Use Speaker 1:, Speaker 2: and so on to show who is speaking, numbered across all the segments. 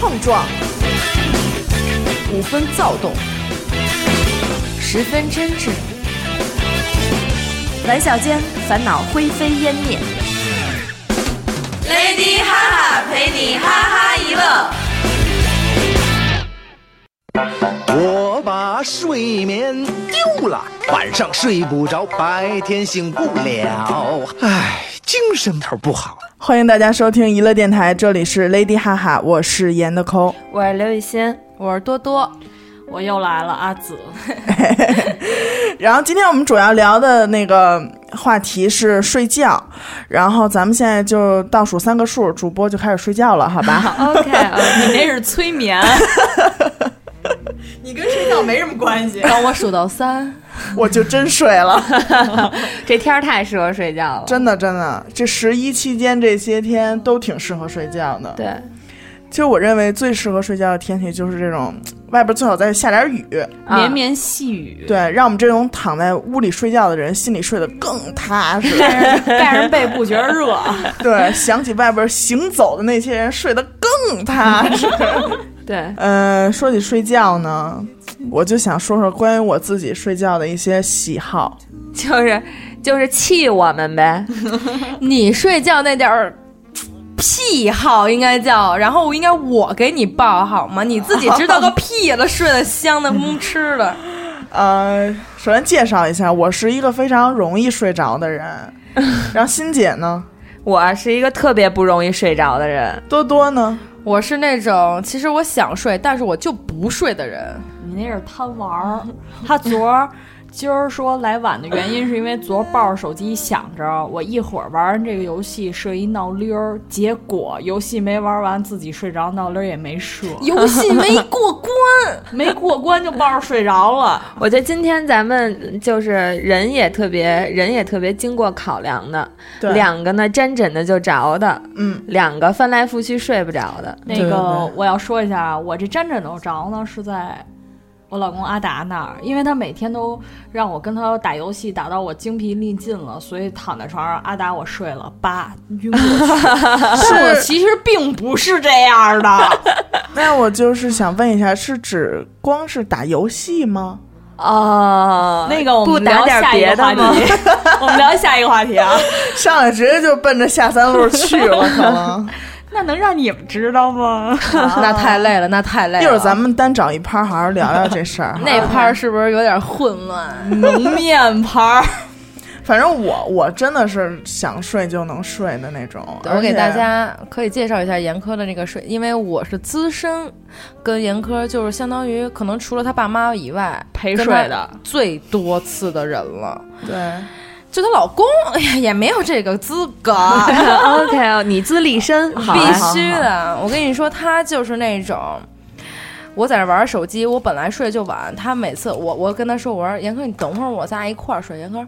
Speaker 1: 碰撞，五分躁动，十分真挚。玩笑间，烦恼灰飞烟灭。
Speaker 2: Lady 哈哈陪你哈哈一乐。
Speaker 3: 我把睡眠丢了，晚上睡不着，白天醒不了，唉，精神头不好。
Speaker 4: 欢迎大家收听娱乐电台，这里是 Lady 哈哈，我是严的抠。
Speaker 5: 我是刘雨欣，
Speaker 6: 我是多多，
Speaker 5: 我又来了，阿紫。
Speaker 4: 然后今天我们主要聊的那个话题是睡觉，然后咱们现在就倒数三个数，主播就开始睡觉了，好吧？
Speaker 5: OK，你哦那是催眠。。
Speaker 6: 你跟睡觉没什么关系
Speaker 5: 让我数到三，
Speaker 4: 我就真睡了，
Speaker 6: 这天儿太适合睡觉了。
Speaker 4: 真的真的，这十一期间这些天都挺适合睡觉的。
Speaker 5: 对，
Speaker 4: 其实我认为最适合睡觉的天气就是这种，外边最好再下点雨，
Speaker 6: 啊
Speaker 5: 绵绵细 雨。
Speaker 4: 对，让我们这种躺在屋里睡觉的人心里睡得更踏实。
Speaker 6: 盖上被不觉得热。
Speaker 4: 对，想起外边行走的那些人睡得更踏实。
Speaker 5: 对，
Speaker 4: 呃，说起睡觉呢，我就想说说关于我自己睡觉的一些喜好。
Speaker 6: 就是就是气我们 呗。你睡觉那点儿癖好应该叫，然后应该我给你报好吗？你自己知道个屁了，睡得香的嗯吃 的。
Speaker 4: 呃，首先介绍一下，我是一个非常容易睡着的人。然后欣姐呢，
Speaker 6: 我是一个特别不容易睡着的人，
Speaker 4: 多多呢，
Speaker 7: 我是那种其实我想睡，但是我就不睡的人。
Speaker 5: 你那是贪玩儿。
Speaker 8: 他昨儿今儿说来晚的原因是因为昨儿抱着手机想着 我一会儿玩完这个游戏设一闹铃儿，结果游戏没玩完自己睡着，闹铃儿也没 设，
Speaker 7: 游戏没过关，
Speaker 8: 没过关就抱着睡着了。
Speaker 6: 我觉得今天咱们就是人也特别，人也特别经过考量的。
Speaker 4: 对，
Speaker 6: 两个呢沾枕的就着的，
Speaker 4: 嗯，
Speaker 6: 两个翻来覆去睡不着的。
Speaker 8: 那
Speaker 4: 对对
Speaker 8: 个
Speaker 4: 对
Speaker 8: 我要说一下啊，我这沾枕头着呢是在。我老公阿达那儿，因为他每天都让我跟他打游戏，打到我精疲力尽了，所以躺在床上，阿达我睡了，叭晕过去。 但我其实并不是这样的，
Speaker 4: 那我就是想问一下，是指光是打游戏吗？
Speaker 9: 啊
Speaker 6: 哦，
Speaker 8: 那个我
Speaker 6: 不
Speaker 8: 们
Speaker 6: 打
Speaker 8: 聊
Speaker 6: 点
Speaker 8: 下一
Speaker 6: 别
Speaker 8: 个话
Speaker 6: 的
Speaker 8: 题
Speaker 6: 吗？，
Speaker 8: 我们聊下一个话题啊。
Speaker 4: 上来直接就奔着下三路去了，可能。
Speaker 8: 那能让你们知道吗？
Speaker 7: 那太累了，那太累 了。
Speaker 4: 一会儿咱们单找一趴，好好聊聊这事儿哈。
Speaker 7: 那拍儿是不是有点混乱？
Speaker 8: 蒙面牌儿，
Speaker 4: 反正我我真的是想睡就能睡的那种。
Speaker 7: 我
Speaker 4: 而
Speaker 7: 给
Speaker 4: 且
Speaker 7: 大家可以介绍一下严科的那个睡，因为我是资深，跟严科就是相当于可能除了他爸妈以外
Speaker 8: 陪
Speaker 7: 跟
Speaker 8: 睡
Speaker 7: 他
Speaker 8: 的
Speaker 7: 最多次的人了。
Speaker 4: 对，
Speaker 7: 就她老公，哎呀，也没有这个资 格。
Speaker 6: OK，哦你自立身，好
Speaker 7: 必
Speaker 6: 啊
Speaker 7: 须的。我跟你说，他就是那种，我在那玩手机，我本来睡就晚，他每次我我跟他说，我说严科，你等会儿我咱俩一块儿睡。严科，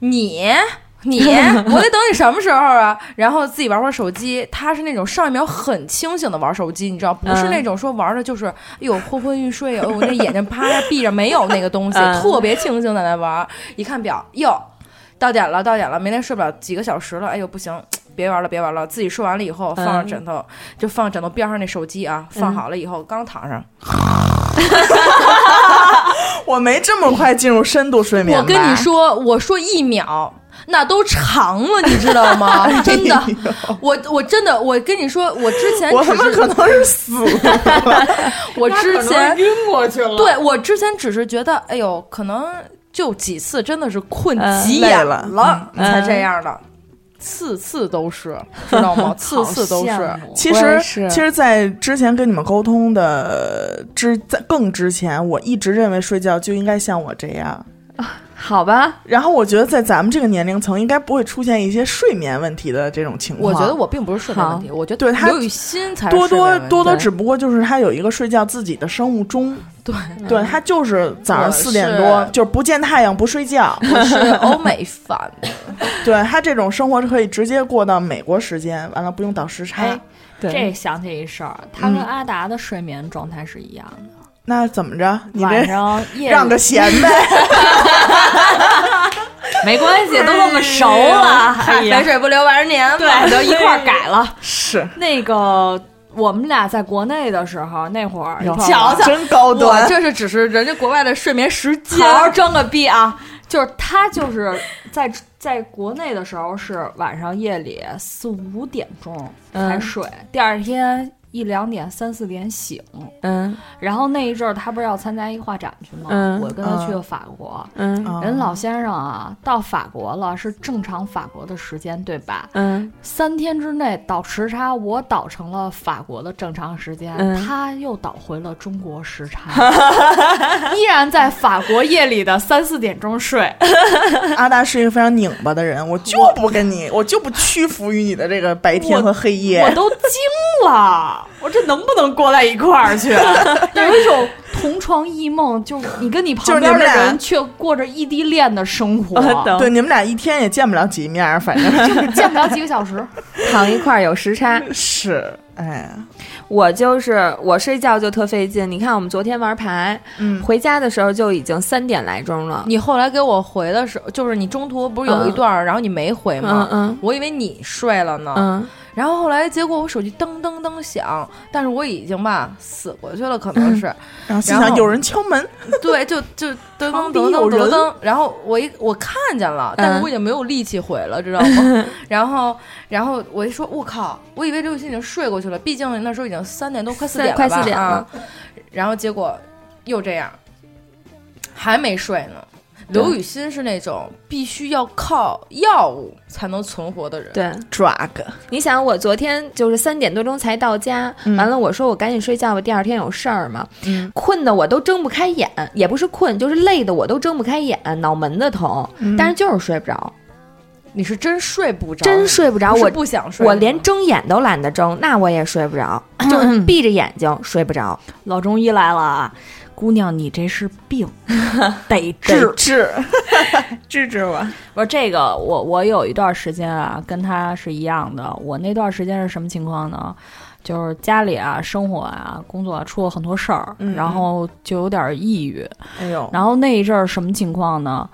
Speaker 7: 你。 你，我得等你什么时候啊？然后自己玩会儿手机。他是那种上一秒很清醒的玩手机，你知道，不是
Speaker 6: 嗯
Speaker 7: 那种说玩的就是，哎呦昏昏欲睡，哎呦我那眼睛趴着闭着，没有那个东西，
Speaker 6: 嗯
Speaker 7: 特别清醒在那玩。一看表，哟，到点了，到点了，明天睡不了几个小时了，哎呦不行，别玩了，别玩了，自己睡完了以后放上枕头，就放枕头边上那手机啊，放好了以后刚躺上，
Speaker 4: 我没这么快进入深度睡眠。
Speaker 7: 我跟你，说，我说一秒。那都长了，你知道吗？ 真的，我我真的，我跟你说，我之前
Speaker 4: 哎我
Speaker 7: 只
Speaker 4: 他妈
Speaker 7: 是
Speaker 4: 可能是死 了。
Speaker 7: 我之前
Speaker 8: 晕过去了。
Speaker 7: 对我之前只是觉得，哎呦，可能就几次真的是困
Speaker 6: 嗯
Speaker 7: 急
Speaker 4: 累
Speaker 7: 眼
Speaker 4: 了
Speaker 7: 了
Speaker 6: 嗯
Speaker 7: 才这样的，次次都是，知道吗？次次都
Speaker 8: 好
Speaker 7: 是
Speaker 8: 羡。慕
Speaker 4: 其
Speaker 6: 我
Speaker 4: 实
Speaker 6: 也，是
Speaker 4: 其实，在之前跟你们沟通的之在更之前，我一直认为睡觉就应该像我这样。
Speaker 6: 好吧，
Speaker 4: 然后我觉得在咱们这个年龄层，应该不会出现一些睡眠问题的这种情
Speaker 7: 我
Speaker 4: 况。
Speaker 7: 觉得我并不是睡眠问题，我觉得
Speaker 4: 对他
Speaker 7: 刘雨欣才是
Speaker 4: 多
Speaker 7: 睡眠
Speaker 4: 多
Speaker 7: 问题
Speaker 4: 多多
Speaker 6: 对
Speaker 4: 只不过就是他有一个睡觉自己的生物钟，
Speaker 7: 对
Speaker 4: 对他就是早上
Speaker 7: 我
Speaker 4: 四点
Speaker 7: 是
Speaker 4: 多就是不见太阳不睡觉，
Speaker 7: 我是欧美范，
Speaker 4: 对他这种生活是可以直接过到美国时间，完了不用倒时差。
Speaker 8: 哎
Speaker 6: 对
Speaker 8: 这想起一事儿，他跟阿达的睡眠状态是一样的。
Speaker 4: 那怎么着？你
Speaker 8: 晚
Speaker 4: 这
Speaker 8: 上夜
Speaker 4: 让个闲呗。
Speaker 8: 没关系，都那么熟了，哎
Speaker 7: 肥
Speaker 8: 呀，
Speaker 7: 水不流外人田嘛。
Speaker 8: 对，都一块儿改了。
Speaker 4: 是
Speaker 8: 那个我们俩在国内的时候，那会儿一块儿
Speaker 9: 瞧瞧，
Speaker 4: 真高
Speaker 8: 我
Speaker 4: 端。
Speaker 8: 这是只是人家国外的睡眠时间，好好装个逼啊！就是他就是在在国内的时候是晚上夜里四五点钟
Speaker 9: 嗯
Speaker 8: 才睡，第二天一两点三四点醒。
Speaker 9: 嗯
Speaker 8: 然后那一阵儿他不是要参加一画展去吗？
Speaker 9: 嗯
Speaker 8: 我跟他去了法国，
Speaker 9: 嗯
Speaker 4: 嗯
Speaker 8: 人老先生啊到法国了是正常法国的时间对吧？
Speaker 9: 嗯，
Speaker 8: 三天之内倒时差，我倒成了法国的正常时间，
Speaker 9: 嗯
Speaker 8: 他又倒回了中国 时差，依然在法国夜里的三四点 钟睡。
Speaker 4: 阿达是一个非常拧巴的人，我就不跟你，我就不屈服于你的这个白天和黑
Speaker 8: 我
Speaker 4: 夜。
Speaker 8: 都惊了，我这能不能过在一块儿去？啊 有一种同床异梦，就是你跟你旁边
Speaker 4: 就是
Speaker 8: 的
Speaker 4: 你们俩哦
Speaker 8: 人却过着异地恋的 生活，
Speaker 9: 懂
Speaker 4: 对，你们俩一天也见不了几面儿，反正
Speaker 8: 就是见不了几个小时。
Speaker 9: 躺一块儿有时差。
Speaker 4: 是，哎呀，
Speaker 9: 我就是我睡觉就特费劲。你看我们昨天玩牌，
Speaker 4: 嗯，
Speaker 9: 回家的时候就已经三点来钟了。
Speaker 7: 你后来给我回的时候，就是你中途不是有一段儿，然后你没回吗？
Speaker 9: 嗯嗯
Speaker 7: 我以为你睡了呢，
Speaker 9: 嗯，
Speaker 7: 然后后来结果我手机噔噔噔响，但是我已经吧死过去了，可能
Speaker 9: 嗯
Speaker 7: 是，
Speaker 4: 然后心
Speaker 7: 然
Speaker 4: 想
Speaker 7: 后
Speaker 4: 有人敲门，
Speaker 7: 对，就 就噔噔
Speaker 4: 床底
Speaker 7: 噔
Speaker 4: 有
Speaker 7: 噔噔
Speaker 4: 人
Speaker 7: 噔，然后我一我看见了，但是我已经没有力气回了，知道吗？ 然后然后我一说，我靠，我以为刘雨欣已经睡过去了，毕竟那时候已经三点多，快四
Speaker 9: 三
Speaker 7: 点
Speaker 9: 快
Speaker 7: 吧
Speaker 9: 四点
Speaker 7: 啊。然后结果又这样，还没睡呢。刘雨欣是那种必须要靠药物才能存活的人，
Speaker 9: 对，
Speaker 4: 抓个
Speaker 9: 你想我昨天就是三点多钟才到家，
Speaker 4: 嗯
Speaker 9: 完了我说我赶紧睡觉吧，第二天有事儿嘛，
Speaker 4: 嗯
Speaker 9: 困的我都睁不开眼，也不是困，就是累的我都睁不开眼，脑门子疼，但是就是睡不着，
Speaker 7: 你是真睡不着，
Speaker 9: 真睡不着，
Speaker 7: 不是
Speaker 9: 我
Speaker 7: 不想睡，
Speaker 9: 我连睁眼都懒得睁，那我也睡不 着，就是闭着眼睛睡不着。
Speaker 8: 老中医来了啊，姑娘，你这是 病，得治
Speaker 4: 治。治治治我。
Speaker 8: 不是这个，我我有一段时间啊，跟他是一样的。我那段时间是什么情况呢？就是家里啊、生活啊、工作啊出了很多事儿，
Speaker 4: 嗯
Speaker 8: 然后就有点抑郁。
Speaker 4: 哎呦，
Speaker 8: 然后那一阵儿什么情况呢？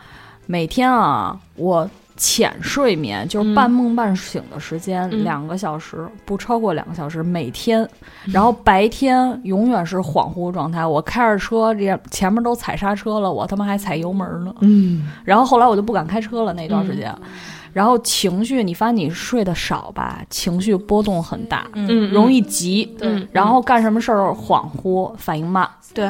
Speaker 8: 每天啊，我浅睡眠就是半梦半醒的时间，
Speaker 9: 嗯
Speaker 8: 两个小时，不超过两个小时每天。然后白天永远是恍惚状态，我开着车，这前面都踩刹车了，我他妈还踩油门呢。嗯。然后后来我就不敢开车了那段时间。
Speaker 9: 嗯
Speaker 8: 然后情绪，你发现你睡得少吧，情绪波动很大，
Speaker 9: 嗯
Speaker 8: 容易急，
Speaker 9: 嗯
Speaker 8: 然后干什么事儿恍惚，反应慢，
Speaker 9: 对，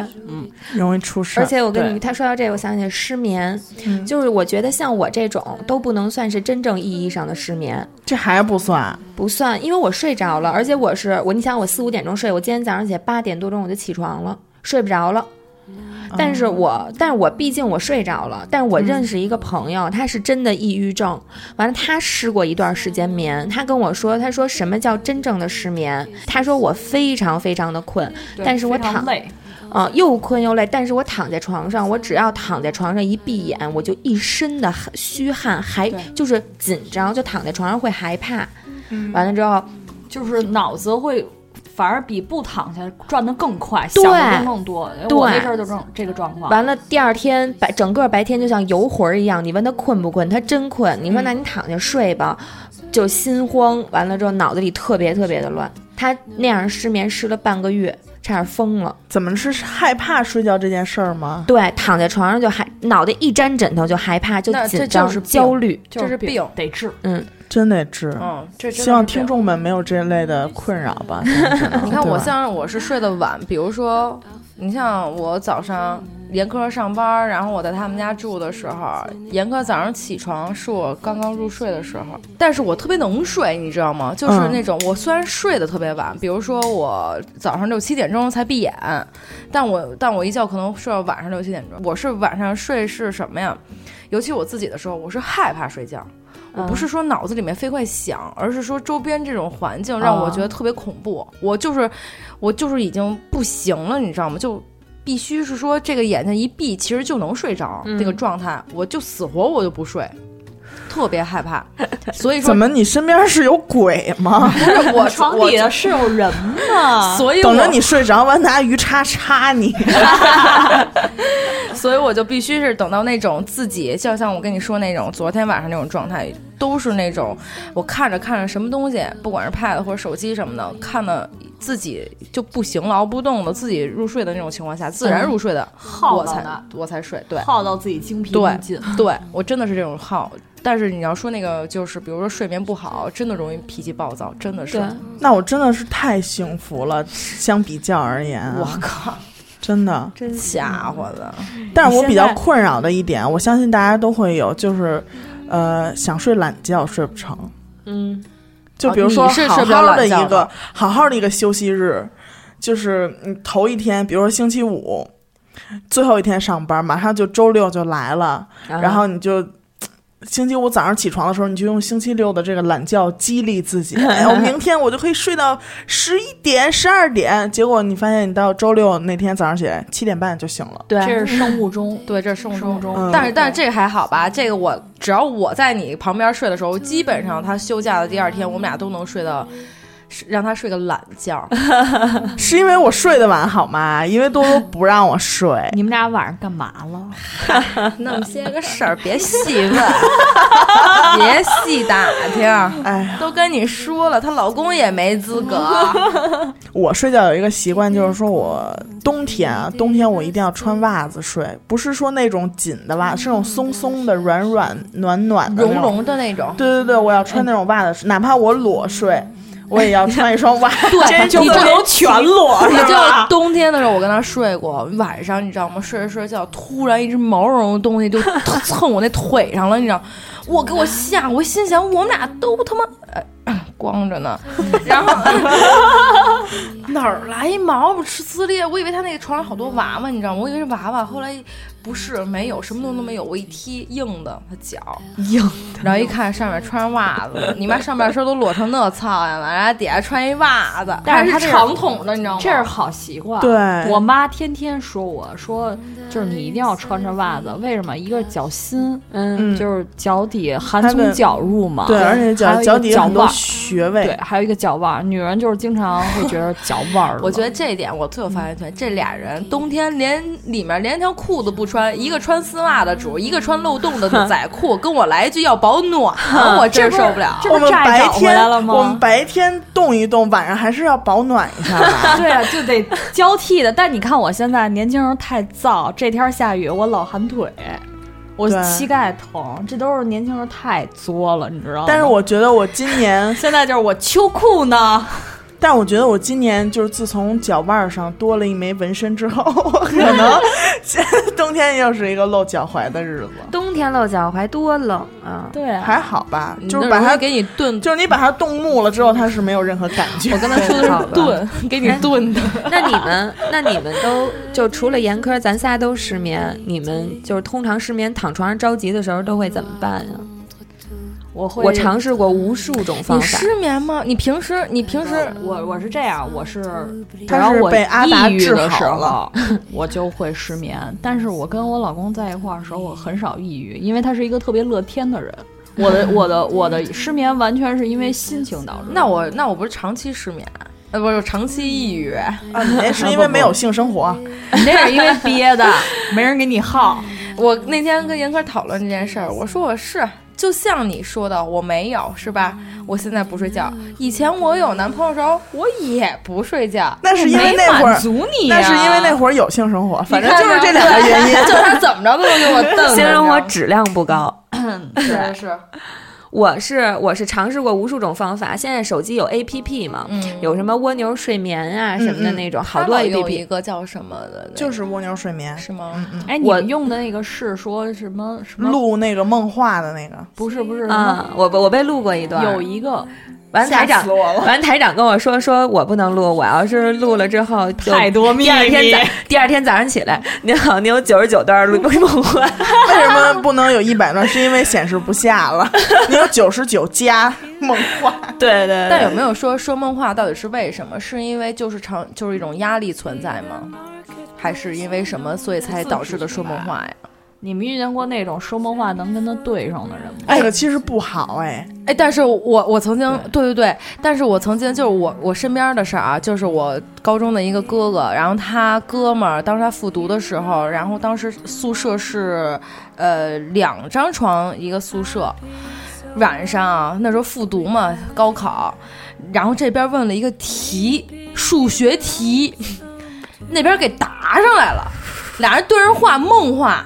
Speaker 4: 容易出事
Speaker 9: 而
Speaker 4: 儿。
Speaker 9: 且我跟你
Speaker 8: 对
Speaker 9: 他说到这个，我想起来失眠，
Speaker 4: 嗯
Speaker 9: 就是我觉得像我这种都不能算是真正意义上的失眠，
Speaker 4: 这还不算，
Speaker 9: 不算，因为我睡着了，而且我是我，你想我四五点钟睡，我今天早上起来八点多钟我就起床了，睡不着了。
Speaker 8: 嗯
Speaker 9: 但是我，但是我毕竟我睡着了，但是我认识一个朋友，他是真的抑郁症，完了他失过一段时间眠，他跟我说，他说什么叫真正的失眠？他说我非常非常的困，但是我
Speaker 8: 非常
Speaker 9: 躺
Speaker 8: 累，
Speaker 9: 啊、又困又累，但是我躺在床上，我只要躺在床上一闭眼，我就一身的汗虚汗，还就是紧张，就躺在床上会害怕。
Speaker 7: 嗯
Speaker 9: 完了之后，
Speaker 8: 就是脑子会反而比不躺下转得更快，
Speaker 9: 对
Speaker 8: 想的更更多。哎
Speaker 9: 对
Speaker 8: 我那阵儿就这种这个状况。
Speaker 9: 完了第二天白整个白天就像游魂儿一样，你问他困不困，他真困。你说
Speaker 7: 嗯
Speaker 9: 那你躺下睡吧，就心慌。完了之后脑子里特别特别的乱，他那样失眠失了半个月，差点疯了。
Speaker 4: 怎么是害怕睡觉这件事儿吗？
Speaker 9: 对，躺在床上就害，脑袋一沾枕头就害怕，就
Speaker 7: 那这
Speaker 9: 紧张、
Speaker 7: 就是病
Speaker 9: 焦虑。
Speaker 8: 就
Speaker 7: 这是病
Speaker 8: 得治。
Speaker 4: 真得治。
Speaker 7: 嗯，这真的
Speaker 4: 希望
Speaker 7: 是病
Speaker 4: 听众们没有这类的困扰 吧。你
Speaker 7: 你看我 像我是睡得晚，比如说，你像我早上严科上班，然后我在他们家住的时候，严科早上起床是我刚刚入睡的时候，但是我特别能睡，你知道吗？就是
Speaker 4: 嗯
Speaker 7: 那种、我虽然睡得特别晚，比如说我早上六七点钟才闭眼，但我但我一觉可能睡到晚上六七点钟。我是晚上睡是什么呀？尤其我自己的时候，我是害怕睡觉。我不是说脑子里面飞快想，而是说周边这种环境让我觉得特别恐怖。我就是，我就是已经不行了，你知道吗？就必须是说这个眼睛一闭，其实就能睡着、
Speaker 9: 嗯
Speaker 7: 这个状态，我就死活我就不睡，特别 害怕。所以说，
Speaker 4: 怎么你身边是有鬼吗？
Speaker 7: 不 是我
Speaker 8: 床
Speaker 7: 我
Speaker 8: 底下是有 人吗？
Speaker 7: 所以我
Speaker 4: 等着你睡着完拿鱼叉叉你。
Speaker 7: 所以我就必须是等到那种自己，就像我跟你说那种昨天晚上那种状态，都是那种我看着看着什么东西，不管是 pad 或者手机什么的，看的自己就不行了，熬不动的，自己入睡的那种情况下，自然入睡的，
Speaker 8: 嗯耗
Speaker 7: 我
Speaker 8: 到
Speaker 7: 才
Speaker 8: 那儿
Speaker 7: 我才睡。对，
Speaker 8: 耗到自己精疲力尽。
Speaker 7: 对我真的是这种耗。但是你要说那个，就是比如说睡眠不好，真的容易脾气暴躁，真的是。
Speaker 8: 对
Speaker 4: 那我真的是太幸福了，相比较而言啊，
Speaker 7: 我靠，
Speaker 4: 真的。
Speaker 7: 真吓唬的。
Speaker 4: 但是我
Speaker 8: 你现
Speaker 4: 比较
Speaker 8: 在
Speaker 4: 困扰的一点，我相信大家都会有，就是，呃，想睡懒觉睡不成。
Speaker 8: 嗯，
Speaker 4: 就
Speaker 7: 哦
Speaker 4: 比如说，
Speaker 7: 你是
Speaker 4: 好
Speaker 7: 睡不着
Speaker 4: 好的
Speaker 7: 懒
Speaker 4: 一
Speaker 7: 觉
Speaker 4: 个
Speaker 7: 的
Speaker 4: 好好的一个休息日，就是你头一天，比如说星期五，最后一天上班，马上就周六就来了，
Speaker 7: 嗯
Speaker 4: 然后你就。星期五早上起床的时候，你就用星期六的这个懒觉激励自己。哎 呀，我明天我就可以睡到十一点、十二点。结果你发现你到周六那天早上起来七点半就醒了。
Speaker 7: 对，
Speaker 8: 这是生物钟。
Speaker 7: 对，这是生物
Speaker 8: 生物钟
Speaker 4: 嗯
Speaker 7: 但是但是这个还好吧？这个我只要我在你旁边睡的时候，基本上他休假的第二天，我们俩都能睡到，是让他睡个懒觉。
Speaker 4: 是因为我睡得晚好吗？因为多多不让我睡。
Speaker 8: 你们俩晚上干嘛了？
Speaker 7: 那么些个事儿别细问，别细打 听，
Speaker 4: 哎呀，
Speaker 7: 都跟你说了，她老公也没资 格。
Speaker 4: 我睡觉有一个习惯，就是说我冬天啊，冬天我一定要穿袜子睡，不是说那种紧的袜，是那种松松的、软软、暖暖的、
Speaker 7: 绒。嗯绒的那种，
Speaker 4: 对对对，我要穿那种袜子，哪怕我裸睡，我也要穿一双袜。
Speaker 8: 对，就不能全裸，
Speaker 7: 我
Speaker 8: 是
Speaker 7: 就
Speaker 8: 吧？
Speaker 7: 冬天的时候，我跟他睡过，晚上你知道吗？睡着睡着觉，突然一只毛茸茸的东西就 蹭我那腿上了，你知道？我给我吓，我心想我们俩都他妈呃 光着 呢，然后哪儿来一毛不吃撕裂？我以为他那个床上好多娃娃，你知道吗？我以为是娃娃，后来不是，没有，什么东西都没有。我一踢硬的，他脚硬的，然后一看上面穿着袜子，你妈上半身都裸成那操样了，然后底下穿一袜子，
Speaker 8: 但是他
Speaker 7: 还
Speaker 8: 这是
Speaker 7: 是长筒的，你知道吗？
Speaker 8: 这是好习惯。
Speaker 4: 对
Speaker 8: 我妈天天说我说，就是你一定要穿着袜子，为什么？一个是脚心，
Speaker 4: 嗯
Speaker 8: 就是脚底寒
Speaker 4: 它的
Speaker 8: 从脚入嘛，
Speaker 4: 对，而且脚
Speaker 8: 还有一个
Speaker 4: 脚底有
Speaker 8: 脚
Speaker 4: 很多
Speaker 8: 腕儿
Speaker 4: 穴位。
Speaker 8: 对，还有一个脚腕儿，女人就是经常会觉得脚腕儿了。
Speaker 7: 我觉得这一点我最有发言权。这俩人冬天连里面连条裤子不穿，一个穿丝袜的主，一个穿漏洞的仔裤，跟我来一句要保暖，我真受不了。
Speaker 8: 这
Speaker 4: 我
Speaker 8: 不
Speaker 4: 们
Speaker 8: 债
Speaker 4: 白
Speaker 8: 找回
Speaker 4: 天
Speaker 8: 来了
Speaker 4: 我们
Speaker 8: 吗？
Speaker 4: 白天动一动，晚上还是要保暖一下吧。
Speaker 8: 对啊，就得交替的。但你看我现在年轻人太燥，这天下雨我老寒腿，我
Speaker 4: 对
Speaker 8: 膝盖疼，这都是年轻人太作了，你知道吗？
Speaker 4: 但是我觉得我今年，
Speaker 8: 现在就是我秋裤 呢，
Speaker 4: 但是我觉得我今年就是自从脚腕儿上多了一枚纹身之后，我可 能现在冬天又是一个露脚踝的日子。
Speaker 9: 冬天露脚踝多冷啊！
Speaker 8: 对啊，
Speaker 4: 还好吧，
Speaker 7: 你
Speaker 4: 就是
Speaker 7: 那
Speaker 4: 把
Speaker 7: 容易
Speaker 4: 它，
Speaker 7: 给你炖，
Speaker 4: 就是你把它冻木了之后，它是没有任何感觉。
Speaker 7: 我跟他说的
Speaker 9: 好
Speaker 7: 是
Speaker 9: 吧
Speaker 7: 炖，给你炖的。
Speaker 9: 那你 们，那你们都就除了严科，咱仨都失眠。你们就是通常失眠，躺床上着急的时候都会怎么办呀？
Speaker 8: 我会
Speaker 9: 我尝试过无数种方
Speaker 7: 你
Speaker 9: 法，
Speaker 7: 失眠吗？你平时你平时
Speaker 8: 我我是这样，我是只
Speaker 4: 他
Speaker 8: 要
Speaker 4: 是
Speaker 8: 我
Speaker 4: 被阿达
Speaker 8: 抑郁
Speaker 4: 治
Speaker 8: 的时
Speaker 4: 好
Speaker 8: 候，我就会失眠。但是我跟我老公在一块儿的时候，我很少抑郁，因为他是一个特别乐天的人。我的我的我的失眠完全是因为心情导致。
Speaker 7: 那我那我不是长期失眠，呃，不是长期抑郁。
Speaker 4: 啊，你那是因为没有性生活，啊
Speaker 8: 你那是因为憋的， 没人给你耗。
Speaker 7: 我那天跟严科讨论这件事儿，我说我是。就像你说的，我没有是吧？我现在不睡觉。以前我有男朋友的时候，我也不睡觉。
Speaker 4: 那 是因为那会
Speaker 8: 我没
Speaker 4: 儿
Speaker 8: 满，足你、啊
Speaker 4: 那
Speaker 8: 呀
Speaker 4: 是因为那会儿有性生活，反正
Speaker 7: 你看
Speaker 4: 就是
Speaker 7: 着
Speaker 4: 这两个原 因。
Speaker 7: 就他怎么着都能给我 瞪着。
Speaker 9: 性生活质量不高。
Speaker 7: 是嗯是，
Speaker 9: 我是我是尝试过无数种方法，现在手机有 A P P 嘛，
Speaker 7: 嗯
Speaker 9: 有什么蜗牛睡眠啊什么的那种，好多
Speaker 7: 他老
Speaker 9: A P
Speaker 7: 有一
Speaker 9: P。嗯
Speaker 7: 个叫什么的那个，
Speaker 4: 就是蜗牛睡眠，
Speaker 7: 是吗？
Speaker 8: 哎，你
Speaker 9: 我
Speaker 8: 们用的那个是说什么什么？
Speaker 4: 录嗯那个梦话的那个，
Speaker 8: 不是不
Speaker 7: 嗯
Speaker 8: 是，
Speaker 9: 啊、我我被录过一段，
Speaker 8: 有一个
Speaker 9: 完
Speaker 4: 吓
Speaker 9: 台长
Speaker 4: 死我 了。
Speaker 9: 完台长跟我说，说我不能录，我要是录了之后就
Speaker 8: 太多秘
Speaker 9: 第二天
Speaker 8: 密。
Speaker 9: 早第二天早上起来，你好，你有九十九段录梦话，
Speaker 4: 为什么不能有一百段？是因为显示不下了。你有九十九 加梦话，
Speaker 9: 对对对
Speaker 7: 但有没有说说梦话到底是为什么？是因为就是长就是一种压力存在吗？还是因为什么所以才导致的说梦话呀？
Speaker 8: 你们遇见过那种说梦话能跟他对上的人吗？
Speaker 4: 这个其实不好哎，
Speaker 7: 哎，但是我我曾经对对对，但是我曾经就是我我身边的事儿啊，就是我高中的一个哥哥，然后他哥们儿当时他复读的时候，然后当时宿舍是呃两张床一个宿舍，晚上啊那时候复读嘛高考，然后这边问了一个题数学题， 那边给答上来了，俩人对着话梦话。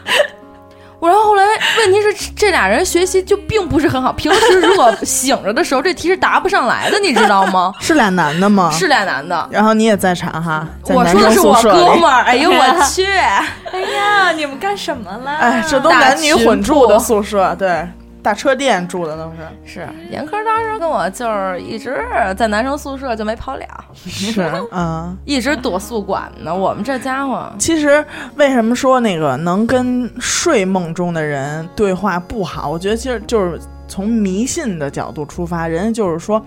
Speaker 7: 我然后后来，问题是 这俩人学习就并不是很好。平时如果醒着的时候，这题是答不上来的，你知道 吗？
Speaker 4: 是俩男的吗？
Speaker 7: 是俩男的。
Speaker 4: 然后你也在场哈？啊在
Speaker 7: 我
Speaker 4: 男
Speaker 7: 说的
Speaker 4: 生
Speaker 7: 是
Speaker 4: 宿
Speaker 7: 我
Speaker 4: 舍
Speaker 7: 哥
Speaker 4: 里
Speaker 7: 们儿。哎呦我去！
Speaker 10: 哎呀，你们干什么了？
Speaker 4: 哎，这都
Speaker 7: 大
Speaker 4: 男女
Speaker 7: 群
Speaker 4: 混住
Speaker 7: 住
Speaker 4: 的宿舍，对，大车店住的都 是。
Speaker 7: 是严科当时跟我就是一直在男生宿舍就没跑了，
Speaker 4: 是啊，
Speaker 7: 一直躲宿管呢。我们这家 伙
Speaker 4: 其实为什么说那个能跟睡梦中的人对话不好？我觉得其实就是从迷信的角度出发，人家就是说，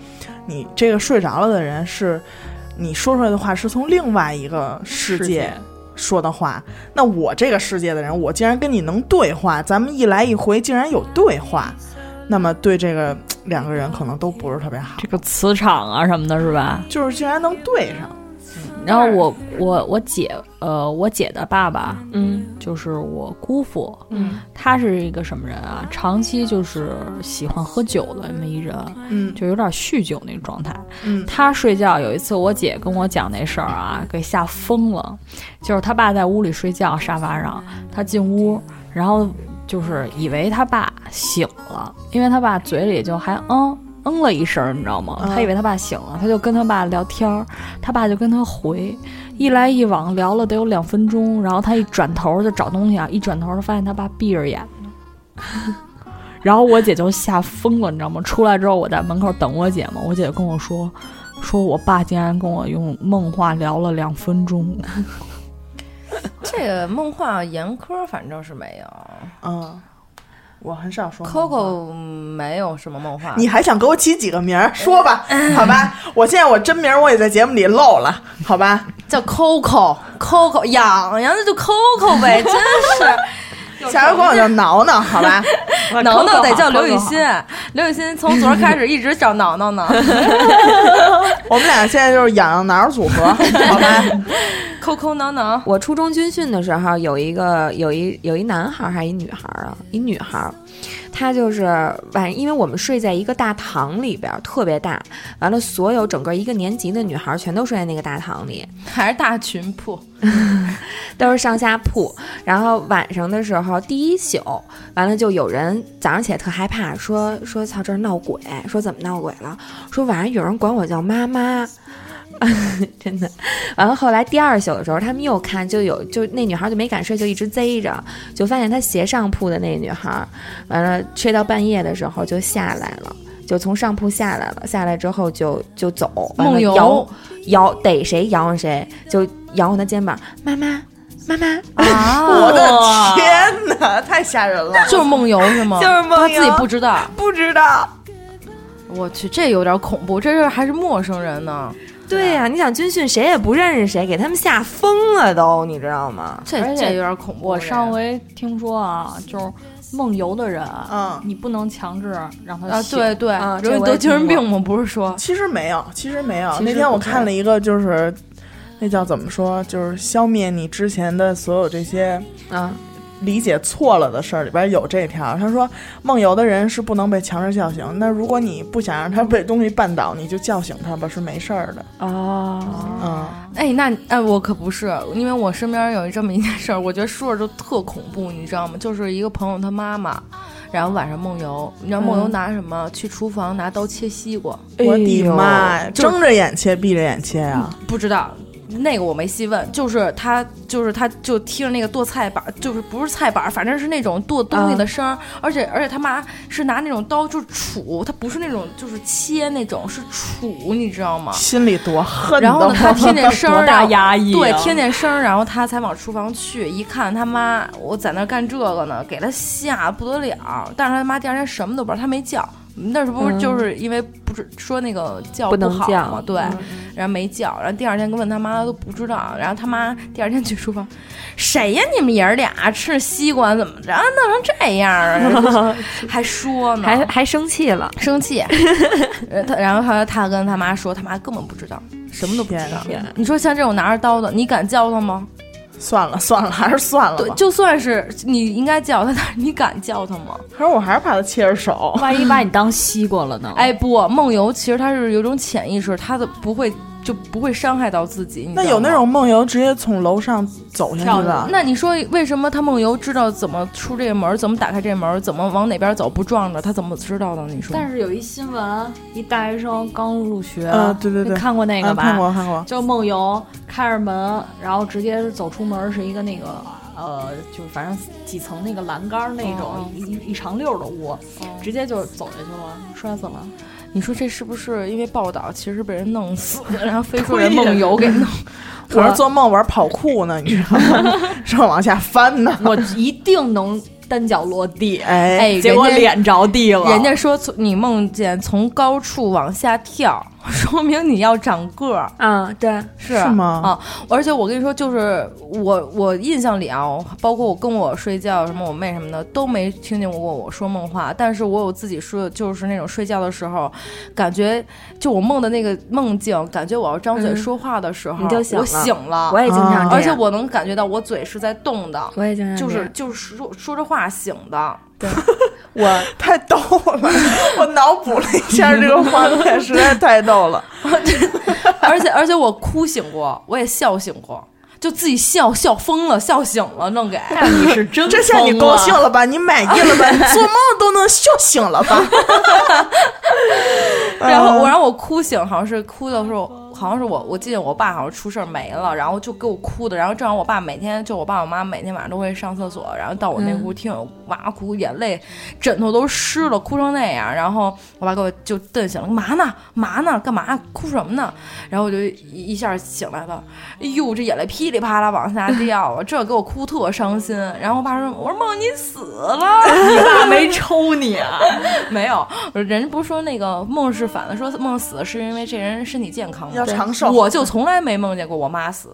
Speaker 4: 你这个睡着了的人是，你说出来的话是从另外一个世界说的话。那我这个世界的人，我竟然跟你能对话，咱们一来一回竟然有对话，那么对这个两个人可能都不是特别好，
Speaker 8: 这个磁场啊什么的，是吧？
Speaker 4: 就是竟然能对上。
Speaker 8: 然后我我我姐，呃，我姐的爸爸
Speaker 9: 嗯
Speaker 8: 就是我姑父，
Speaker 9: 嗯，
Speaker 8: 他是一个什么人啊？长期就是喜欢喝酒的那么一人，
Speaker 4: 嗯
Speaker 8: 就有点酗酒那状态。
Speaker 4: 嗯
Speaker 8: 他睡觉有一次，我姐跟我讲那事儿啊，给吓疯了。就是他爸在屋里睡觉，沙发上，他进屋，然后就是以为他爸醒了，因为他爸嘴里就还嗯嗯了一声，你知道吗？
Speaker 4: 嗯
Speaker 8: 他以为他爸醒了，他就跟他爸聊天儿，他爸就跟他回，一来一往聊了得有两分钟，然后他一转头就找东西啊，一转头就发现他爸闭着眼 呢。然后我姐就吓疯了，你知道吗？出来之后，我在门口等我姐嘛，我姐就跟我说，说我爸竟然跟我用梦话聊了两分钟，
Speaker 7: 这个梦话严科反正是没有
Speaker 4: 嗯，我很少说梦话
Speaker 7: ，Coco 没有什么梦话。
Speaker 4: 你还想给我起几个名儿？说吧，好吧，我现在我真名儿我也在节目里漏了，好吧？
Speaker 7: 叫 Coco Coco 痒痒，那就 Coco 呗，真是
Speaker 4: 下回管我叫挠挠，好吧？
Speaker 9: 啊
Speaker 7: 挠挠得叫刘雨欣，刘雨欣从昨儿开始一直叫挠挠 呢
Speaker 4: 我们俩现在就是痒痒挠儿组合，好吧？
Speaker 7: ，Coco 挠挠，
Speaker 9: 我初中军训的时候，有一个有一有一男孩儿还是一女孩儿啊，一女孩儿，她就是晚，因为我们睡在一个大堂里边儿，特别大，完了所有整个一个年级的女孩儿全都睡在那个大堂里，
Speaker 7: 还是大群铺，
Speaker 9: 都是上下铺。然后晚上的时候，第一宿完了就有人早上起来特害怕，说说操这儿闹鬼，说怎么闹鬼了？说晚上有人管我叫妈妈。 真的，完了后来第二宿的时候，他们又看，就有就那女孩就没敢睡，就一直贼着，就发现她斜上铺的那女孩，完了睡到半夜的时候就下来了，就从上铺下来了，下来之后就就走，完了
Speaker 7: 梦游
Speaker 9: 摇摇逮谁摇上谁，就摇晃她肩膀，妈妈妈妈，啊
Speaker 4: 我的 天哪，太吓人了！
Speaker 7: 就是梦游是吗？
Speaker 9: 就是梦游
Speaker 7: 他自己不知道，
Speaker 4: 不知道，
Speaker 7: 我去，这有点恐怖，这是还是陌生人呢，
Speaker 9: 对啊呀、你想军训谁也不认识谁，给他们吓疯了都，你知道吗？
Speaker 7: 这
Speaker 8: 而且
Speaker 7: 这有点恐怖。
Speaker 8: 我上
Speaker 7: 这
Speaker 8: 回听说啊，就是梦游的人，啊
Speaker 4: 嗯
Speaker 8: 你不能强制让他
Speaker 7: 个啊，
Speaker 8: 醒
Speaker 7: 对对，
Speaker 9: 啊
Speaker 7: 容
Speaker 9: 这
Speaker 7: 易
Speaker 9: 我
Speaker 7: 得
Speaker 9: 也
Speaker 7: 精神
Speaker 9: 听过
Speaker 7: 病吗？不是说
Speaker 4: 其实没有，其实没有。
Speaker 9: 其实
Speaker 4: 那天我
Speaker 9: 不是
Speaker 4: 看了一个，就是那叫怎么说，就是消灭你之前的所有这些
Speaker 9: 啊，
Speaker 4: 理解错了的事儿里边有这条，他说梦游的人是不能被强制叫醒。那如果你不想让他被东西绊倒，你就叫醒他吧，是没事儿的。
Speaker 9: 哦，
Speaker 4: 嗯，
Speaker 7: 哎，那哎，我可不是，因为我身边有这么一件事儿，我觉得说着就特恐怖，你知道吗？就是一个朋友他妈妈，然后晚上梦游，你知道
Speaker 9: 嗯
Speaker 7: 梦游拿什么？去厨房拿刀切西瓜，
Speaker 4: 我的妈呀！
Speaker 7: 就是
Speaker 4: 睁着眼切，闭着眼切啊呀、
Speaker 7: 不知道。那个我没细问，就是他，就是他，就听着那个剁菜板，就是不是菜板，反正是那种剁东西的声儿、而且而且他妈是拿那种刀就是杵，他不是那种就是切那种，是杵，你知道吗？
Speaker 4: 心里多恨的
Speaker 7: 嗯然
Speaker 4: 慌。
Speaker 7: 后呢，他 听见声 儿，
Speaker 8: 多大
Speaker 7: 然后
Speaker 8: 压抑啊
Speaker 7: 对， 听见声儿，然后他才往厨房去，一看他妈，我在那儿干这个呢，给他吓得不得了。但是他妈第二天什么都不知道，他没叫，嗯那是不是就是因为不是说那个叫
Speaker 9: 不能
Speaker 7: 好
Speaker 9: 叫
Speaker 7: 嘛？对，然后没叫，然后第二天问他妈都不知道，然后他妈第二天去厨房，谁呀？你们爷儿俩吃西瓜怎么着弄成这样 啊？还说呢，
Speaker 9: 还还生气了，
Speaker 7: 生 气。呃他然后他他跟他妈说，他妈根本不知道，什么都不知道。你说像这种拿着刀的，你敢叫他吗？
Speaker 4: 啊算了算了，还是算了
Speaker 7: 对，
Speaker 4: 吧。
Speaker 7: 就算是你应该叫他，但是你敢叫他吗？
Speaker 4: 可是我还是怕他切着手。
Speaker 8: 万一把你当西瓜了
Speaker 9: 哦
Speaker 8: 呢？
Speaker 7: 哎，不，梦游其实他是有一种潜意识，他的不会就不会伤害到自 己。你
Speaker 4: 那
Speaker 7: 知道
Speaker 4: 有那
Speaker 7: 吗
Speaker 4: 种梦游直接从楼上走下去的，
Speaker 7: 那你说为什么他梦游知道怎么出这个门儿，怎么打开这门儿，怎么往哪边走不撞着？他怎么知道的？你说？
Speaker 8: 但是有一新闻，一大学生刚入学，
Speaker 7: 呃
Speaker 4: 嗯对对对
Speaker 8: 你看过那
Speaker 4: 啊
Speaker 8: 个
Speaker 7: 嗯
Speaker 8: 吧？
Speaker 4: 看过看过，
Speaker 8: 就梦游，开着门，然后直接走出门是一个那个呃，就是反正几层那个栏杆那种、
Speaker 7: 哦
Speaker 8: 一一一长溜的屋，直接就走下去了，摔死了。
Speaker 7: 你说这是不是因为报道其实被人弄死的，然后非说人 梦游给弄？
Speaker 4: 我
Speaker 8: 啊
Speaker 4: 是做梦玩跑酷呢，你知道吗？ 正往下翻呢。
Speaker 8: 我一定能单脚落地，
Speaker 4: 哎，
Speaker 7: 哎，
Speaker 8: 结果
Speaker 7: 人家
Speaker 8: 脸着地了。
Speaker 7: 人家说从你梦见从高处往下跳， 说明你要长个儿。
Speaker 9: 嗯，对，
Speaker 7: 是
Speaker 4: 是吗
Speaker 7: 啊，而且我跟你说，就是我我印象里啊，包括我跟我睡觉什么，我妹什么的都没听见过我说梦话，但是我有自己说，就是那种睡觉的时候，感觉就我梦的那个梦境，感觉我要张嘴
Speaker 9: 嗯
Speaker 7: 说话的时候，
Speaker 9: 你就醒
Speaker 7: 我
Speaker 9: 了
Speaker 7: 醒了，
Speaker 9: 我也经常这样，嗯
Speaker 7: 而且我能感觉到我嘴是在动的，
Speaker 9: 啊我也经常这
Speaker 7: 就
Speaker 9: 样
Speaker 7: 是就是说说着话醒的。
Speaker 4: 我太逗了， 我脑补了一下这个画面，实在太逗 了。
Speaker 7: 而且而且我哭醒过，我也笑醒过，就自己笑笑疯了，笑醒了，弄给。
Speaker 8: 那你是真
Speaker 4: 这下你
Speaker 8: 疯
Speaker 4: 高
Speaker 8: 了
Speaker 4: 兴了吧？你满意 了吧？你做梦都能笑醒了吧？
Speaker 7: 然后我让我哭醒，好像是哭的时候，好像是我，我记得我爸好像出事儿没了，然后就给我哭的。然后正好我爸每天就我爸我妈每天晚上都会上厕所，然后到我那屋听我哇哭，眼泪枕头都湿了，哭成那样。然后我爸给我就瞪醒了，干嘛呢？嘛呢？干嘛？哭什么呢？然后我就一一下醒来了，哎呦，这眼泪噼里啪啦往下掉啊，这给我哭特伤心。然后我爸说，我说梦你死了。
Speaker 8: 爸没抽你啊？
Speaker 7: 没有，人不是说那个梦是反的，说梦死是因为这人身体健康吗
Speaker 4: 要长寿
Speaker 7: 我就从来没梦见过我妈 死，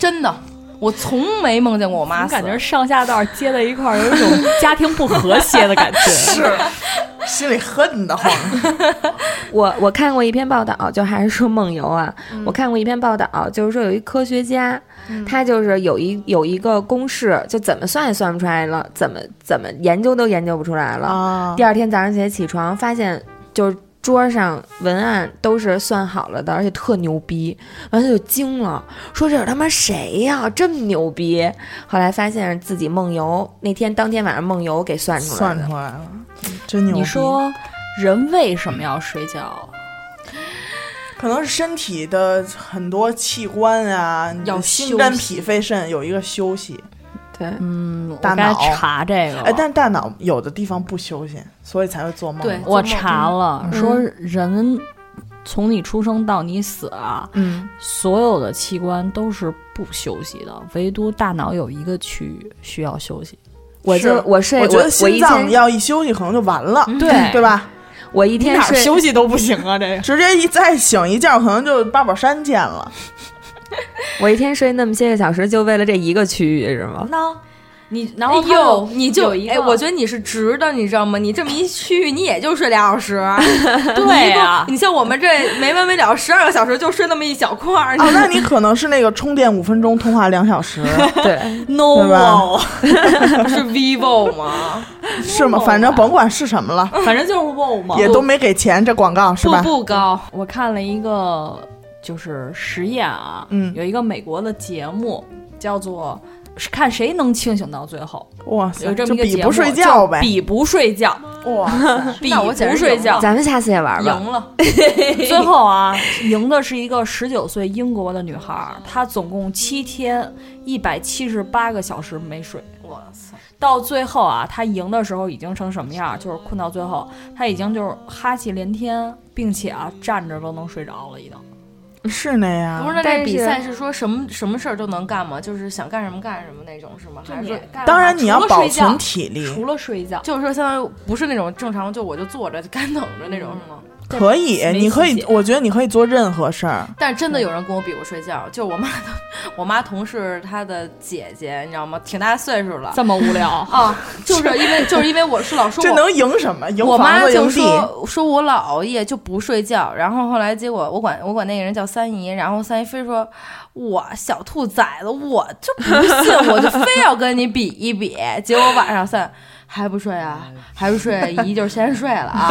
Speaker 7: 真的，我从没梦见过我妈
Speaker 8: 我
Speaker 7: 死。
Speaker 8: 感觉上下道接在一块儿，有一种家庭不和谐的感觉。
Speaker 4: 是，心里恨得慌。
Speaker 9: 我我看过一篇报道，就还是说梦游啊，我看过一篇报道，就是说有一科学家，他就是有一有一个公式，就怎么算也算不出来了，怎么怎么研究都研究不出来了。
Speaker 4: 啊
Speaker 9: 第二天早上起来起床，发现就是桌上文案都是算好了的，而且特牛逼，完他就惊了，说这是他妈谁呀，这么牛逼？后来发现自己梦游，那天当天晚上梦游给算出来
Speaker 4: 算
Speaker 9: 的。
Speaker 4: 出来了，真牛逼！
Speaker 8: 你说人为什么要睡觉？
Speaker 4: 可能是身体的很多器官啊，你的
Speaker 8: 要
Speaker 4: 心
Speaker 8: 休
Speaker 4: 肝
Speaker 8: 息
Speaker 4: 脾肺肾有一个休息。
Speaker 9: 对，
Speaker 8: 嗯，我
Speaker 4: 大
Speaker 8: 该
Speaker 4: 脑
Speaker 8: 查这个了。
Speaker 4: 哎，但是大脑有的地方不休息，所以才会做梦。
Speaker 7: 对
Speaker 8: 我查了，
Speaker 9: 嗯
Speaker 8: 说人从你出生到你死啊，
Speaker 4: 嗯，
Speaker 8: 所有的器官都是不休息的，唯独大脑有一个区域需要休息。
Speaker 9: 我
Speaker 4: 是
Speaker 9: 就我睡
Speaker 4: 我觉得
Speaker 9: 我
Speaker 4: 心
Speaker 9: 一
Speaker 4: 脏
Speaker 9: 天
Speaker 4: 要一休息，可能就完了，
Speaker 8: 嗯对
Speaker 4: 对吧？
Speaker 9: 我一天睡
Speaker 8: 息都不行啊，这个。
Speaker 4: 直接一再醒一觉，可能就八宝山见 了。
Speaker 9: 我一天睡那么些个小时，就为了这一个区域是吗？
Speaker 8: 那，你然
Speaker 7: 哎
Speaker 8: 后
Speaker 7: 呦，你就
Speaker 8: 有一个
Speaker 7: 哎，我觉得你是直的，你知道吗？你这么一去，你也就睡俩小 时，啊
Speaker 8: 对呀
Speaker 7: 你像我们这没完没了十二个小时，就睡那么一小块儿。你
Speaker 4: 哦，那你可能是那个充电五分钟，通话两小 时，
Speaker 9: 对，
Speaker 4: 对吧？
Speaker 8: ，no，
Speaker 7: 是 vivo 吗？
Speaker 4: 是吗？反
Speaker 8: 啊
Speaker 4: 正甭管是什么了，
Speaker 8: 反正就是 wow 嘛。
Speaker 4: 也都没给钱，这广告是
Speaker 7: 步
Speaker 4: 吧？
Speaker 7: 步高，
Speaker 8: 我看了一个就是实验啊，
Speaker 4: 嗯
Speaker 8: 有一个美国的节目叫做。是看谁能清醒到最后，
Speaker 4: 哇塞，
Speaker 8: 有这
Speaker 4: 就
Speaker 8: 么一个
Speaker 4: 比
Speaker 8: 节
Speaker 4: 不
Speaker 8: 目
Speaker 4: 睡觉
Speaker 8: 就
Speaker 4: 呗，
Speaker 8: 比不睡觉，
Speaker 4: 哇塞，
Speaker 8: 比
Speaker 7: 那我
Speaker 8: 不
Speaker 7: 简直
Speaker 8: 睡
Speaker 7: 赢
Speaker 8: 觉，
Speaker 9: 咱们下次也玩吧。
Speaker 7: 赢了。
Speaker 8: 最后啊，赢的是一个十九岁英国的女孩儿，她总共七天一百七十八个小时没睡。
Speaker 7: 哇塞，
Speaker 8: 到最后啊，她赢的时候已经成什么样儿？就是困到最后，她已经就是哈气连天，并且啊站着都能睡着了，已经。
Speaker 4: 是那样，
Speaker 7: 不是那
Speaker 9: 但
Speaker 7: 这
Speaker 9: 是
Speaker 7: 比赛是说什么什么事儿都能干吗？就是想干什么干什么那种是吗？还是说
Speaker 4: 当
Speaker 8: 啊
Speaker 4: 然你要保存
Speaker 8: 体
Speaker 4: 体力，
Speaker 8: 除了睡觉，
Speaker 7: 就是说相当于不是那种正常就我就坐着就干等着那种是吗？
Speaker 4: 可以，
Speaker 8: 嗯没
Speaker 4: 你可
Speaker 8: 细
Speaker 4: 以
Speaker 8: 节，
Speaker 4: 我觉得你可以做任何事儿。
Speaker 7: 但真的有人跟我比过睡
Speaker 8: 嗯
Speaker 7: 觉，就是我妈的，我妈同事她的姐姐，你知道吗？挺大岁数了，
Speaker 8: 这么无聊
Speaker 7: 啊，就是因为就是因为我是 老说
Speaker 4: 这
Speaker 7: 我
Speaker 4: 能赢什么？赢
Speaker 7: 我
Speaker 4: 房
Speaker 7: 妈
Speaker 4: 子
Speaker 7: 就
Speaker 4: 赢地，
Speaker 7: 说说我老熬夜就不睡觉，然后后来结果我管我管那个人叫三姨，然后三姨非说我小兔崽子，我就不信，我就非要跟你比一比。结果晚上三还不睡啊，还不睡，姨就先睡了啊。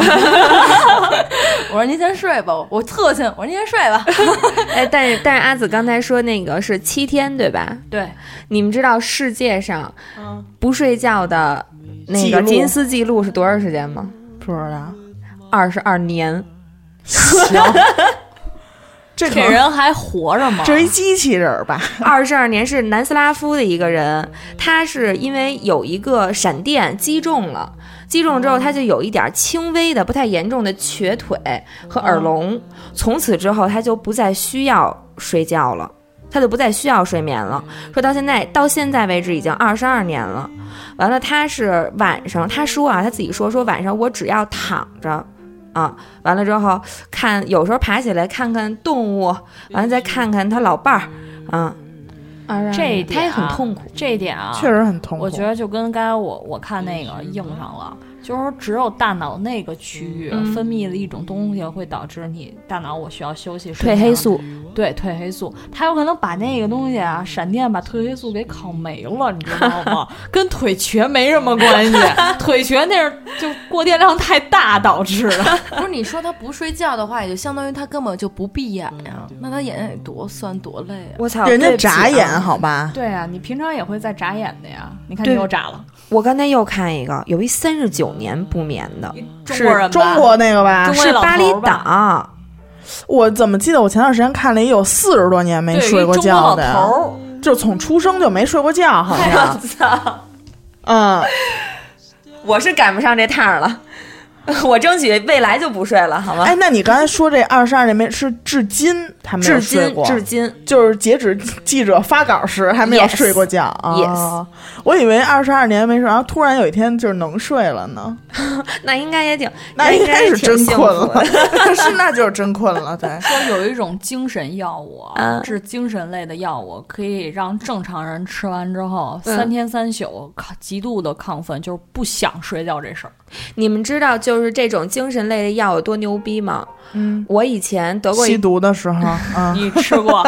Speaker 7: 我说您先睡吧，我特勤，我说您先睡吧。
Speaker 9: 哎，但是但是阿紫刚才说那个是七天对吧？
Speaker 7: 对，
Speaker 9: 你们知道世界上
Speaker 4: 嗯
Speaker 9: 不睡觉的那
Speaker 4: 记
Speaker 9: 个
Speaker 4: 录
Speaker 9: 吉尼斯纪录是多长时间吗？
Speaker 4: 不知道。
Speaker 9: 二十二年。
Speaker 4: 这可
Speaker 8: 这
Speaker 4: 能
Speaker 8: 人还活着吗？
Speaker 4: 这是一机器人儿吧？
Speaker 9: 二十二年是南斯拉夫的一个人，他是因为有一个闪电击中了，击中之后他就有一点轻微的、不太严重的瘸腿和耳聋，从此之后他就不再需要睡觉了，他就不再需要睡眠了。说到现在，到现在为止已经二十二年了。完了，他是晚上，他说啊，他自己说说晚上我只要躺着。啊，完了之后看，有时候爬起来看看动物，完了再看看他老伴儿，啊，
Speaker 8: 这一点
Speaker 9: 他也很
Speaker 8: 啊
Speaker 9: 痛苦。
Speaker 8: 这一点啊，
Speaker 4: 确实很痛苦。嗯
Speaker 8: 我觉得就跟刚才我我看那个映上了，就是说只有大脑那个区域
Speaker 4: 嗯
Speaker 8: 分泌的一种东西会导致你大脑我需要休息，睡
Speaker 9: 褪黑
Speaker 8: 眠，
Speaker 9: 素，
Speaker 8: 对褪黑素，它有可能把那个东西啊，闪电把褪黑素给烤没了，你知道吗？ 跟腿瘸没什么关系，腿瘸那是就过电量太大导致的。
Speaker 7: 不是你说他不睡觉的话，也就相当于他根本就不闭眼呀、那他眼睛得多酸多累啊！
Speaker 9: 我操，
Speaker 4: 人家
Speaker 9: 对不起啊
Speaker 4: 眨眼，好吧？
Speaker 8: 对啊，你平常也会在眨眼的呀，你看
Speaker 9: 对
Speaker 8: 你又眨了，
Speaker 9: 我刚才又看一个，有一三十九年不眠的，
Speaker 8: 中国人吧
Speaker 4: 中国那个吧
Speaker 8: 中，国
Speaker 9: 是巴厘
Speaker 8: 老头儿吧
Speaker 9: 岛，
Speaker 4: 我怎么记得我前段时间看了也有四十多年没
Speaker 8: 对于
Speaker 4: 睡过
Speaker 8: 中国
Speaker 4: 觉
Speaker 8: 老
Speaker 4: 的，
Speaker 8: 头儿。
Speaker 4: 就从出生就没睡过觉，好像。嗯，
Speaker 9: 我是赶不上这趟儿了，我争取未来就不睡了，好吗？
Speaker 4: 哎，那你刚才说这二十二年没是至今他没有
Speaker 9: 至
Speaker 4: 睡
Speaker 9: 今
Speaker 4: 过，
Speaker 9: 至今，
Speaker 4: 就是截止记者发稿时还没有
Speaker 9: Yes，
Speaker 4: 睡过觉啊。哦我以为二十二年没睡，然后突然有一天就是能睡了呢，
Speaker 9: 那应该也挺，
Speaker 4: 那应该
Speaker 9: 也
Speaker 4: 是
Speaker 9: 挺
Speaker 4: 真
Speaker 9: 幸
Speaker 4: 困
Speaker 9: 福
Speaker 4: 了嗯
Speaker 9: 的。，
Speaker 4: 是那就是真困了， 对。
Speaker 8: 说有一种精神药物啊，
Speaker 9: 嗯
Speaker 8: 治精神类的药物，可以让正常人吃完之后、三天三宿亢极度的亢奋，就是不想睡觉这事儿。
Speaker 9: 你们知道就是这种精神类的药有多牛逼吗？
Speaker 4: 嗯，
Speaker 9: 我以前得过
Speaker 4: 吸
Speaker 9: 一，
Speaker 4: 毒的时候，嗯，
Speaker 8: 你吃过？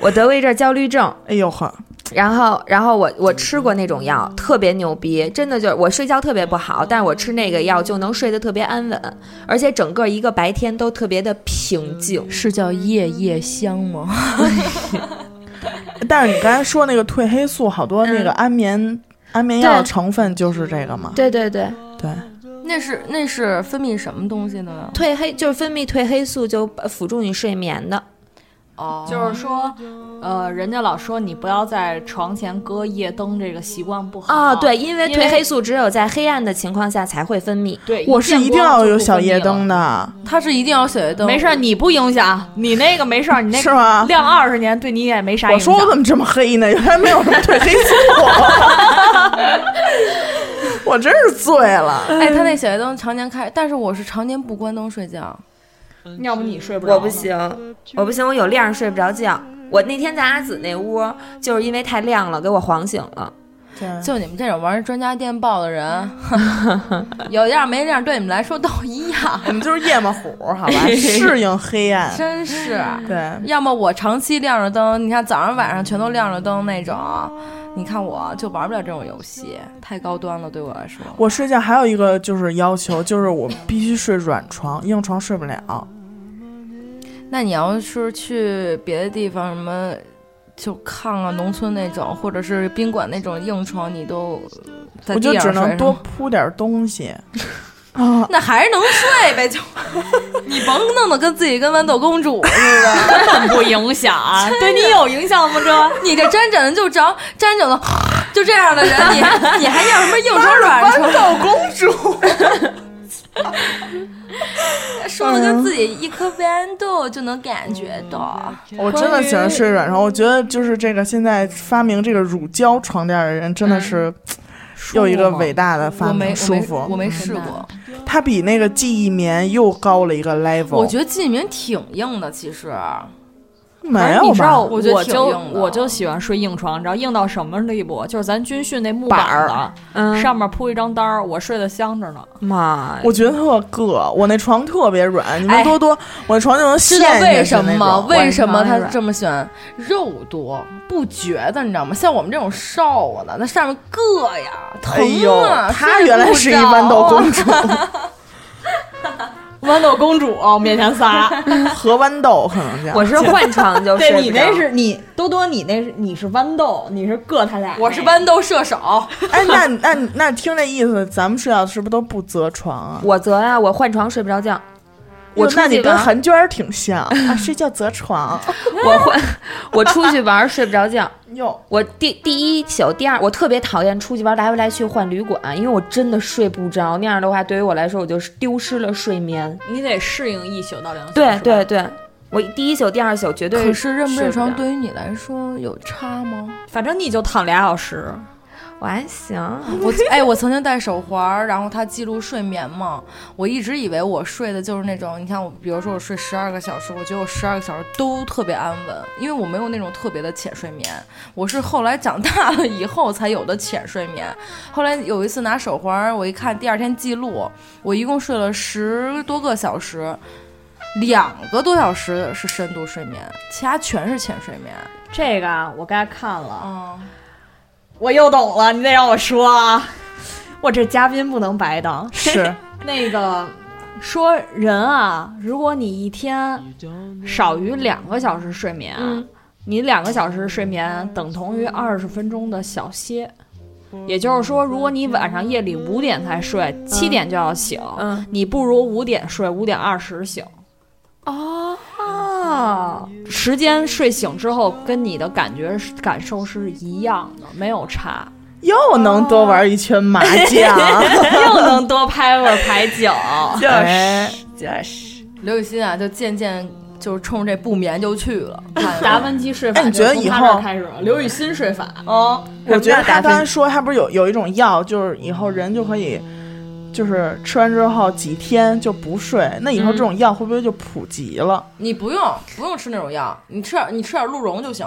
Speaker 9: 我得过一阵儿焦虑症，
Speaker 4: 哎呦呵，
Speaker 9: 然后，然后我我吃过那种药，特别牛逼，真的就是我睡觉特别不好，但是我吃那个药就能睡得特别安稳，而且整个一个白天都特别的平静。
Speaker 7: 是叫夜夜香吗？
Speaker 4: 但是你刚才说那个褪黑素，好多那个安眠、安眠药的成分就是这个嘛？
Speaker 9: 对对对，
Speaker 4: 嗯对，
Speaker 7: 那是那是分泌什么东西的呢？
Speaker 9: 褪黑就是分泌褪黑素，就呃辅助你睡眠的。
Speaker 7: 哦，
Speaker 8: 就是说，
Speaker 4: 哦
Speaker 8: 呃，人家老说你不要在床前搁夜灯，这个习惯不好
Speaker 4: 啊
Speaker 9: 哦，对，因为
Speaker 8: 因为
Speaker 9: 褪黑素只有在黑暗的情况下才会分泌。
Speaker 8: 对，
Speaker 4: 我是一定要有小夜灯
Speaker 8: 的。
Speaker 4: 的，
Speaker 7: 它是一定要小夜灯，
Speaker 8: 没事儿，你不影响，你那个没事儿，你那
Speaker 4: 是吗？
Speaker 8: 亮二十年对你也没啥
Speaker 4: 我
Speaker 8: 影响。
Speaker 4: 说我怎么这么黑呢？原来没有什么褪黑素， 我真是醉 了。
Speaker 7: 哎，他那小夜灯常年开，但是我是常年不关灯睡觉。
Speaker 8: 要不你睡不着。
Speaker 9: 我不，行，我不行，我有亮儿睡不着觉。我那天在阿紫那屋，就是因为太亮了，给我晃醒了。
Speaker 7: 就你们这种玩专家电报的人， 有样没样对你们来说都一样，
Speaker 4: 我们就是夜猫虎，好 吧？适应黑暗。
Speaker 7: 真是。啊
Speaker 4: 对，
Speaker 7: 要么我长期亮着灯，你看早上晚上全都亮着灯那种，你看我就玩不了这种游戏，太高端了对我来说。
Speaker 4: 我睡觉还有一个就是要求，就是我必须睡软床，硬床睡不了。
Speaker 7: 那你要是去别的地方，什么就炕啊、农村那种，或者是宾馆那种硬床，你都在
Speaker 4: 我就
Speaker 7: 地上
Speaker 4: 只
Speaker 7: 睡
Speaker 4: 能
Speaker 7: 是
Speaker 4: 多
Speaker 7: 吗
Speaker 4: 铺点东西。啊，
Speaker 7: 那还是能睡 呗，就你甭弄得跟自己跟豌豆公主似的。
Speaker 8: 根本不影响 啊，对你有影响吗？这。
Speaker 7: 你这沾枕的就着沾枕的， 就这样的人，你你还要什么硬床软床？
Speaker 4: 豆公主，
Speaker 7: 说的
Speaker 4: 嗯
Speaker 7: 跟自己一颗豌豆就能感觉到。
Speaker 4: 我真的喜欢睡软床，我觉得就是这个现在发明这个乳胶床垫的人真
Speaker 7: 嗯
Speaker 4: 的是又一个伟大的发明，舒服。嗯
Speaker 7: 我没试过，
Speaker 4: 它比那个记忆棉又高了一个 level。
Speaker 7: 我觉得记忆棉挺硬的，其实。
Speaker 4: 没有
Speaker 5: 你知道，
Speaker 7: 哦我
Speaker 5: 就
Speaker 7: 我
Speaker 5: 就喜欢睡硬床，你知道硬到什么地步？就是咱军训那木板
Speaker 4: 的，
Speaker 5: 嗯、
Speaker 9: 啊
Speaker 5: 上面铺一张单儿，我睡得香着呢。
Speaker 9: 妈，
Speaker 4: 我觉得特硌，我那床特别软。你们多多，我那床就能陷下去
Speaker 7: 哎为什么？为什么他这么喜欢肉多？不觉得你知道吗？像我们这种瘦的，那上面硌呀，疼啊！
Speaker 4: 哎、他原来是一豌豆公主。
Speaker 8: 豌豆公主、哦、勉强仨，
Speaker 4: 和豌豆可能这样。
Speaker 9: 我是换床就
Speaker 8: 对你那是你多多，你那是你是豌豆，你是硌他俩。
Speaker 7: 我是豌豆射手。
Speaker 4: 哎，那那那听这意思，咱们睡觉是不是都不择床啊？
Speaker 9: 我择啊，我换床睡不着觉。我
Speaker 4: 那你跟韩娟挺像啊，睡觉择床。
Speaker 9: 我换，我出去玩睡不着觉。
Speaker 4: 哟，
Speaker 9: 我第第一宿，第二我特别讨厌出去玩来回来去换旅馆，因为我真的睡不着。那样的话，对于我来说，我就丢失了睡眠。
Speaker 8: 你得适应一宿到两宿。
Speaker 9: 对对对，我第一宿、第二宿绝对。
Speaker 7: 可是认不认床对于你来说有差吗？
Speaker 8: 反正你就躺俩小时。
Speaker 9: 我还行，
Speaker 7: 我哎，我曾经戴手环，然后它记录睡眠嘛。我一直以为我睡的就是那种，你看我，比如说我睡十二个小时，我觉得我十二个小时都特别安稳，因为我没有那种特别的浅睡眠。我是后来长大了以后才有的浅睡眠。后来有一次拿手环，我一看第二天记录，我一共睡了十多个小时，两个多小时是深度睡眠，其他全是浅睡眠。
Speaker 8: 这个啊，我刚才看了，
Speaker 7: 嗯。
Speaker 8: 我又懂了，你得让我说啊！ 我这嘉宾不能白当。
Speaker 4: 是
Speaker 8: 那个说人啊，如果你一天少于两个小时睡眠，
Speaker 9: 嗯、
Speaker 8: 你两个小时睡眠等同于二十分钟的小歇。也就是说，如果你晚上夜里五点才睡，七点就要醒，
Speaker 9: 嗯、
Speaker 8: 你不如五点睡，五点二十醒。
Speaker 9: 哦。
Speaker 8: 啊，时间睡醒之后，跟你的感觉感受是一样的，没 有差。
Speaker 4: 又能多玩一圈麻将，啊
Speaker 8: 又能多拍会儿牌九，
Speaker 4: 哎
Speaker 9: 就是就是
Speaker 7: 刘雨欣啊，就渐渐就是冲这不眠就去了。
Speaker 8: 达芬奇睡法，
Speaker 7: 哎
Speaker 4: 你觉得以后
Speaker 8: 开始刘雨欣睡法哦，
Speaker 4: 我觉得他刚才说，他不是有有一种药，就是以后人就可以。就是吃完之后几天就不睡，那以后这种药会不会就普及了？
Speaker 7: 嗯、你不用不用吃那种药，你吃点你吃点鹿茸就行，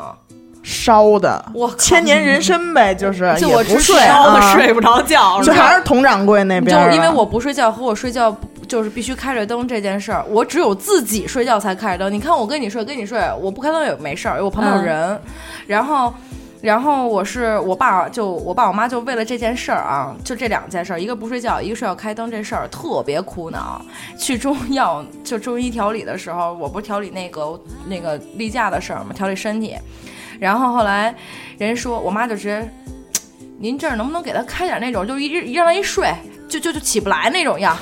Speaker 4: 烧的。
Speaker 7: 我
Speaker 4: 千年人参呗，就是
Speaker 7: 就我
Speaker 4: 不睡，啊
Speaker 8: 烧的睡不着觉，
Speaker 4: 就还是佟掌柜那边。啊
Speaker 7: 就是因为我不睡觉和我睡觉就是必须开着灯这件事儿，我只有自己睡觉才开着灯。你看我跟你睡跟你睡，我不开灯也没事儿，因为我旁边有人。嗯、然后。然后我是我爸就我爸我妈就为了这件事儿啊，就这两件事儿，一个不睡觉，一个睡觉开灯这事儿特别苦恼。去中药就中医调理的时候，我不是调理那个那个例假的事儿嘛，调理身体。然后后来人说我妈就直接，您这儿能不能给他开点那种，就一一让他一睡就就就起不来那 种药，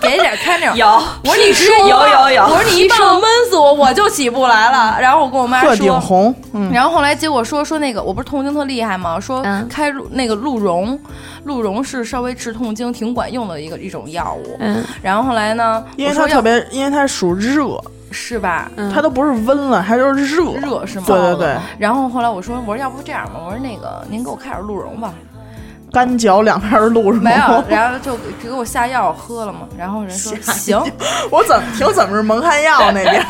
Speaker 7: 给点开那种。
Speaker 8: 有，
Speaker 7: 我说你直接
Speaker 8: 有有有，
Speaker 7: 我说你一棒闷死我，我就起不来了。然后我跟我妈说，
Speaker 4: 顶红。嗯、
Speaker 7: 然后后来结果说说那个我不是痛经特厉害吗？说开鹿、那个鹿茸，鹿茸是稍微治痛经挺管用的一个一种药物。
Speaker 9: 嗯，
Speaker 7: 然后后来呢，
Speaker 4: 因为它特别，因为它属热。
Speaker 7: 是吧？
Speaker 9: 嗯、
Speaker 4: 它都不是温了，它就是热
Speaker 7: 热是吗？哦
Speaker 4: 对对对。
Speaker 7: 然后后来我说，我说要不这样吧，我说那个您给我开点鹿茸吧。
Speaker 4: 干嚼两片鹿茸，
Speaker 7: 没有，然后就给我下药喝了嘛。然后人说行，
Speaker 4: 我怎么听怎么是蒙汗药那边？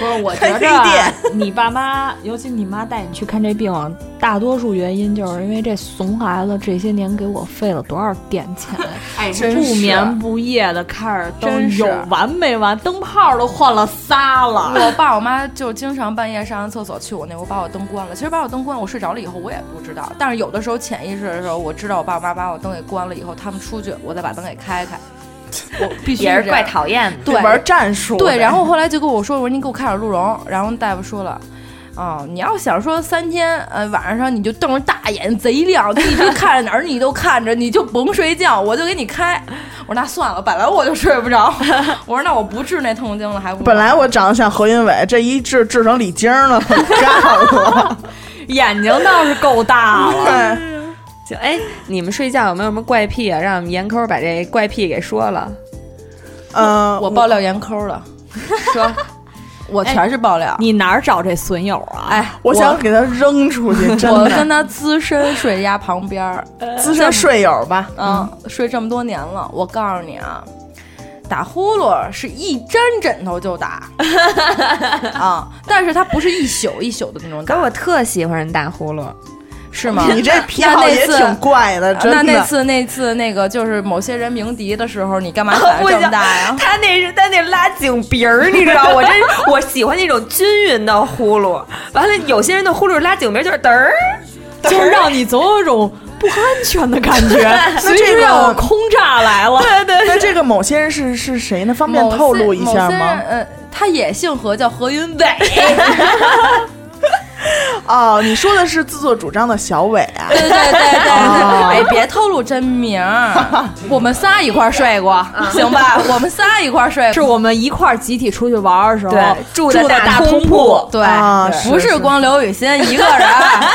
Speaker 8: 不是，我觉 得你爸妈，尤其你妈带你去看这病，大多数原因就是因为这怂孩子这些年给我费了多少点钱，
Speaker 7: 哎，
Speaker 8: 不眠不夜的开着灯，有完没完？灯泡都换了仨了。
Speaker 7: 我爸我妈就经常半夜上完厕所去我那屋把我灯关了。其实把我灯关，我睡着了以后我也不知道，但是有的时候潜意识的时候我。知道我爸我妈把我灯给关了以后，他们出去，我再把灯给开开。我必须
Speaker 9: 也是怪讨厌的，
Speaker 7: 对
Speaker 4: 玩战 术。
Speaker 7: 对，然后后来就跟我说：“我说您给我开点鹿茸。”然后大夫说了：“哦，你要想说三天，呃，晚上你就瞪着大眼贼亮，一直看着哪儿你都看着，你就甭睡觉，我就给你开。”我说：“那算了，本来我就睡不 着。”我说：“那我不治那痛经了，还不
Speaker 4: 本来我长得像何云伟，这一治治成李菁了， 干了，
Speaker 8: 眼睛倒是够大了。
Speaker 4: 对”
Speaker 9: 就哎，你们睡觉有没有什么怪癖啊？让我们严抠把这怪癖给说了。
Speaker 4: 呃，
Speaker 7: 我爆料严抠了， 哎说，我全是爆料。
Speaker 5: 你哪儿找这损友啊？
Speaker 7: 哎，
Speaker 4: 我想给他扔出去，真
Speaker 7: 我
Speaker 4: 的
Speaker 7: 跟他资深睡家旁边儿，
Speaker 4: 资深睡友吧。
Speaker 7: 嗯，睡这么多年了，我告诉你啊，打呼噜是一沾枕头 就打啊，但是他不是一宿一宿的那种
Speaker 9: 可
Speaker 7: 打，
Speaker 9: 我特喜欢人打呼噜，
Speaker 7: 是吗？
Speaker 4: 你这癖好
Speaker 7: 那
Speaker 4: 也
Speaker 7: 次啊
Speaker 4: 挺怪的，真
Speaker 7: 那
Speaker 4: 的。
Speaker 7: 那次那次那个就是某些人鸣笛的时候，你干嘛喊得这么大呀？
Speaker 9: 他那是他那拉井鼻儿，你知道，我真是我喜欢那种均匀的呼噜。完了，有些人的呼噜拉井鼻儿就是嘚儿，
Speaker 5: 就让你总有一种不安全的感 觉，随
Speaker 4: 这
Speaker 5: 时
Speaker 4: 个
Speaker 5: 让我空炸来了。
Speaker 4: 那这个某些人是是谁呢？方便
Speaker 7: 某些
Speaker 4: 透露一下
Speaker 7: 某些人
Speaker 4: 吗？
Speaker 7: 呃，他也姓何，叫何 云伟。
Speaker 4: 哦，你说的是自作主张的小伟啊？
Speaker 7: 对对对对
Speaker 4: 哦
Speaker 7: 对，哎，别透露真名儿。 我们仨一块儿睡过，
Speaker 4: 嗯
Speaker 7: 行吧？我们仨一块儿睡
Speaker 5: 是
Speaker 7: 过。
Speaker 5: 我们一块儿集体出去玩的时候
Speaker 9: 对住的
Speaker 5: 的
Speaker 9: 大
Speaker 5: 通
Speaker 9: 通
Speaker 5: 铺，
Speaker 7: 对
Speaker 4: 啊，是
Speaker 7: 不是光刘雨欣一个人，啊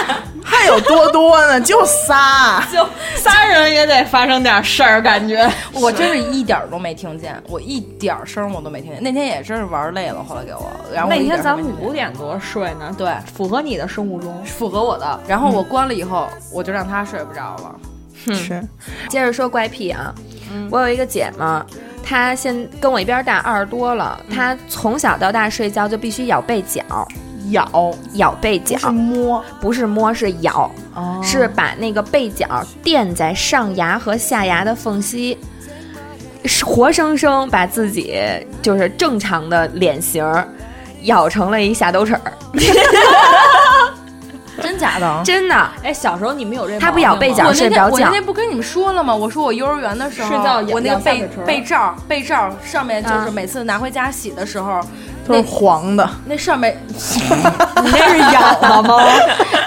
Speaker 4: 还有多多呢，就仨。
Speaker 5: 就仨 人也得发生点事儿，感觉。
Speaker 7: 我真是一点儿都没听见，我一点儿声儿我都没听见。那天也真是玩累了，后来给我，然后我
Speaker 5: 那
Speaker 7: 一点
Speaker 5: 天
Speaker 7: 儿
Speaker 5: 咱
Speaker 7: 都没
Speaker 5: 们
Speaker 7: 听见
Speaker 5: 五点多睡呢，
Speaker 7: 对
Speaker 5: 符合你的生物钟。
Speaker 7: 符合我的，然后我关了以后，我就让他睡不着了。
Speaker 4: 是，
Speaker 9: 接着说怪癖啊，我有一个姐们儿，她现跟我一边大，二十多了，她从小到大睡觉就必须咬被角，
Speaker 4: 咬
Speaker 9: 咬被角，
Speaker 4: 是摸，
Speaker 9: 不是摸是咬，是把那个被角垫在上牙和下牙的缝隙。是活生生把自己就是正常的脸型儿咬成了一下斗齿儿，
Speaker 7: 真假的？
Speaker 9: 真的，
Speaker 5: 哎，小时候你们有这毛病吗？
Speaker 9: 她不咬被角
Speaker 7: 我
Speaker 9: 睡
Speaker 7: 那
Speaker 9: 不着
Speaker 7: 天我那
Speaker 9: 觉
Speaker 7: 天不跟你们说了吗？我说我幼儿园的时候，
Speaker 5: 睡觉咬
Speaker 7: 我那个
Speaker 5: 咬下
Speaker 7: 被
Speaker 5: 嘴唇
Speaker 7: 被罩被罩上面就是
Speaker 9: 啊
Speaker 7: 每次拿回家洗的时候，
Speaker 4: 都是黄的。
Speaker 7: 那上面
Speaker 5: 你那是咬的吗？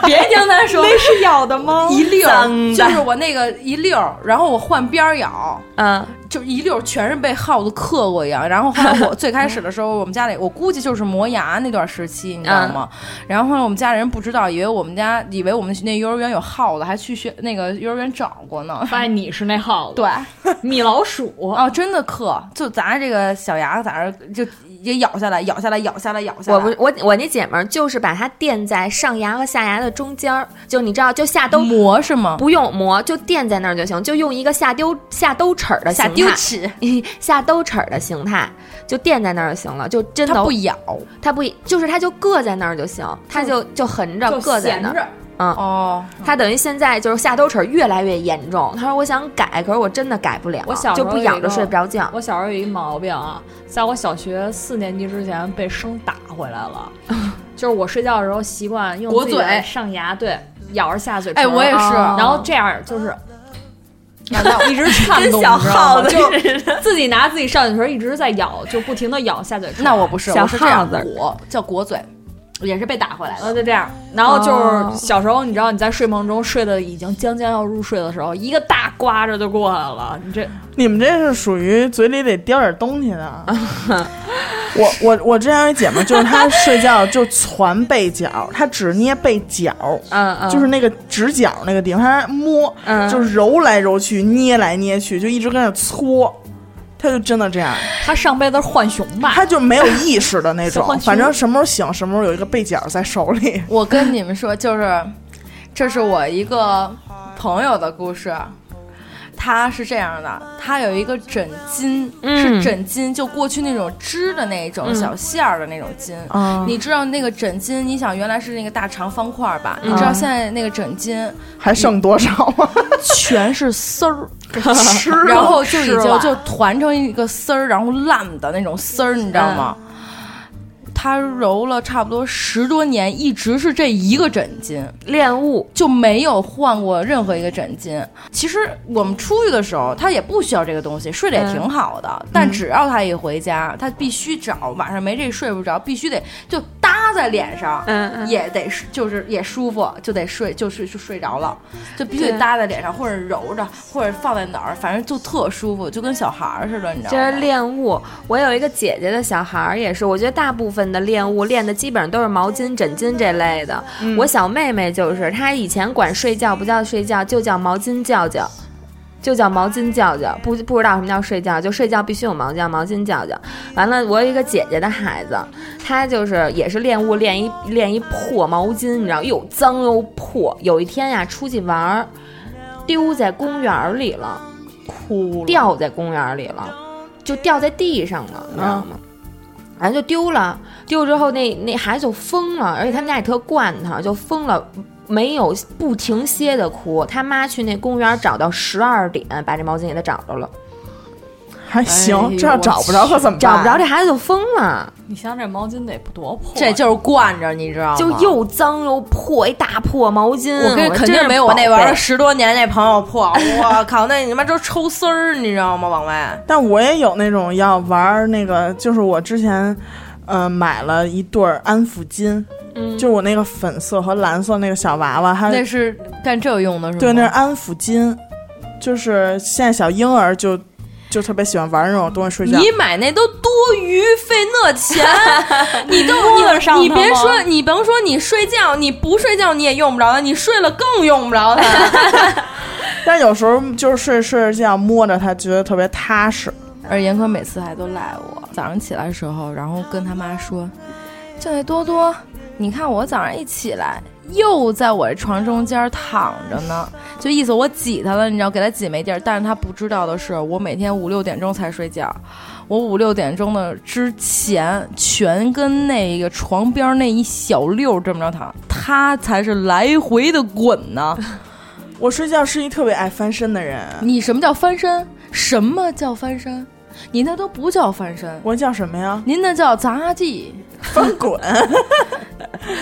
Speaker 7: 别听他说
Speaker 5: 那是咬的吗？
Speaker 7: 一溜儿，就是我那个一溜儿，然后我换边儿咬，
Speaker 9: 嗯，
Speaker 7: 就一溜儿全是被耗子克过一样。然后后来我最开始的时候，我们家里我估计就是磨牙那段时期，你知道吗？
Speaker 9: 嗯
Speaker 7: 然后后来我们家人不知道，以为我们家以为我们那幼儿园有耗子，还去学那个幼儿园找过呢。
Speaker 5: 发现你是那耗子，
Speaker 7: 对，
Speaker 5: 米老鼠。
Speaker 7: 哦，真的克，就咱这个小牙在那儿就也咬下来，咬下来，咬下来，咬下来。
Speaker 9: 我不我我那姐们儿就是把它垫在上牙和下牙的中间儿，就你知道，就下兜
Speaker 7: 磨是吗？
Speaker 9: 不用磨，就垫在那儿就行，就用一个下丢下兜齿儿的形
Speaker 7: 下
Speaker 9: 态，
Speaker 7: 丢齿，
Speaker 9: 下兜齿儿的形态，就垫在那儿就行了，就真的
Speaker 7: 它不咬
Speaker 9: 它不就是它就硌在那儿就行，它就就横着硌在那儿。
Speaker 7: 哦。
Speaker 9: 它等于现在就是下兜齿儿越来越严重。他说我想改，可是我真的改不了，
Speaker 5: 我小时
Speaker 9: 就
Speaker 5: 候
Speaker 9: 不
Speaker 5: 有
Speaker 9: 咬
Speaker 5: 一
Speaker 9: 着
Speaker 5: 个
Speaker 9: 睡不着觉。
Speaker 5: 我小时候有一毛病啊，在我小学四年级之前被生打回来了，就是我睡觉的时候习惯用
Speaker 7: 裹
Speaker 5: 自己的
Speaker 7: 嘴
Speaker 5: 上牙，对，咬着下嘴唇。
Speaker 7: 哎，
Speaker 5: 啊
Speaker 7: 我也是，
Speaker 9: 哦
Speaker 5: 然后这样就是
Speaker 7: 一直
Speaker 5: 颤动，
Speaker 9: 小
Speaker 5: 你知道
Speaker 9: 耗
Speaker 5: 吗？
Speaker 9: 子
Speaker 5: 就自己拿自己上嘴唇一直在咬，就不停的咬下嘴唇。
Speaker 7: 那我不是，
Speaker 9: 小
Speaker 7: 我是这样
Speaker 9: 耗子
Speaker 7: 裹，叫裹嘴，也是被打回来
Speaker 5: 然后
Speaker 7: 的。
Speaker 5: 就这样，然后就是小时候，你知道你在睡梦中睡的已经将将要入睡的时候，一个大刮着就过来了。你这
Speaker 4: 你们这是属于嘴里得叼点东西的啊。 我我我之前有一姐们，就是她睡觉就攒被角，她只捏被角，
Speaker 9: 嗯嗯，
Speaker 4: 就是那个指甲那个地方，她摸，
Speaker 9: 嗯
Speaker 4: 就是揉来揉去，捏来捏去，就一直跟那搓。她就真的这样，
Speaker 5: 他上辈子是浣熊吧？
Speaker 4: 她就没有意识的那
Speaker 5: 小浣
Speaker 4: 种，
Speaker 5: 熊
Speaker 4: 反正什么时候醒，什么时候有一个被角在手里。
Speaker 7: 我跟你们说，就是这是我一个朋友的故事。他是这样的，他有一个枕巾，是枕巾，就过去那种织的那种小线儿的那种巾。
Speaker 4: 啊
Speaker 7: 你知道那个枕巾？你想原来是那个大长方块儿吧？你知道现在那个枕巾
Speaker 4: 还剩多少啊？
Speaker 7: 全是丝 儿，
Speaker 4: 吃了，
Speaker 7: 然后就已
Speaker 5: 吃了
Speaker 7: 经就团成一个丝儿，然后烂的那种丝儿，你知道吗？他揉了差不多十多年，一直是这一个枕巾，
Speaker 9: 恋物，
Speaker 7: 就没有换过任何一个枕巾。其实我们出去的时候，他也不需要这个东西，睡得也挺好的。
Speaker 6: 嗯
Speaker 7: 但只要他一回家，他必须找晚上没这睡不着，必须得就搭在脸上，
Speaker 9: 嗯
Speaker 7: 也得是就是也舒服，就得睡，就睡就睡着了，就必须得
Speaker 9: 对
Speaker 7: 搭在脸上，或者揉着，或者放在哪儿，反正就特舒服，就跟小孩儿似的，你知道
Speaker 9: 这是
Speaker 7: 吗？
Speaker 9: 恋物。我有一个姐姐的小孩儿也是，我觉得大部分的恋物练的基本上都是毛巾、枕巾这类的。我小妹妹就是，她以前管睡觉不叫睡觉，就叫毛巾叫叫。就叫毛巾叫叫，不不知道什么叫睡觉，就睡觉必须有毛巾，毛巾叫叫。完了，我有一个姐姐的孩子，她就是也是练物练一练一破毛巾，你知道又脏又破。有一天呀、出去玩儿，丢在公园里了，
Speaker 4: 哭了，
Speaker 9: 掉在公园里了，就掉在地上了，你知
Speaker 4: 啊
Speaker 9: 道吗？反正就丢了，丢了之后那那孩子就疯了，而且他们家也特惯他，就疯了，没有不停歇的哭。他妈去那公园找到十二点，把这毛巾给他找着了，
Speaker 4: 还
Speaker 6: 哎
Speaker 4: 行，
Speaker 6: 呦
Speaker 4: 这要找不着可怎么办？
Speaker 9: 找不着这孩子就疯了，
Speaker 8: 你想这毛巾得多破，
Speaker 6: 这就是惯着，你知道吗？
Speaker 9: 就又脏又破，一大破毛巾。
Speaker 6: 我跟肯定没有我
Speaker 9: 我
Speaker 6: 那玩
Speaker 9: 玩
Speaker 6: 了十多年那朋友破，我靠，那你妈都抽丝儿，你知道吗？往外，
Speaker 4: 但我也有那种要玩儿那个，就是我之前，呃，买了一对儿安抚巾，
Speaker 9: 嗯
Speaker 4: 就是我那个粉色和蓝色那个小娃娃，它
Speaker 7: 那是干这用的是吗？
Speaker 4: 对，那是安抚巾，就是现在小婴儿就就特别喜欢玩儿那种东西睡觉。
Speaker 7: 你买那都多余，费那 钱，你都你你别说，你甭说你睡觉，你不睡觉你也用不着它，你睡了更用不着它。
Speaker 4: 但有时候就是睡睡着觉摸着它，觉得特别踏实。
Speaker 7: 而严哥每次还都赖我，早上起来的时候，然后跟他妈说：“这位多多，你看我早上一起来。”又在我床中间躺着呢，就意思我挤他了，你知道，给他挤没地儿。但是他不知道的是，我每天五六点钟才睡觉，我五六点钟的之前全跟那个床边那一小溜儿这么着躺，他才是来回的滚呢。
Speaker 4: 我睡觉是一特别爱翻身的人，
Speaker 7: 你什么叫翻身？什么叫翻身？你那都不叫翻身，
Speaker 4: 我叫什么呀？
Speaker 7: 您那叫杂技。
Speaker 4: 翻滚。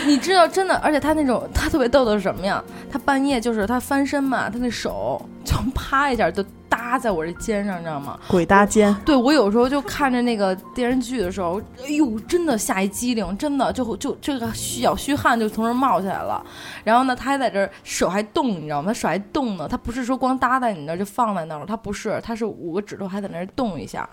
Speaker 7: 你知道，真的，而且他那种他特别逗的是什么呀？他半夜就是他翻身嘛，他那手 就啪一下就搭在我这肩上，你知道吗？
Speaker 4: 鬼搭肩，
Speaker 7: 对我有时候就看着那个电视剧的时候，哎呦，真的吓一激灵，真的就就这个小虚汗就从这儿冒起来了。然后呢，他还在这儿手还动，你知道吗？他手还动呢，他不是说光搭在你那儿就放在那儿了，他不是，他是五个指头还在那儿动一下，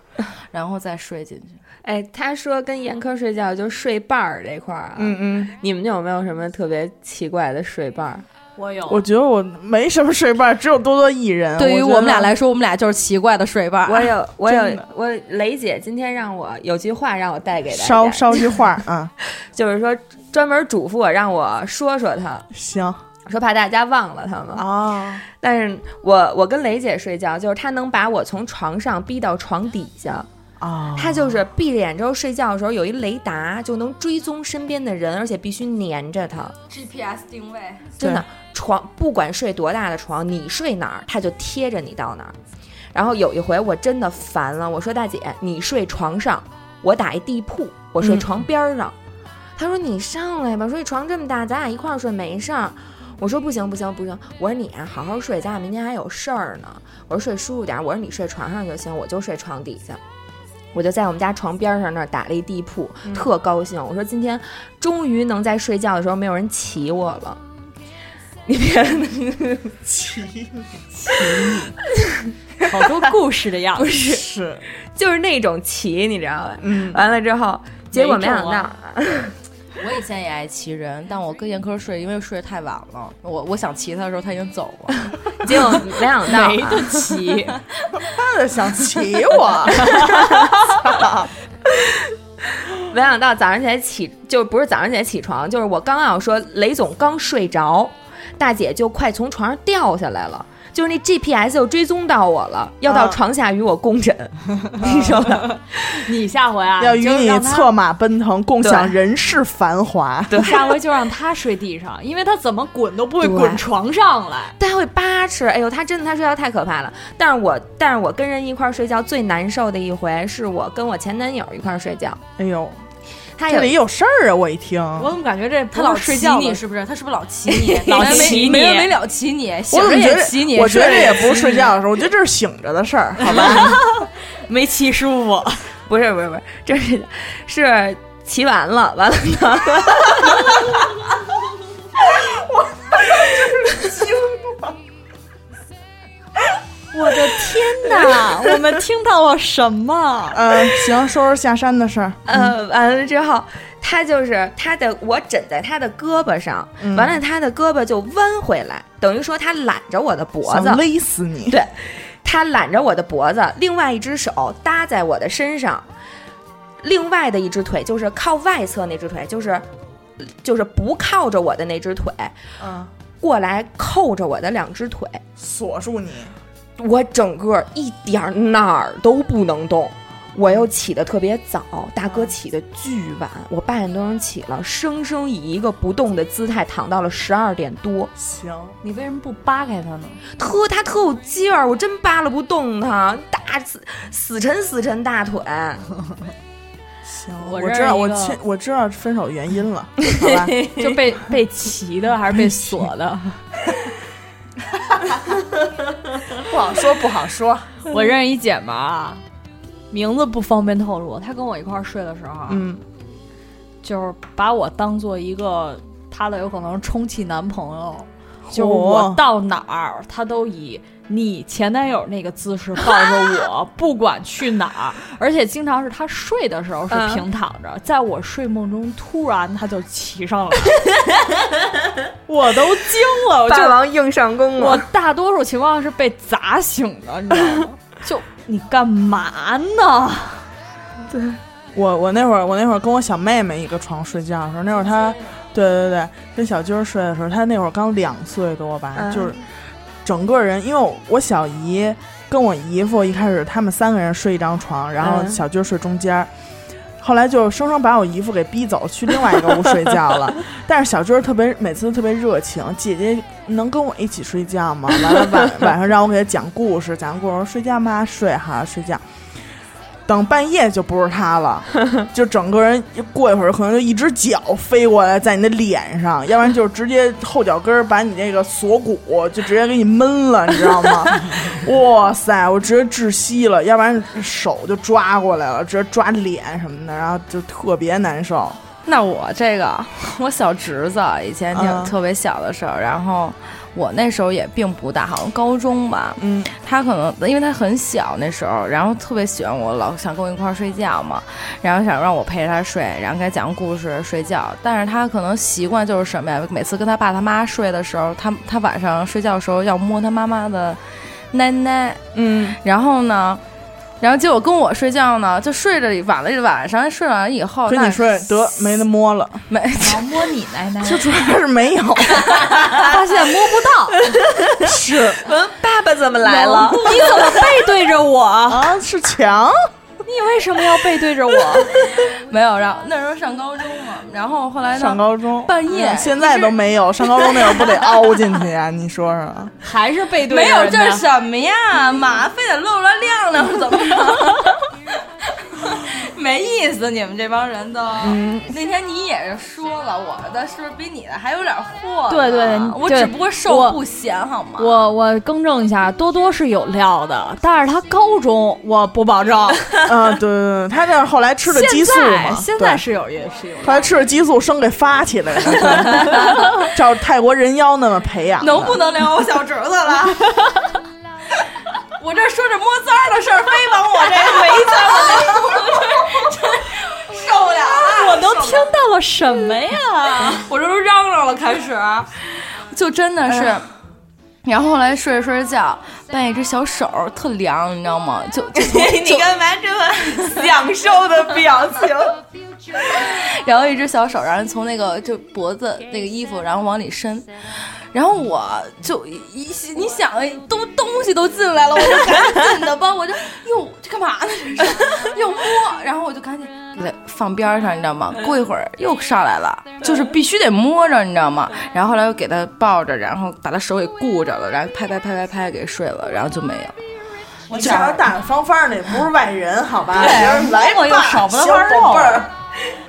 Speaker 7: 然后再睡进去。
Speaker 9: 哎，他说跟严科睡觉就睡伴儿这块儿啊，
Speaker 4: 嗯嗯，
Speaker 9: 你们有没有什么特别奇怪的睡伴儿？
Speaker 8: 我有
Speaker 4: 我觉得我没什么睡伴儿，只有多多一人。
Speaker 7: 对于
Speaker 4: 我觉
Speaker 7: 我们俩
Speaker 4: 得
Speaker 7: 来说，我们俩就是奇怪的睡伴。
Speaker 9: 我有，我
Speaker 4: 真
Speaker 9: 有
Speaker 4: 的，
Speaker 9: 我雷姐今天让我有句话让我带给大家，
Speaker 4: 捎捎句话啊，
Speaker 9: 就是说专门嘱咐我让我说说他，
Speaker 4: 行
Speaker 9: 说怕大家忘了他嘛。
Speaker 4: 啊，
Speaker 9: 但是我我跟雷姐睡觉，就是她能把我从床上逼到床底下，
Speaker 4: 啊，
Speaker 9: 她就是闭着眼之后睡觉的时候有一雷达，就能追踪身边的人，而且必须粘着她。
Speaker 7: GPS 定位，
Speaker 9: 真的床，不管睡多大的床，你睡哪儿，它就贴着你到哪儿。然后有一回我真的烦了，我说大姐，你睡床上，我打一地铺，我睡床边儿上。她说你上来吧，说这床这么大，咱俩一块儿睡没事儿。我说不行不行不行，我说你啊好好睡，咱俩明天还有事儿呢。我说睡舒服点儿，我说你睡床上就行，我就睡床底下。我就在我们家床边上那儿打了一地铺，
Speaker 8: 嗯
Speaker 9: 特高兴。我说今天终于能在睡觉的时候没有人骑我了。 你 别
Speaker 8: 好多故事的 样子，
Speaker 4: 是，
Speaker 9: 就是那种骑，你知道吧？
Speaker 4: 嗯，
Speaker 9: 完了之后，结果没想
Speaker 8: 没中
Speaker 9: 到
Speaker 8: 啊，
Speaker 7: 我以前也爱骑人，但我跟严科睡，因为睡得太晚了。我我想骑他的时候，他已经走了。
Speaker 9: 结果没想 到、
Speaker 8: 没
Speaker 9: 啊，
Speaker 8: 得骑，
Speaker 4: 他的想骑我，
Speaker 9: 没想到早上起来起，就不是早上起来起床，就是我刚要说雷总刚睡着，大姐就快从床上掉下来了。就是那 GPS 又追踪到我了，要到
Speaker 4: 啊
Speaker 9: 床下与我共枕，你知道吧？
Speaker 8: 你下回啊，
Speaker 4: 要
Speaker 8: 你
Speaker 4: 与
Speaker 8: 就
Speaker 4: 你
Speaker 8: 让他
Speaker 4: 策马奔腾，共享
Speaker 9: 对
Speaker 4: 人世繁华。
Speaker 8: 你下回就让他睡地上，因为他怎么滚都 不会
Speaker 9: 对
Speaker 8: 滚床 上来。
Speaker 9: 他会八尺，哎呦，他真的他睡觉太可怕了。但是我但是我跟人一块儿睡觉最难受的一回，是我跟我前男友一块儿睡觉，
Speaker 4: 哎呦，
Speaker 9: 他
Speaker 4: 这
Speaker 9: 有
Speaker 4: 里有事儿啊！我一听，
Speaker 8: 我
Speaker 4: 我
Speaker 8: 怎么感觉这
Speaker 7: 他老
Speaker 8: 不是睡
Speaker 7: 骑
Speaker 8: 觉
Speaker 7: 你
Speaker 8: 了
Speaker 7: 是不是？他是不是老 骑你？
Speaker 8: 老
Speaker 7: 没
Speaker 8: 骑你
Speaker 7: 没完没了骑你，醒
Speaker 4: 怎
Speaker 7: 着
Speaker 4: 么觉
Speaker 7: 也
Speaker 4: 得
Speaker 7: 骑你，，
Speaker 4: 我觉得
Speaker 7: 睡
Speaker 4: 这
Speaker 7: 着
Speaker 4: 也
Speaker 7: 骑
Speaker 4: 不是
Speaker 7: 你
Speaker 4: 睡觉的时候，我觉 得这是醒着的事儿，好吧？
Speaker 8: 没骑舒服，
Speaker 9: 不是不是不是，这是是骑完了，完了呢，
Speaker 8: 我的天 哪！ 我们听到了什么？
Speaker 4: 嗯，行，说说下山的事儿。
Speaker 9: 呃，完了之后，他就是他的，我枕在他的胳膊上，
Speaker 4: 嗯
Speaker 9: 完了他的胳膊就弯回来，等于说他揽着我的脖子
Speaker 4: 想，勒死你，
Speaker 9: 对，他揽着我的脖子，另外一只手搭在我的身上，另外的一只腿就是靠外侧那只腿，就是就是不靠着我的那只腿，
Speaker 4: 嗯，
Speaker 9: 过来扣着我的两只腿，
Speaker 4: 锁住你。
Speaker 9: 我整个一点儿哪儿都不能动。我又起得特别早，大哥起得巨晚，我八点多钟起了，生生以一个不动的姿态躺到了十二点多。
Speaker 4: 行，
Speaker 5: 你为什么不扒开他呢？
Speaker 9: 特他特有劲儿，我真扒拉不动他，大死死沉死沉大腿。
Speaker 4: 行，
Speaker 5: 我
Speaker 4: 知道，
Speaker 5: 认
Speaker 4: 我
Speaker 5: 一个
Speaker 4: 亲，我知道分手原因 了，好吧？
Speaker 5: 就被被骑的还是被锁的？
Speaker 6: 不好说，不好 说。
Speaker 5: 我认识一姐们儿啊，名字不方便透露。她跟我一块儿睡的时候啊，
Speaker 4: 嗯，
Speaker 5: 就是把我当做一个她的有可能充气男朋友， 就是
Speaker 4: 嚯
Speaker 5: 我到哪儿，她都以你前男友那个姿势抱着我，不管去哪儿，而且经常是她睡的时候是平躺着，在我睡梦中突然她就骑上来，我都惊了，我就
Speaker 9: 霸王硬上弓
Speaker 5: 我
Speaker 9: 了，
Speaker 5: 大多数情况是被砸醒的，你知道吗？就你干嘛 呢？
Speaker 4: 我我那会儿我那会儿跟我小妹妹一个床睡觉的时候，那会儿她，对对对，跟小军儿睡的时候，她那会儿刚两岁多吧，
Speaker 9: 嗯
Speaker 4: 就是整个人，因为我我小姨跟我姨夫一开始他们三个人睡一张床，然后
Speaker 9: 嗯
Speaker 4: 小军儿睡中间儿。后来就生生把我姨夫给逼走，去另外一个屋睡觉 了。但是小军儿特别每次都特别热情，姐姐能跟我一起睡觉吗？完了晚晚上让我给他讲故事，讲故事我说睡觉吗？睡哈睡觉。等半夜就不是他了，就整个人一过一会儿可能就一只脚飞过来在你的脸上，要不然就是直接后脚跟儿把你那个锁骨就直接给你闷了，你知道 吗？哇塞，我直接窒息了，要不然手就抓过来了，直接抓脸什么的，然后就特别难受。
Speaker 7: 那我这个，我小侄子以前
Speaker 4: 嗯
Speaker 7: 挺特别小的时候，然后我那时候也并不大，好像高中吧，
Speaker 4: 嗯，
Speaker 7: 他可能因为他很小那时候，然后特别喜欢我，老想跟我一块儿睡觉嘛，然后想让我陪着他睡，然后给他讲故事睡觉。但是他可能习惯就是什么呀？每次跟他爸他妈睡的时候，他他晚上睡觉的时候要摸他妈妈的奶奶，
Speaker 4: 嗯，
Speaker 7: 然后呢，然后结果跟我睡觉呢，就睡着晚了一晚上，睡完以后
Speaker 4: 跟
Speaker 7: 那
Speaker 4: 你睡得没得摸了，
Speaker 7: 没。
Speaker 5: 想摸你奶奶，
Speaker 4: 就主要是 没有，
Speaker 5: 发现摸不到，
Speaker 4: 是
Speaker 9: 爸爸怎么来了？
Speaker 5: 你怎么背对着我？
Speaker 4: 啊，是墙，
Speaker 5: 你为什么要背对着我？
Speaker 7: 没有，然后那时候上高中嘛，然后后来呢，
Speaker 4: 上高中
Speaker 7: 半夜
Speaker 4: 嗯现在都没 有，上高中那会儿不得凹进去呀、 你说说，
Speaker 5: 还是背对着
Speaker 7: 没有
Speaker 5: 人
Speaker 7: 这
Speaker 5: 家
Speaker 7: 是什么呀？嘛，非得露了亮亮是怎么着？ 没意思，你们这帮人都。
Speaker 5: 嗯
Speaker 7: 那天你也是说了，我的是不是比你的还有点货呢？
Speaker 5: 对对你
Speaker 7: 我
Speaker 5: 对
Speaker 7: 只不过
Speaker 5: 我
Speaker 7: 受不嫌好吗？
Speaker 5: 我我更正一下，多多是有料的，但是他高中我不保证。
Speaker 4: 嗯，对对对，他那后来吃的激
Speaker 5: 现
Speaker 4: 素
Speaker 5: 在
Speaker 4: 嘛，
Speaker 5: 现在
Speaker 4: 对
Speaker 5: 是有也是有，
Speaker 4: 后来吃了激素，生给发起来 了，照泰国人妖那么培养的，
Speaker 7: 能不能聊我小侄子 了？我这说着摸脏儿的事儿，非往我这围在我这，真 受不了了！
Speaker 5: 我都听到了什么 呀？
Speaker 7: 我这都嚷嚷了，开始， 哎就真的是。然后后来睡着睡着觉，半夜这小手儿特凉，你知道吗？就就 你干嘛这么享受的表情？ 然后一只小手，然后从那个就脖子那个衣服，然后往里伸，然后我就一一你想都东西都进来了，我就赶紧的吧，我就哟这干嘛呢？这是又摸，然后我就赶紧给它放边儿上，你知道吗？
Speaker 9: 嗯
Speaker 7: 过一会儿又上来了，就是必须得摸着，你知道吗？然后后来又给它抱着，然后把它手给固着了，然后拍拍拍拍拍给睡了，然后就没有。
Speaker 4: 我叫他大大方方的，不是外人，好吧？
Speaker 5: 对
Speaker 4: 来吧，
Speaker 5: 我又少不了
Speaker 4: 小
Speaker 5: 块肉
Speaker 4: 宝贝儿。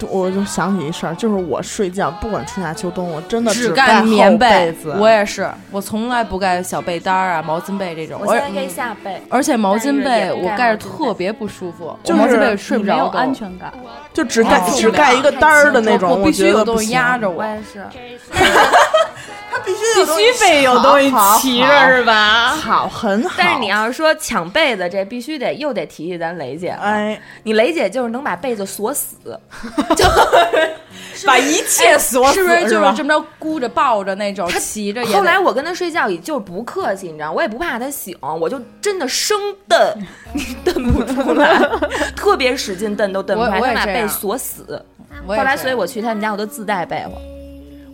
Speaker 4: 我就想起一事儿，就是我睡觉，不管春夏秋冬，我真的
Speaker 7: 只
Speaker 4: 盖
Speaker 7: 盖棉
Speaker 4: 厚被
Speaker 7: 被
Speaker 4: 子，
Speaker 7: 我也是，我从来不盖小被单儿啊、毛巾被这种。
Speaker 9: 我
Speaker 7: 我
Speaker 9: 现在盖下背，
Speaker 7: 而且毛巾
Speaker 9: 但是也
Speaker 7: 被
Speaker 9: 不
Speaker 7: 我
Speaker 9: 盖
Speaker 7: 盖着
Speaker 9: 毛巾
Speaker 7: 特别不舒服，
Speaker 4: 就是
Speaker 7: 我毛巾被睡不
Speaker 5: 没有
Speaker 7: 着，
Speaker 5: 安全感。
Speaker 4: 就只盖、
Speaker 7: 哦
Speaker 4: 只盖一个单儿的那种，
Speaker 7: 我必
Speaker 4: 觉
Speaker 7: 须
Speaker 4: 得
Speaker 7: 有
Speaker 4: 不
Speaker 7: 东西
Speaker 4: 行
Speaker 7: 压着我。
Speaker 9: 也是。
Speaker 4: 他必须有东西
Speaker 5: 必须得有东西骑着是
Speaker 4: 好
Speaker 5: 吧？
Speaker 4: 好，很好。
Speaker 9: 但是你要是说抢被子，这必须得又得提起咱雷姐了。
Speaker 4: 哎，
Speaker 9: 你雷姐就是能把被子锁死，就
Speaker 6: 把一切锁死，
Speaker 7: 哎是不
Speaker 6: 是
Speaker 7: 就是
Speaker 6: 吧
Speaker 7: 这么着箍着抱着那种，骑着也得。
Speaker 9: 后来我跟他睡觉也就是不客气，你知道，我也不怕他醒，我就真的生 蹬，蹬不出来，特别使劲蹬都蹬不出来，
Speaker 7: 我我
Speaker 9: 他
Speaker 7: 也
Speaker 9: 把
Speaker 7: 这样
Speaker 9: 被锁死。
Speaker 7: 我也
Speaker 9: 后来，
Speaker 7: 这样
Speaker 9: 所以我去他们家，我都自带被窝。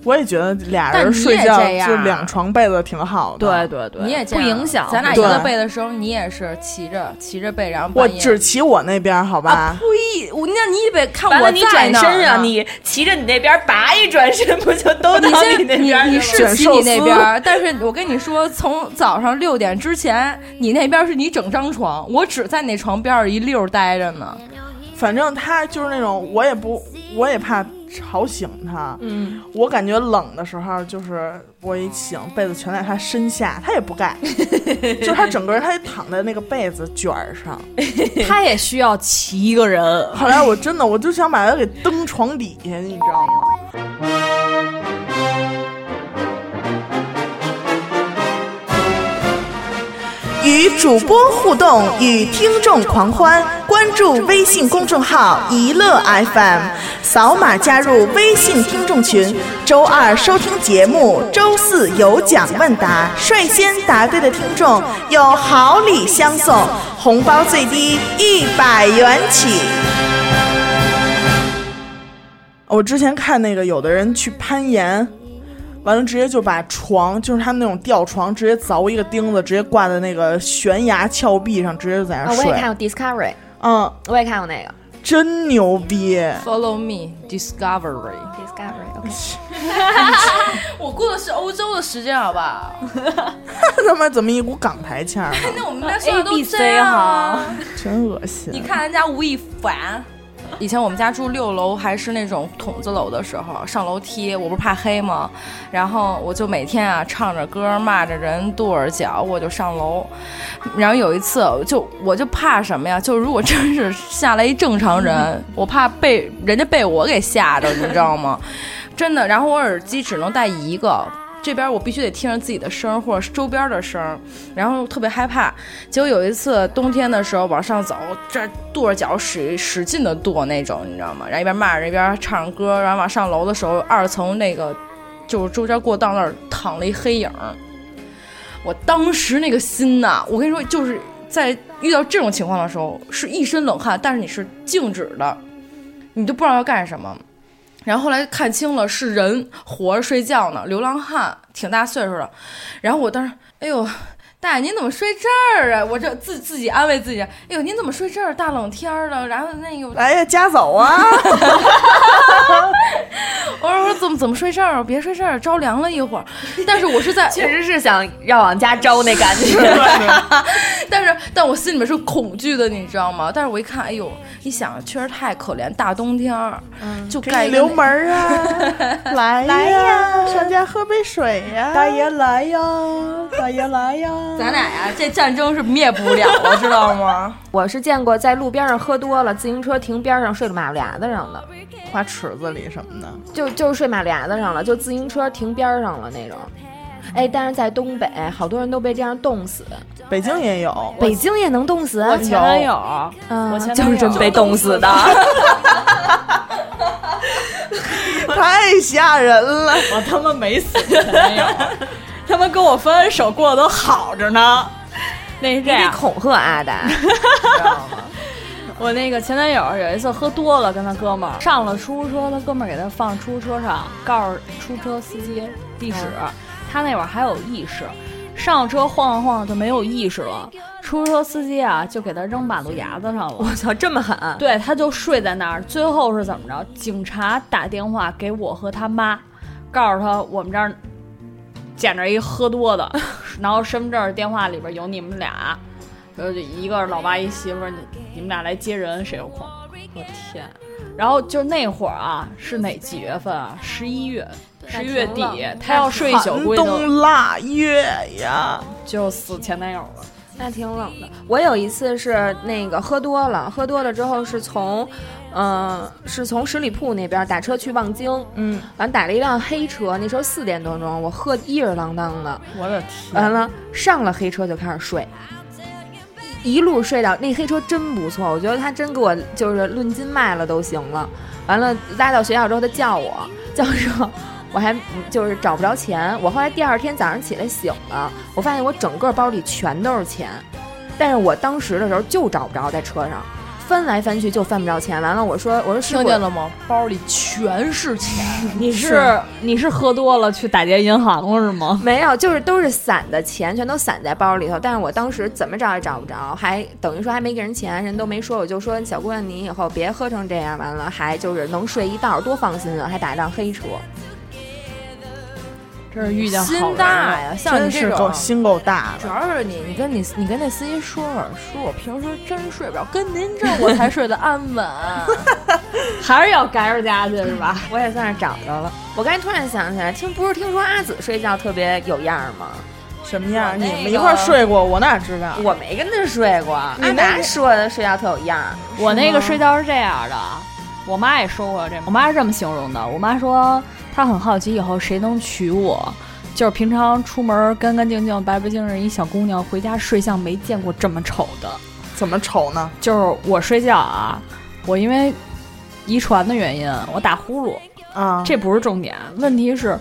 Speaker 4: 我也觉得俩
Speaker 7: 但
Speaker 4: 人
Speaker 7: 你也
Speaker 4: 睡觉
Speaker 7: 这样
Speaker 4: 就两床被子挺好的。
Speaker 5: 对对对，
Speaker 7: 你也这
Speaker 5: 不
Speaker 7: 样
Speaker 5: 影响。
Speaker 7: 咱俩一
Speaker 4: 对
Speaker 7: 个背的时候，你也是骑着骑着背，然后
Speaker 4: 我
Speaker 7: 半夜
Speaker 4: 只骑我那边，好吧？
Speaker 7: 啊呸！我那你得看
Speaker 9: 完
Speaker 7: 我
Speaker 9: 了，你
Speaker 7: 在
Speaker 9: 转
Speaker 7: 哪儿
Speaker 9: 身啊，
Speaker 7: 呢
Speaker 9: 你骑着你那边拔一转身，不 就都到
Speaker 7: 你先
Speaker 9: 那边儿去
Speaker 7: 你你
Speaker 9: 了？
Speaker 7: 是
Speaker 4: 卷
Speaker 7: 骑
Speaker 4: 寿
Speaker 7: 你
Speaker 4: 司
Speaker 7: 那边儿， 但是我跟你说，从早上六点之前，你那边是你整张床，我只在那床边儿一溜儿待着呢。
Speaker 4: 反正他就是那种，我也不，我也怕吵醒他。嗯，我感觉冷的时候，就是我一醒，被子全在他身下，他也不盖，就是他整个人他也躺在那个被子卷儿上。
Speaker 5: 他也需要骑一个人。
Speaker 4: 后来我真的，我就想把他给蹬床底下，你知道吗？与主播互动，与听众狂欢，关注微信公众号“一乐 FM”，扫码加入微信听众群。周二收听节目，周四有奖问答，率先答对的听众有好礼相送，红包最低一百元起。我之前看那个有的人去攀岩，完了直接就把床，就是他们那种吊床，直接凿一个钉子，直接挂在那个悬崖峭壁上，直接就在那
Speaker 7: 哦
Speaker 9: 啊
Speaker 4: 儿
Speaker 9: 我
Speaker 4: 睡。
Speaker 9: 也看过 Discovery，
Speaker 4: 嗯，
Speaker 9: 我也看过那个
Speaker 4: 真牛逼！
Speaker 7: Follow me, discovery。
Speaker 9: Discovery。
Speaker 7: 我过的是欧洲的时间，好吧？
Speaker 4: 他妈怎么一股港台腔儿呢？
Speaker 7: 那我们家说的
Speaker 9: A
Speaker 7: 都
Speaker 9: B C
Speaker 7: 这样啊。
Speaker 4: 真恶心！
Speaker 7: 你看人家吴亦凡。以前我们家住六楼，还是那种筒子楼的时候，上楼梯我不是怕黑吗？然后我就每天啊唱着歌，骂着人，跺着脚，我就上楼。然后有一次，就我就怕什么呀？就如果真是下来一正常 人，我怕被人家被我给吓着，你知道吗？真的。然后我耳机只能戴一个，这边我必须得听着自己的声儿或者是周边的声儿，然后特别害怕。结果有一次冬天的时候往上走，这跺着脚使使劲的跺那种，你知道吗？然后一边骂着一边唱着歌，然后往上楼的时候，二层那个就是中间过道那儿躺了一黑影儿。我当时那个心呐、我跟你说，就是在遇到这种情况的时候，是一身冷汗，但是你是静止的，你都不知道要干什么。然后后来看清了是人活着睡觉呢，流浪汉，挺大岁数的。然后我当时，哎呦，大爷您怎么睡这儿啊？我这自自己安慰自己，哎呦您怎么睡这儿？大冷天儿的，然后那个
Speaker 4: 来呀，家走 啊！
Speaker 7: 我说我怎么怎么睡这儿？啊别睡这儿，着凉了一会儿。但是我是在，
Speaker 9: 确实是想要往家招那感觉。
Speaker 7: 但是但我心里面是恐惧的，你知道吗？但是我一看，哎呦，一想确实太可怜，大冬天儿、就
Speaker 4: 嗯给
Speaker 7: 盖
Speaker 4: 你
Speaker 7: 一个
Speaker 4: 留
Speaker 7: 那
Speaker 4: 门儿 啊！来来呀，上家喝杯水呀！大爷来呀，大爷来呀！
Speaker 7: 咱俩呀、这战争是灭不了了，知道吗？
Speaker 9: 我是见过在路边上喝多了，自行车停边上睡马路牙子上的，
Speaker 4: 花池子里什么的，
Speaker 9: 就就是睡马路牙子上了，就自行车停边上了那种。哎，但是在东北，好多人都被这样冻死，
Speaker 4: 北京也有。
Speaker 9: 北京也能冻死。啊
Speaker 6: 我前男友，我前男友
Speaker 9: 就是真被冻死的。
Speaker 4: 太吓人了！
Speaker 6: 我他妈没死前男友，他们跟我分完手过得都好着呢。那是这
Speaker 9: 你啊得
Speaker 6: 样，
Speaker 9: 恐吓阿达，
Speaker 6: 我那个前男友有一次喝多了，跟他哥们儿上了出租车，他哥们儿给他放出租车上，告诉出租车司机地址。他 那会儿还有意识，上了车晃晃晃就没有意识了。出租车司机啊，就给他扔马路牙子上了。
Speaker 9: 我操，这么狠！
Speaker 6: 对，他就睡在那儿。最后是怎么着？警察打电话给我和他妈，告诉他我们这儿捡着一喝多的， 然后身份证电话里边有你们俩，然后就一个是老爸一媳妇儿，你你们俩来接人，谁有空？我天！然后就那会儿啊，是哪几月份啊？十一月，十一月底，他要睡一宿，
Speaker 4: 寒
Speaker 6: 估计就
Speaker 4: 冬腊月呀，
Speaker 6: 就死前男友了。
Speaker 9: 那挺冷的。我有一次是那个喝多了，喝多了之后是从，嗯、是从十里铺那边打车去望京，
Speaker 4: 嗯，
Speaker 9: 完打了一辆黑车，那时候四点多钟，我喝得一儿郎当的，
Speaker 4: 我的天！
Speaker 9: 完了上了黑车就开始睡，一路睡到那黑车真不错，我觉得他真给我就是论斤卖了都行了。完了拉到学校之后，他叫我， 叫说我还就是找不着钱。我后来第二天早上起来醒了，我发现我整个包里全都是钱，但是我当时的时候就找不着，在车上翻来翻去就翻不着钱。完了我说我说
Speaker 7: 听见了吗？包里全是钱。
Speaker 8: 你是你是喝多了去打劫银行了是吗？
Speaker 9: 没有，就是都是散的钱，全都散在包里头。但是我当时怎么找也找不着，还等于说还没给人钱，人都没说，我就说小姑娘你以后别喝成这样，完了还就是能睡一道，多放心啊！还打一辆黑车，
Speaker 8: 这是遇见
Speaker 7: 心
Speaker 9: 哎
Speaker 7: 大呀，像你
Speaker 4: 这种心够大
Speaker 7: 主要是你你跟你你跟那司机说说，说我平时真睡不着，跟您这我才睡得安 稳。
Speaker 8: 还是要赶着家去是吧？
Speaker 9: 我也算是找着了。我刚才突然想起来，听不是听说阿紫睡觉特别有样吗？
Speaker 4: 什么样？
Speaker 9: 那
Speaker 4: 你们一块儿睡过，我哪知道？
Speaker 9: 我没跟他睡过。
Speaker 4: 你
Speaker 9: 阿达说的睡觉特有样儿，
Speaker 8: 我那个睡觉是这样的，我妈也说过这，我妈是这么形容的。我妈说她很好奇以后谁能娶我，就是平常出门干干净净、白白净净一小姑娘，回家睡相没见过这么丑的。
Speaker 4: 怎么丑呢？
Speaker 8: 就是我睡觉啊，我因为。遗传的原因，我打呼噜
Speaker 4: 啊，
Speaker 8: 这不是重点。问题是，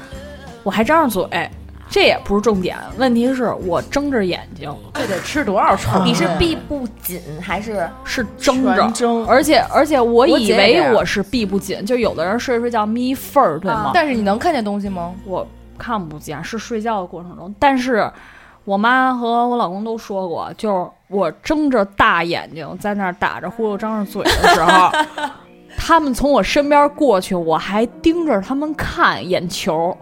Speaker 8: 我还张着嘴，这也不是重点。问题是我睁着眼睛，
Speaker 7: 这得吃多少虫、啊？
Speaker 9: 你是闭不紧还是
Speaker 8: 是睁着？
Speaker 4: 睁
Speaker 8: 而且而且我以为我是闭不紧，就有的人睡睡觉眯缝儿，对吗、啊？
Speaker 7: 但是你能看见东西吗？
Speaker 8: 我看不见，是睡觉的过程中。但是我妈和我老公都说过，就是我睁着大眼睛在那儿打着呼噜、张着嘴的时 候。他们从我身边过去，我还盯着他们看眼球。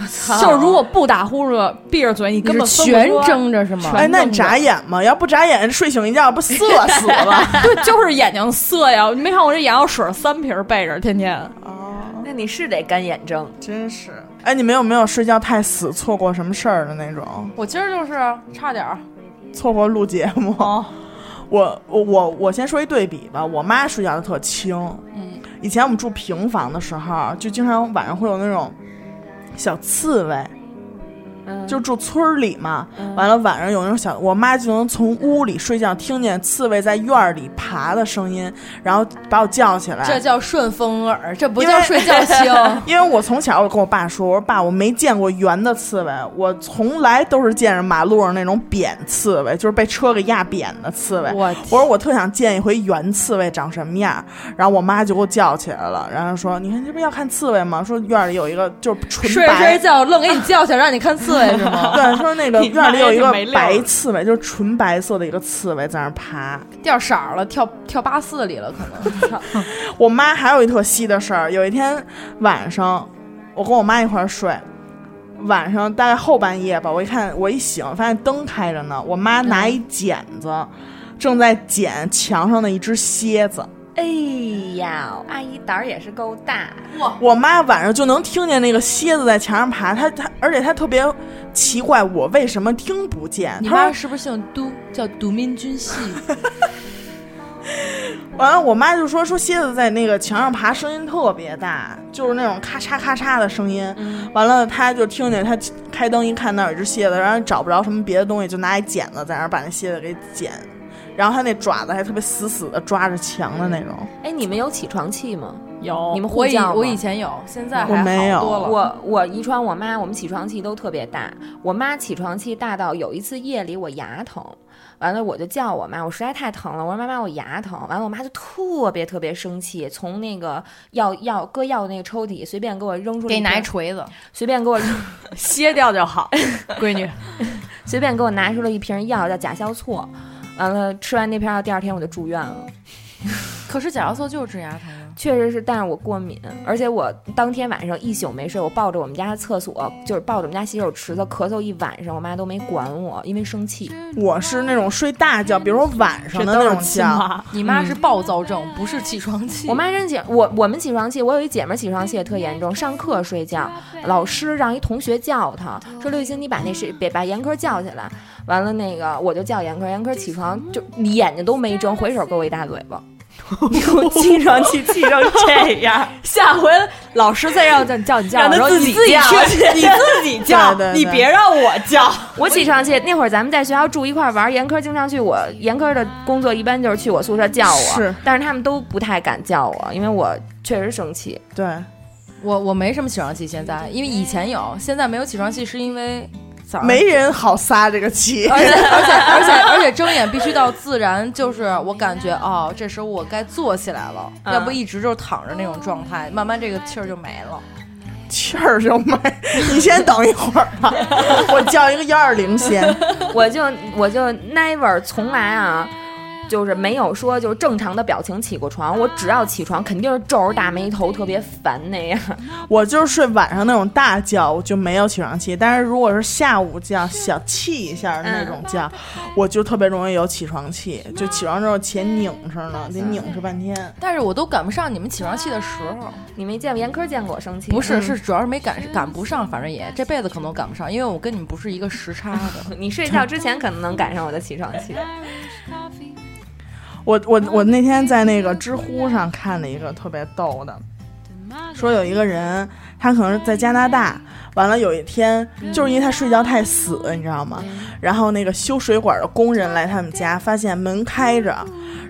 Speaker 9: 我操！
Speaker 8: 啊就是如果不打呼噜，闭着嘴，你根本
Speaker 7: 全睁啊着是吗？
Speaker 4: 哎，那你眨眼吗？要不眨眼，睡醒一 觉不涩死了？
Speaker 8: 对，就是眼睛涩呀！你没看我这眼药水三瓶备着，天天。
Speaker 4: 哦，
Speaker 9: 那你是得干眼症，
Speaker 4: 真是。哎，你们有没有睡觉太死，错过什么事儿的那种？
Speaker 7: 我今儿就是差点儿
Speaker 4: 错过录节 目。
Speaker 8: 哦
Speaker 4: 我我我我先说一对比吧，我妈睡觉就特轻。
Speaker 8: 嗯，
Speaker 4: 以前我们住平房的时候，就经常晚上会有那种小刺猬，
Speaker 9: 嗯、
Speaker 4: 就住村里嘛。嗯、完了晚上有那种小，我妈就能从屋里睡觉听见刺猬在院里爬的声音，然后把我叫起来。
Speaker 7: 这叫顺风耳，这不叫睡觉 轻。
Speaker 4: 因为我从小我跟我爸说，我说爸，我没见过圆的刺猬，我从来都是见着马路上那种扁刺猬，就是被车给压扁的刺猬。
Speaker 7: 我
Speaker 4: 我说我特想见一回圆刺猬长什么样。然后我妈就给我叫起来了，然后说：“你看这不要看刺猬吗？说院里有一个就是纯
Speaker 7: 睡着睡觉愣给你叫起来，让你看刺猬是吗？
Speaker 4: 对，说那个院里有一个白刺猬，就是纯白色的一个刺猬在那爬，
Speaker 7: 掉色儿了，跳跳八四里了可能。
Speaker 4: 我妈还有一特稀的事儿，有一天晚上我跟我妈一块儿睡。”晚上大概后半夜吧，我一看，我一醒发现灯开着呢。我妈
Speaker 7: 嗯
Speaker 4: 拿一剪子，嗯、正在剪墙上的一只蝎子。
Speaker 9: 哎呀，阿姨胆儿也是够大。
Speaker 7: 哇！
Speaker 4: 我妈晚上就能听见那个蝎子在墙上爬，她她，而且她特别奇怪，我为什么听不见？
Speaker 7: 你妈是不是姓都？叫都民军 系？
Speaker 4: 完了，我妈就说说蝎子在那个墙上爬，声音特别大，就是那种咔嚓咔嚓的声音。
Speaker 7: 嗯、
Speaker 4: 完了，她就听见她开灯一看那有一只蝎子，然后找不着什么别的东西，就拿一剪子在那儿把那蝎子给剪。然后它那爪子还特别死死的抓着墙的那种。
Speaker 9: 哎，你们有起床气吗？
Speaker 8: 有，
Speaker 9: 你们
Speaker 7: 我以我以
Speaker 9: 前。
Speaker 7: 前有，现在
Speaker 4: 我没有
Speaker 7: 多了。
Speaker 9: 我我遗传我妈，我们起床气都特别大。我妈起床气大到有一次夜里我牙疼，完了我就叫我妈，我实在太疼了，我说妈妈我牙疼。完了我妈就特别特别生气，从那个药药搁药那个抽屉随便给我扔出来，
Speaker 7: 给你拿一，锤 子，
Speaker 9: 随便给我扔，
Speaker 8: 歇掉就好，闺女。
Speaker 9: 随便给我拿出了一瓶药叫甲硝唑，完了吃完那片药第二天我就住院了。
Speaker 7: 可是甲硝唑就是治牙疼啊。
Speaker 9: 确实是，但是我过敏，而且我当天晚上一宿没睡，我抱着我们家的厕所，就是抱着我们家洗手池子咳嗽一晚上，我妈都没管我，因为生气。
Speaker 8: 嗯
Speaker 4: 我是那种睡大觉，比如说晚上的那种觉。
Speaker 7: 啊你妈是暴躁症，不是起床气。
Speaker 9: 我妈真起我我们起床气，我有一姐们儿起床气也特严重，上课睡觉，老师让一同学叫她，说刘雨欣你把那谁别把严科叫起来。 完了那个我就叫严科，严科起床就眼睛都没睁，回手给我一大嘴巴。
Speaker 8: 我经常气气成这 样，
Speaker 5: 下回老师再让叫叫你叫
Speaker 8: 让
Speaker 5: 的时
Speaker 8: 他
Speaker 5: 候，
Speaker 8: 自
Speaker 5: 你
Speaker 8: 己
Speaker 5: 叫，
Speaker 8: 去，你自己叫，
Speaker 4: 对对
Speaker 8: 你
Speaker 4: 对
Speaker 8: 别让我叫。
Speaker 9: 我起上去那会儿，咱们在学校住一块儿玩儿，严科经常去我严科的工作一般就是去我宿舍叫我，
Speaker 4: 是
Speaker 9: 但是他们都不太敢叫我，因为我确实生气。
Speaker 4: 对，
Speaker 7: 我我没什么起床气，现在因为以前有，现在没有起床气是因为早上
Speaker 4: 没人好撒这个气。
Speaker 7: 而且而且而且而且睁眼必须到自然，就是我感觉哦，这时候我该坐起来了，要不一直就是躺着那种状态，慢慢这个气儿就没了。
Speaker 4: 气儿就没，你先等一会儿 吧，我叫一个幺二零先。
Speaker 9: 我就我就 never 从来啊，就是没有说就是正常的表情起过床，我只要起床肯定是皱着大眉头，特别烦那样。
Speaker 4: 我就是睡晚上那种大觉，我就没有起床气。但是如果是下午觉，小气一下的那种觉，我就特别容易有起床气，就起床之后且拧上了，得拧着半天。
Speaker 7: 但是我都赶不上你们起床气的时候，
Speaker 9: 你没见过严科见过我生气？
Speaker 7: 不是，是主要是没赶赶不上，反正也这辈子可能都赶不上，因为我跟你们不是一个时差的。
Speaker 9: 嗯你睡觉之前可能能赶上我的起床气。
Speaker 4: 我我我那天在那个知乎上看了一个特别逗的，说有一个人，他可能是在加拿大，完了有一天就是因为他睡觉太死，你知道吗？然后那个修水管的工人来他们家，发现门开着，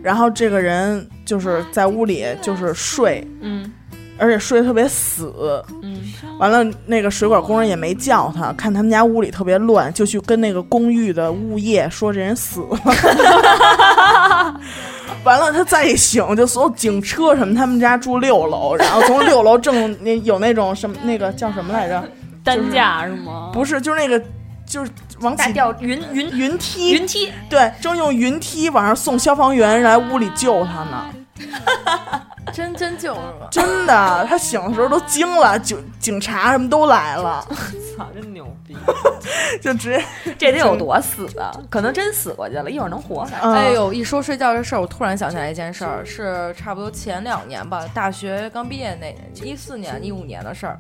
Speaker 4: 然后这个人就是在屋里就是睡，
Speaker 9: 嗯。
Speaker 4: 而且睡得特别死，
Speaker 9: 嗯，
Speaker 4: 完了那个水管工人也没叫他，
Speaker 9: 哦
Speaker 4: 看他们家屋里特别乱，就去跟那个公寓的物业说这人死 了。完了，他再一醒，就所有警车什么，他们家住六楼，然后从六楼正那有那种什么那个叫什么来着？
Speaker 8: 担架是吗？
Speaker 4: 不是，就是那个就是往
Speaker 9: 大
Speaker 4: 起
Speaker 9: 吊云云
Speaker 4: 云梯，
Speaker 9: 云梯，
Speaker 4: 对，正用云梯往上送消防员来屋里救他呢。
Speaker 7: 真真就是吗？
Speaker 4: 真的，他醒的时候都惊了，警警察什么都来了，
Speaker 5: 操，真牛逼！
Speaker 4: 就直接
Speaker 9: 这得有多死啊？可能真死过去了，一会儿能活来。
Speaker 4: 嗯
Speaker 7: 哎呦，一说睡觉这事儿，我突然想起来一件事儿，是差不多前两年吧，大学刚毕业那一四年、一五年的事儿。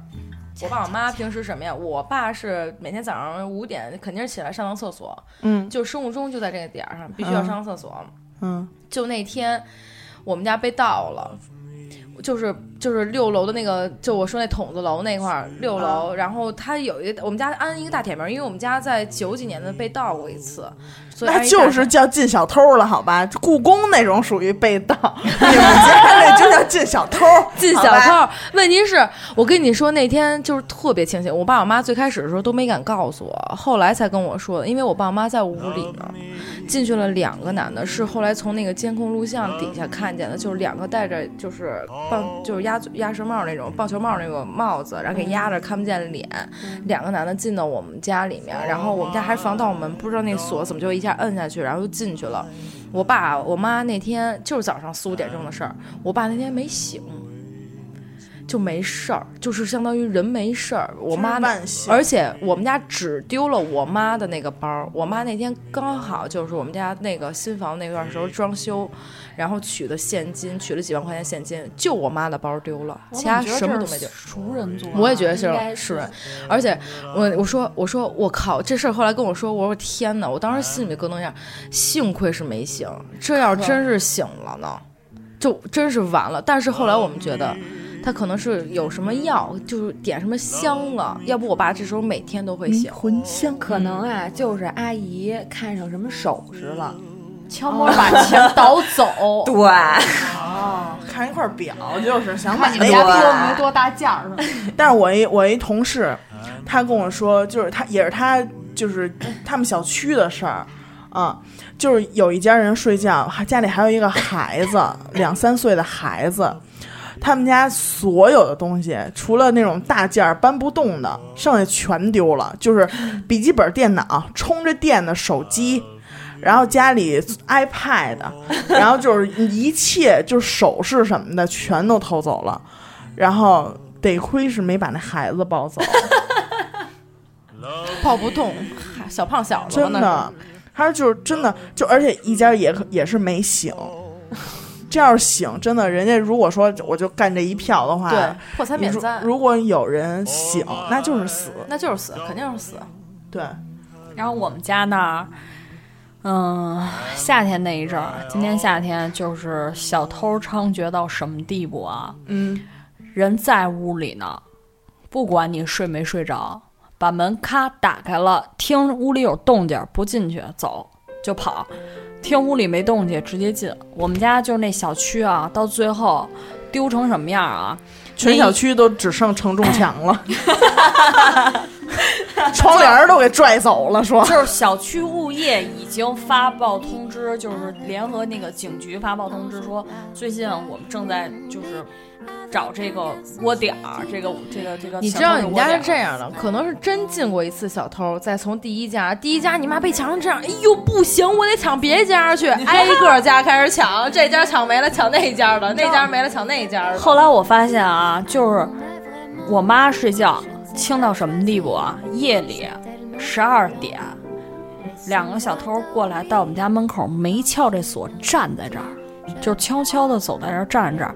Speaker 7: 我爸我妈平时什么呀？我爸是每天早上五点肯定是起来上趟厕所，
Speaker 4: 嗯
Speaker 7: 就生物钟就在这个点儿上，必须要上厕所。
Speaker 4: 嗯
Speaker 7: 就那天我们家被盗了。就是就是六楼的那个，就我说那筒子楼那块儿六
Speaker 4: 啊
Speaker 7: 楼，然后它有一个我们家安一个大铁门，因为我们家在九几年的被盗过一次，所以
Speaker 4: 那
Speaker 7: 安一大铁
Speaker 4: 就
Speaker 7: 门
Speaker 4: 是叫进小偷了，好吧？故宫那种属于被 盗，你们家那就叫进小偷，
Speaker 7: 进
Speaker 4: 好
Speaker 7: 小
Speaker 4: 吧
Speaker 7: 偷。问题是我跟你说，那天就是特别清醒。我爸我妈最开始的时候都没敢告诉我，后来才跟我说的。因为我爸我妈在屋里呢，进去了两个男的，是后来从那个监控录像底下看见的，就是两个戴着就是棒就是鸭嘴鸭舌帽那种棒球帽那个帽子，
Speaker 4: 嗯
Speaker 7: 然后给压着看不见脸。两个男的进到我们家里面，然后我们家还是防盗门，不知道那锁怎么就一下摁下去，然后就进去了。我爸我妈那天就是早上四五点钟的事儿，我爸那天没醒，就没事儿，就是相当于人没事儿。我妈
Speaker 4: 真
Speaker 7: 呢
Speaker 4: 是万，幸
Speaker 7: 而且我们家只丢了我妈的那个包儿。我妈那天刚好就是我们家那个新房那段时候装修，然后取的现金，取了几万块钱现金，就我妈的包儿丢了，其他什么都没丢。
Speaker 8: 熟人做，
Speaker 7: 我也觉得
Speaker 9: 应该
Speaker 7: 是是，而且我我说我说我靠，这事儿后来跟我说，我说天哪，我当时心里咯噔一下，幸亏是没醒，这要真是醒了呢，就真是完了。但是后来我们觉得。
Speaker 9: 嗯
Speaker 7: 他可能是有什么药，就是点什么香了，要不我爸这时候每天都会醒。
Speaker 4: 魂
Speaker 8: 嗯
Speaker 4: 香
Speaker 9: 可能啊，嗯就是阿姨看上什么首饰了。
Speaker 8: 悄摸把钱倒走。
Speaker 9: 对，
Speaker 4: 看一块表，就是想买
Speaker 8: 你
Speaker 4: 那个
Speaker 8: 家比我没多大件儿，
Speaker 4: 但是我一我一同事，他跟我说，就是他也是他就是他们小区的事儿，啊，就是有一家人睡觉，还家里还有一个孩子，两三岁的孩子，他们家所有的东西，除了那种大件儿搬不动的，剩下全丢了，就是笔记本电脑、充着电的手机。然后家里 iPad，然后就是一切就是首饰什么的全都偷走了，然后得亏是没把那孩子抱走，
Speaker 7: 抱不动，小胖小子嘛
Speaker 4: 真
Speaker 7: 那是。
Speaker 4: 的。他就是真的，就而且一家也可也是没醒，这要是醒，真的，人家如果说我就干这一票的话，
Speaker 9: 哎
Speaker 7: 对，破财
Speaker 4: 你
Speaker 7: 免
Speaker 4: 说
Speaker 7: 灾，
Speaker 4: 如果有人醒，那就是死。
Speaker 7: 那就是死，肯定是死。
Speaker 4: 对，
Speaker 8: 然后我们家那儿，
Speaker 5: 嗯，夏天那一阵儿，今年夏天就是小偷猖獗到什么地步啊？
Speaker 4: 嗯，
Speaker 5: 人在屋里呢，不管你睡没睡着，把门咔打开了，听屋里有动静不进去，走就跑；听屋里没动静直接进。我们家就是那小区啊，到最后丢成什么样啊？
Speaker 4: 全小区都只剩承重墙 了，窗帘儿都给拽走了。 说
Speaker 5: 就是小区物业已经发报通知，就是联合那个警局发报通知说，最近我们正在就是找这个窝点儿，这个这个这个。
Speaker 7: 你知道你们家是这样的，可能是真进过一次小偷，再从第一家，第一家你妈被抢成这样，哎呦不行，我得抢别家去，挨个家开始抢，这家抢没了抢那家的，那家没了抢那家的。
Speaker 5: 后来我发现啊。啊，就是我妈睡觉轻到什么地步啊？夜里十二点，两个小偷过来到我们家门口，没撬这锁，站在这儿，就悄悄的走在这儿，站在这儿。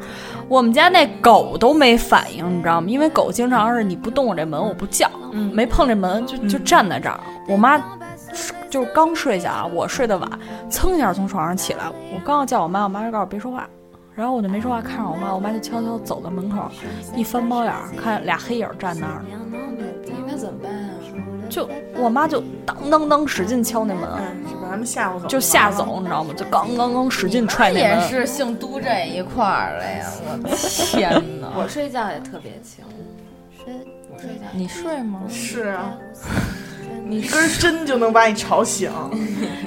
Speaker 5: 我们家那狗都没反应，你知道吗？因为狗经常是你不动我这门，我不叫，嗯、没碰这门就就站在这儿。我妈。就是刚睡下啊，我睡得晚，噌一下从床上起来，我刚要叫我妈，我妈就告诉我别说话，然后我就没说话，看着我妈，我妈就悄悄走到门口，一翻包眼儿，看俩黑影站那儿。
Speaker 9: 那怎么办啊？
Speaker 5: 就我妈就当当当使劲敲那门，啊
Speaker 4: 把他们吓唬走，
Speaker 5: 嗯就吓走，你知道吗？就刚刚刚使劲踹那门。
Speaker 7: 也是姓都这一块儿的呀！我天哪！
Speaker 9: 我睡觉也特别轻，我睡觉。
Speaker 7: 你睡吗？
Speaker 4: 是啊。你根针就能把你吵醒。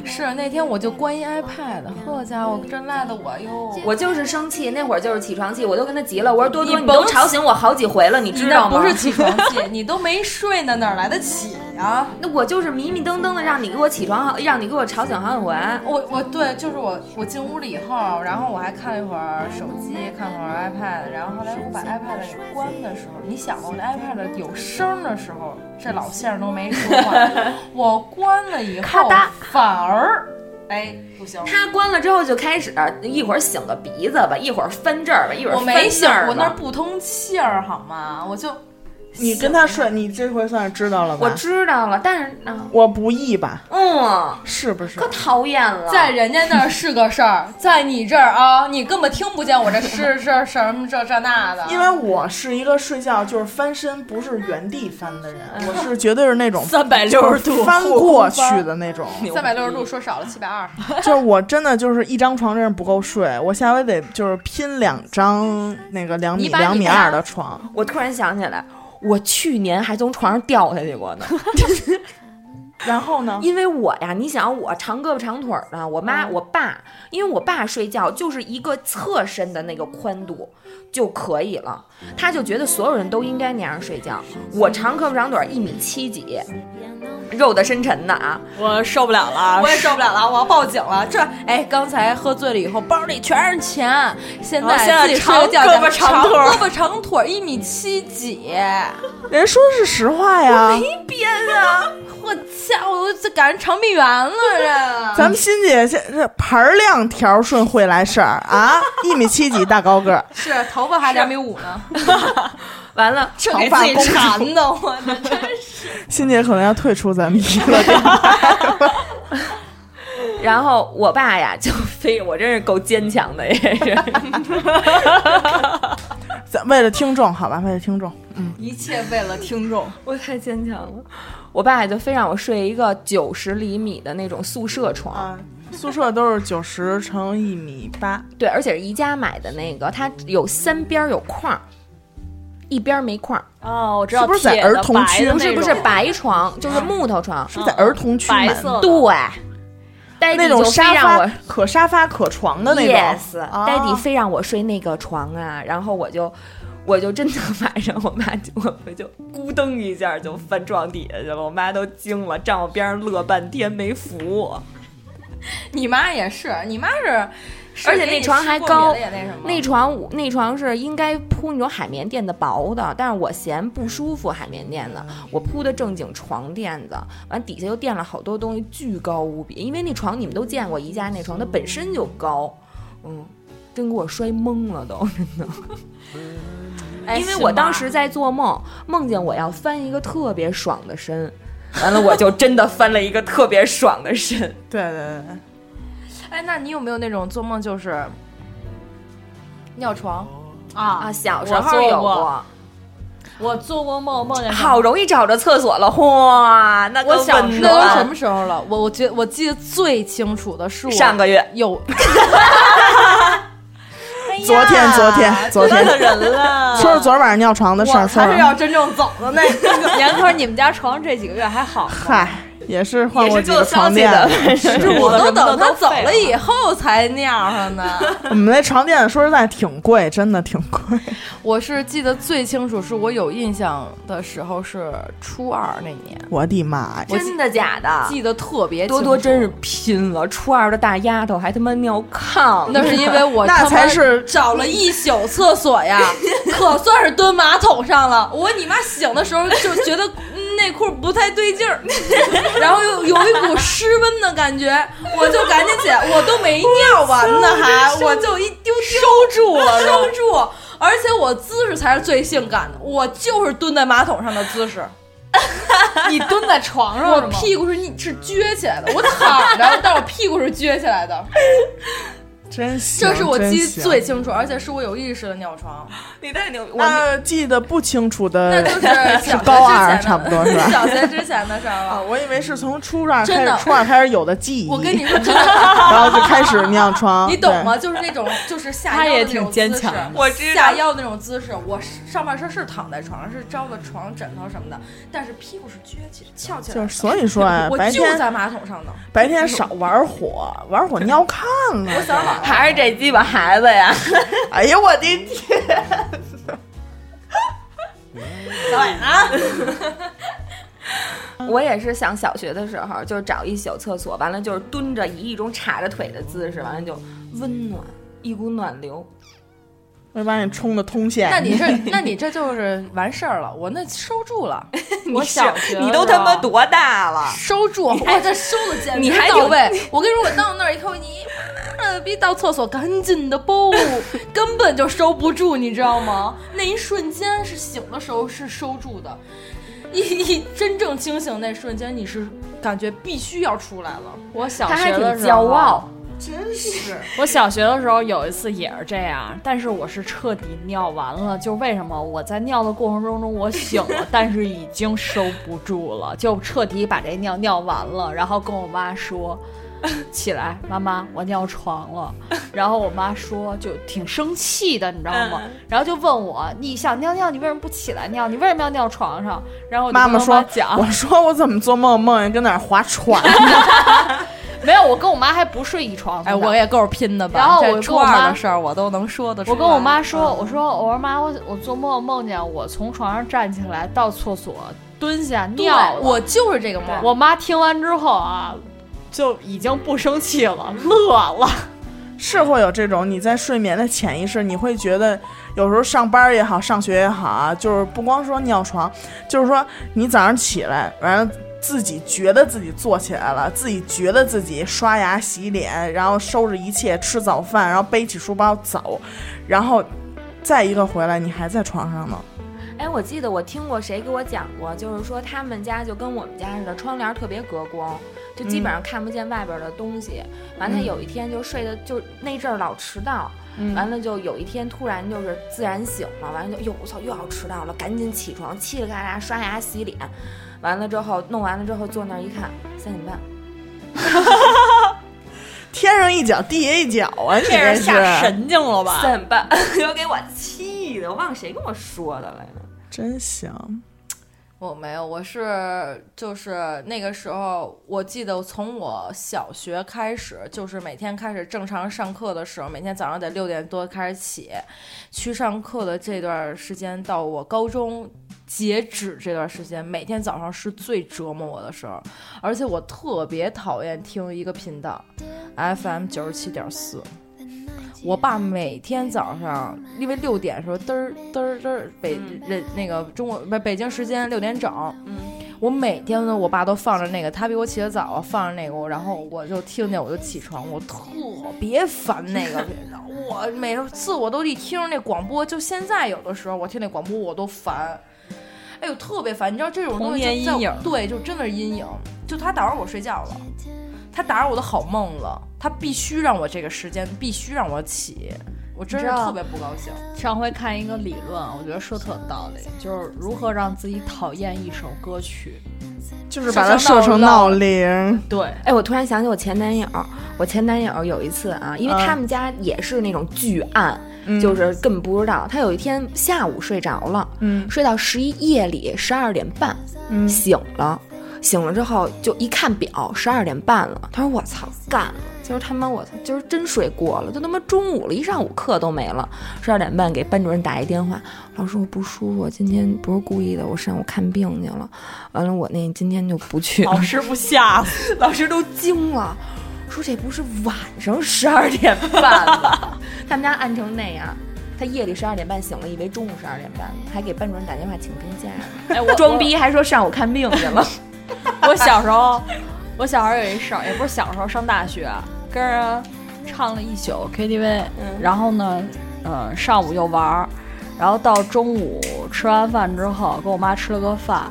Speaker 7: 是那天我就关一 iPad，好家伙，真赖的我哟！
Speaker 9: 我就是生气，那会儿就是起床气，我都跟他急了，我说多多，你都吵醒我好几回了，你知道
Speaker 7: 吗？不是起床气， 你都没睡呢，哪来的起呀、啊？
Speaker 9: 那我就是迷迷瞪瞪的，让你给我起床好，让你给我吵醒好几回。
Speaker 7: 我我对，就是我我进屋里以后，然后我还看了一会儿手机，看会儿 iPad，然后后来我把 iPad 给关的时候，你想吧，我的 iPad 有声的时候，这老线儿都没说话。 我关了以后，反而，哎，不行。
Speaker 9: 他关了之后就开始，一会儿醒个鼻子吧，一会儿翻这儿吧，一会儿
Speaker 7: 我没
Speaker 9: 醒，
Speaker 7: 我那不通气儿，好吗？我就，
Speaker 4: 你跟他睡，你这回算是知道了吧？
Speaker 9: 我知道了，但是呢，
Speaker 4: 我不易吧？
Speaker 9: 嗯，
Speaker 4: 是不是？
Speaker 9: 可讨厌了，
Speaker 7: 在人家那儿是个事儿，在你这儿啊，你根本听不见我这是是什么这这那的。
Speaker 4: 因为我是一个睡觉就是翻身不是原地翻的人，我是绝对是那种
Speaker 5: 三百六十度
Speaker 4: 翻过去的那种。
Speaker 7: 三百六十度说少了七百二。
Speaker 4: 就是我真的就是一张床真是不够睡，我下回得就是拼两张那个两米两米二的床。
Speaker 9: 我突然想起来。我去年还从床上掉下去过呢，
Speaker 4: 然后呢？
Speaker 9: 因为我呀，你想我长胳膊长腿儿呢，我妈、嗯、我爸，因为我爸睡觉就是一个侧身的那个宽度就可以了，他就觉得所有人都应该那样睡觉。我长胳膊长腿儿一米七几，肉的深沉的啊，
Speaker 5: 我受不了了，
Speaker 7: 我也受不了了，我要报警了。这哎，刚才喝醉了以后，包里全是钱，哦现在
Speaker 5: 现在
Speaker 7: 长
Speaker 5: 胳膊
Speaker 7: 长
Speaker 5: 腿，
Speaker 7: 胳膊长腿一米七几。
Speaker 4: 人说的是实话呀，
Speaker 7: 我没编啊！ 我家我都赶上长臂猿了这。
Speaker 4: 咱们欣姐这这盘儿亮条顺会来事儿啊，一米七几大高个 儿，
Speaker 7: 是头发还两米五呢。
Speaker 9: 完了，
Speaker 7: 这给自己馋的，我真是。
Speaker 4: 欣姐可能要退出咱们娱乐电台。
Speaker 9: 然后我爸呀，就非我真是够坚强的，也是。
Speaker 4: 咱为了听众，好吧，为了听众，
Speaker 7: 嗯，一切为了听 众，
Speaker 9: 我太坚强了。我爸就非让我睡一个九十厘米的那种宿舍床，啊、
Speaker 4: 宿舍都是九十乘一米八，
Speaker 9: 对，而且是宜家买的那个，它有三边有框。一边没框
Speaker 5: 哦，我知道，
Speaker 4: 不是在儿童区，
Speaker 9: 不是不是白床，就是木头床，
Speaker 4: 是在儿童区
Speaker 5: 白色
Speaker 9: 对。呆
Speaker 4: 那种沙发可沙发可床的那种哦
Speaker 9: ，yes，呆迪非让我睡那个床啊，然后我就我就真的 晚上我妈就我就咕噔一下就翻床底下去了，我妈都惊了，站我边上乐半天没扶我。
Speaker 7: 你妈也是，你妈是。
Speaker 9: 而且那床还高，
Speaker 7: 那
Speaker 9: 床那床是应该铺那种海绵垫的薄的，但是我嫌不舒服海绵垫
Speaker 7: 哦
Speaker 9: 子，我铺的正经床垫子，完底下又垫了好多东西，巨高无比。因为那床你们都见过，宜家那床它本身就高，嗯，真给我摔懵了都，真的。
Speaker 7: 哎
Speaker 4: 哎
Speaker 9: 因为我当时在做梦，梦见我要翻一个特别爽的身，完 了我就真的翻了一个特别爽的身。
Speaker 4: 对对对，
Speaker 7: 哎，那你有没有那种做梦就是尿床？
Speaker 9: 啊，
Speaker 8: 啊！
Speaker 9: 小时
Speaker 8: 我
Speaker 9: 候
Speaker 8: 做
Speaker 9: 有
Speaker 8: 过我做过梦，梦见
Speaker 9: 好容易找着厕所了，哗，那个
Speaker 7: 我小
Speaker 9: 温
Speaker 7: 那都
Speaker 9: 暖
Speaker 7: 什么时候了？我我觉我记得最清楚的是我
Speaker 9: 上个月
Speaker 7: 有
Speaker 4: 昨天昨天昨天，
Speaker 9: 人了，
Speaker 4: 说说昨儿晚上尿床的事儿，说
Speaker 8: 他是
Speaker 4: 说
Speaker 8: 要真正走的那个。严科，你们家床 这几个月还好吗？
Speaker 4: 嗨，也是换
Speaker 9: 也
Speaker 4: 过
Speaker 9: 是
Speaker 4: 几
Speaker 9: 够
Speaker 4: 个
Speaker 9: 消
Speaker 4: 床
Speaker 9: 气
Speaker 4: 垫
Speaker 9: 的
Speaker 4: 了。，
Speaker 7: 我都
Speaker 8: 什么的
Speaker 7: 等他
Speaker 8: 都
Speaker 7: 走
Speaker 8: 废
Speaker 7: 了
Speaker 8: 了
Speaker 7: 以后才尿上的。
Speaker 4: 我们那床垫说实在挺贵，真的挺贵。
Speaker 7: 我是记得最清楚，是我有印象的时候是初二那年，
Speaker 4: 我的妈呀！
Speaker 9: 真的假的？
Speaker 7: 记得特别
Speaker 9: 多
Speaker 7: 清楚。
Speaker 9: 啊多真是拼了，初二的大丫头还他妈尿炕，
Speaker 7: 那是因为我
Speaker 4: 那
Speaker 7: 他妈
Speaker 4: 才是
Speaker 7: 找了一宿厕所呀，可算是蹲马桶上了。我你妈醒的时候就觉得嗯内裤不太对劲儿，然后又有一股湿温的感觉，我就赶紧起来，我都没尿完呢还，我就一丢丢收住了，收住。而且我姿势才是最性感的，我就是蹲在马桶上的姿势。
Speaker 8: 你蹲在床上
Speaker 7: 我
Speaker 8: 是吗？
Speaker 7: 屁股是逆是撅起来的，我躺着，但我屁股是撅起来的，
Speaker 4: 真行，
Speaker 7: 这是我
Speaker 4: 真
Speaker 7: 记得
Speaker 4: 行
Speaker 7: 最清楚，而且是我有意识的尿床。
Speaker 9: 你太牛逼！我
Speaker 4: 那呃记得不清楚
Speaker 7: 那
Speaker 4: 的
Speaker 7: 就是
Speaker 4: 是
Speaker 7: 小学
Speaker 4: 高二，啊
Speaker 7: 之前的
Speaker 4: 差不多是吧？
Speaker 7: 小学之前的事儿
Speaker 4: 啊，
Speaker 7: 了。
Speaker 4: 我以为是从初二开
Speaker 7: 真的
Speaker 4: 始，初二开始有的记忆，
Speaker 7: 我跟你说，真 的，
Speaker 4: 然后就开始尿床，
Speaker 7: 你懂
Speaker 4: 对
Speaker 7: 吗？就是那种，就是下腰
Speaker 8: 他
Speaker 7: 的
Speaker 8: 也
Speaker 7: 那种
Speaker 8: 挺坚
Speaker 7: 姿势
Speaker 8: 强
Speaker 9: 我知道
Speaker 7: 下腰的那种姿势，我是上半身是躺在床上，是招的床枕头什么的，但是屁股是撅起来、翘起来
Speaker 4: 就
Speaker 7: 的。
Speaker 4: 是所以说啊，
Speaker 7: 我
Speaker 4: 白
Speaker 7: 就
Speaker 4: 天
Speaker 7: 在马 桶上呢，
Speaker 4: 白天少玩火，玩火尿炕
Speaker 7: 我
Speaker 4: 了。
Speaker 7: 想晚上
Speaker 9: 还是这鸡巴孩子呀！
Speaker 4: 哎呀，我的天！
Speaker 9: 我也是想小学的时候，就是找一宿厕所，完了就是蹲着，以一种叉着腿的姿势，完了就温暖，一股暖流。
Speaker 4: 我把你冲的通县。
Speaker 7: 那你这，那你这就是完事儿了。我那收住了，我小学
Speaker 9: 你都他妈
Speaker 7: 多。
Speaker 9: 多大了？
Speaker 7: 收住！我这收的简直
Speaker 9: 你还
Speaker 7: 到
Speaker 9: 有
Speaker 7: 位。我跟你说，我到那儿以后，你妈嗯了逼到厕所赶紧的不， 根本就收不住，你知道吗？那一瞬间是醒的时候是收住的，你你真正清醒那瞬间，你是感觉必须要出来了。
Speaker 8: 我小
Speaker 9: 他还
Speaker 7: 啊
Speaker 8: 学
Speaker 9: 挺
Speaker 8: 的时候
Speaker 9: 骄傲。
Speaker 8: 我小学的时候有一次也是这样，但是我是彻底尿完了。就为什么我在尿的过程中中我醒了，但是已经收不住了，就彻底把这尿尿完了，然后跟我妈说。起来，妈妈，我尿床了。然后我妈说，就挺生气的，你知道吗？然后就问我，你想尿尿，你为什么不起来尿？你为什么要尿床上？然后我就
Speaker 4: 妈
Speaker 8: 跟
Speaker 4: 妈
Speaker 8: 我妈
Speaker 4: 说
Speaker 8: 讲，，
Speaker 4: 我说我怎么做梦，梦见跟哪儿划船呢？
Speaker 8: 没有，我跟我妈还不睡一床。
Speaker 7: 哎，我也够拼的吧？
Speaker 8: 然后我
Speaker 7: 这
Speaker 8: 跟
Speaker 7: 初
Speaker 8: 我
Speaker 7: 二
Speaker 8: 妈
Speaker 7: 的事儿我都能说的。
Speaker 8: 我跟我妈说，我说我说妈，我我做梦梦见我从床上站起来到厕所蹲下
Speaker 7: 对
Speaker 8: 尿了
Speaker 7: 我就是这个梦。
Speaker 8: 我妈听完之后啊，就已经不生气了，乐了。
Speaker 4: 是会有这种，你在睡眠的潜意识，你会觉得有时候上班也好，上学也好啊，就是不光说尿床，就是说你早上起来，完了自己觉得自己坐起来了，自己觉得自己刷牙、洗脸，然后收拾一切，吃早饭，然后背起书包走，然后再一个回来，你还在床上呢。
Speaker 9: 哎，我记得我听过谁给我讲过，就是说他们家就跟我们家似的，窗帘特别隔光，就基本上看不见外边的东西。完了有一天就睡的就那阵儿老迟到，完了就有一天突然就是自然醒了，完了就哟我操又要迟到了，赶紧起床，嘁哩咔嚓刷牙洗脸，完了之后弄完了之后坐那儿一看三点半，
Speaker 4: 天上一脚，地下一脚啊！你这是
Speaker 8: 神经了？
Speaker 9: 三点半 又给我气的，我忘了谁跟我说的来着。
Speaker 4: 真行，
Speaker 7: 我没有，我是就是那个时候，我记得从我小学开始，就是每天开始正常上课的时候，每天早上得六点多开始起，去上课的这段时间到我高中截止这段时间，每天早上是最折磨我的时候，而且我特别讨厌听一个频道，FM 九十七点四。我爸每天早上，因为六点的时候，嘚儿嘚儿嘚儿，北人那个中国不北京时间六点整，我每天呢，我爸都放着那个，他比我起得早，啊放着那个，然后我就听见我就起床，我特别烦那个频道，我每次我都一听那广播，就现在有的时候我听那广播我都烦。哎呦特别烦。你知道这种东西
Speaker 5: 童年
Speaker 7: 就在
Speaker 5: 阴影
Speaker 7: 我对，就真的是阴影。就他打扰我睡觉了，他打扰我的好梦了，他必须让我这个时间必须让我起，我真是
Speaker 8: 你知道
Speaker 7: 特别不高兴。
Speaker 8: 上回看一个理论，我觉得说特有道理，就是如何让自己讨厌一首歌曲。
Speaker 4: 就是把它设成闹铃，
Speaker 8: 对，
Speaker 9: 哎，我突然想起我前男友，我前男友有一次啊，
Speaker 4: 嗯
Speaker 9: 因为他们家也是那种巨暗，嗯就是根本不知道。他有一天下午睡着了，
Speaker 4: 嗯
Speaker 9: 睡到十一夜里十二点半，
Speaker 4: 嗯
Speaker 9: 醒了，醒了之后就一看表，十二点半了。他说：“我操，干了！”就是他妈我就是真睡过了，都他妈中午了，一上午课都没了。十二点半给班主任打一电话，老师我不舒服，今天不是故意的，我上午看病去了。完了，我那今天就不去了。
Speaker 8: 老师不吓死，
Speaker 9: 老师都惊了，说这不是晚上十二点半吗？ 他们家暗成那样。他夜里十二点半醒了，以为中午十二点半呢，还给班主任打电话请病假呢。
Speaker 8: 哎，我
Speaker 9: 装。逼还说上午看病去了。
Speaker 8: 我小时候，我小时候有一事儿，也不是小时候，上大学跟人唱了一宿
Speaker 9: 嗯
Speaker 8: KTV，、然后呢，呃，上午又玩儿，然后到中午吃完饭之后，跟我妈吃了个饭，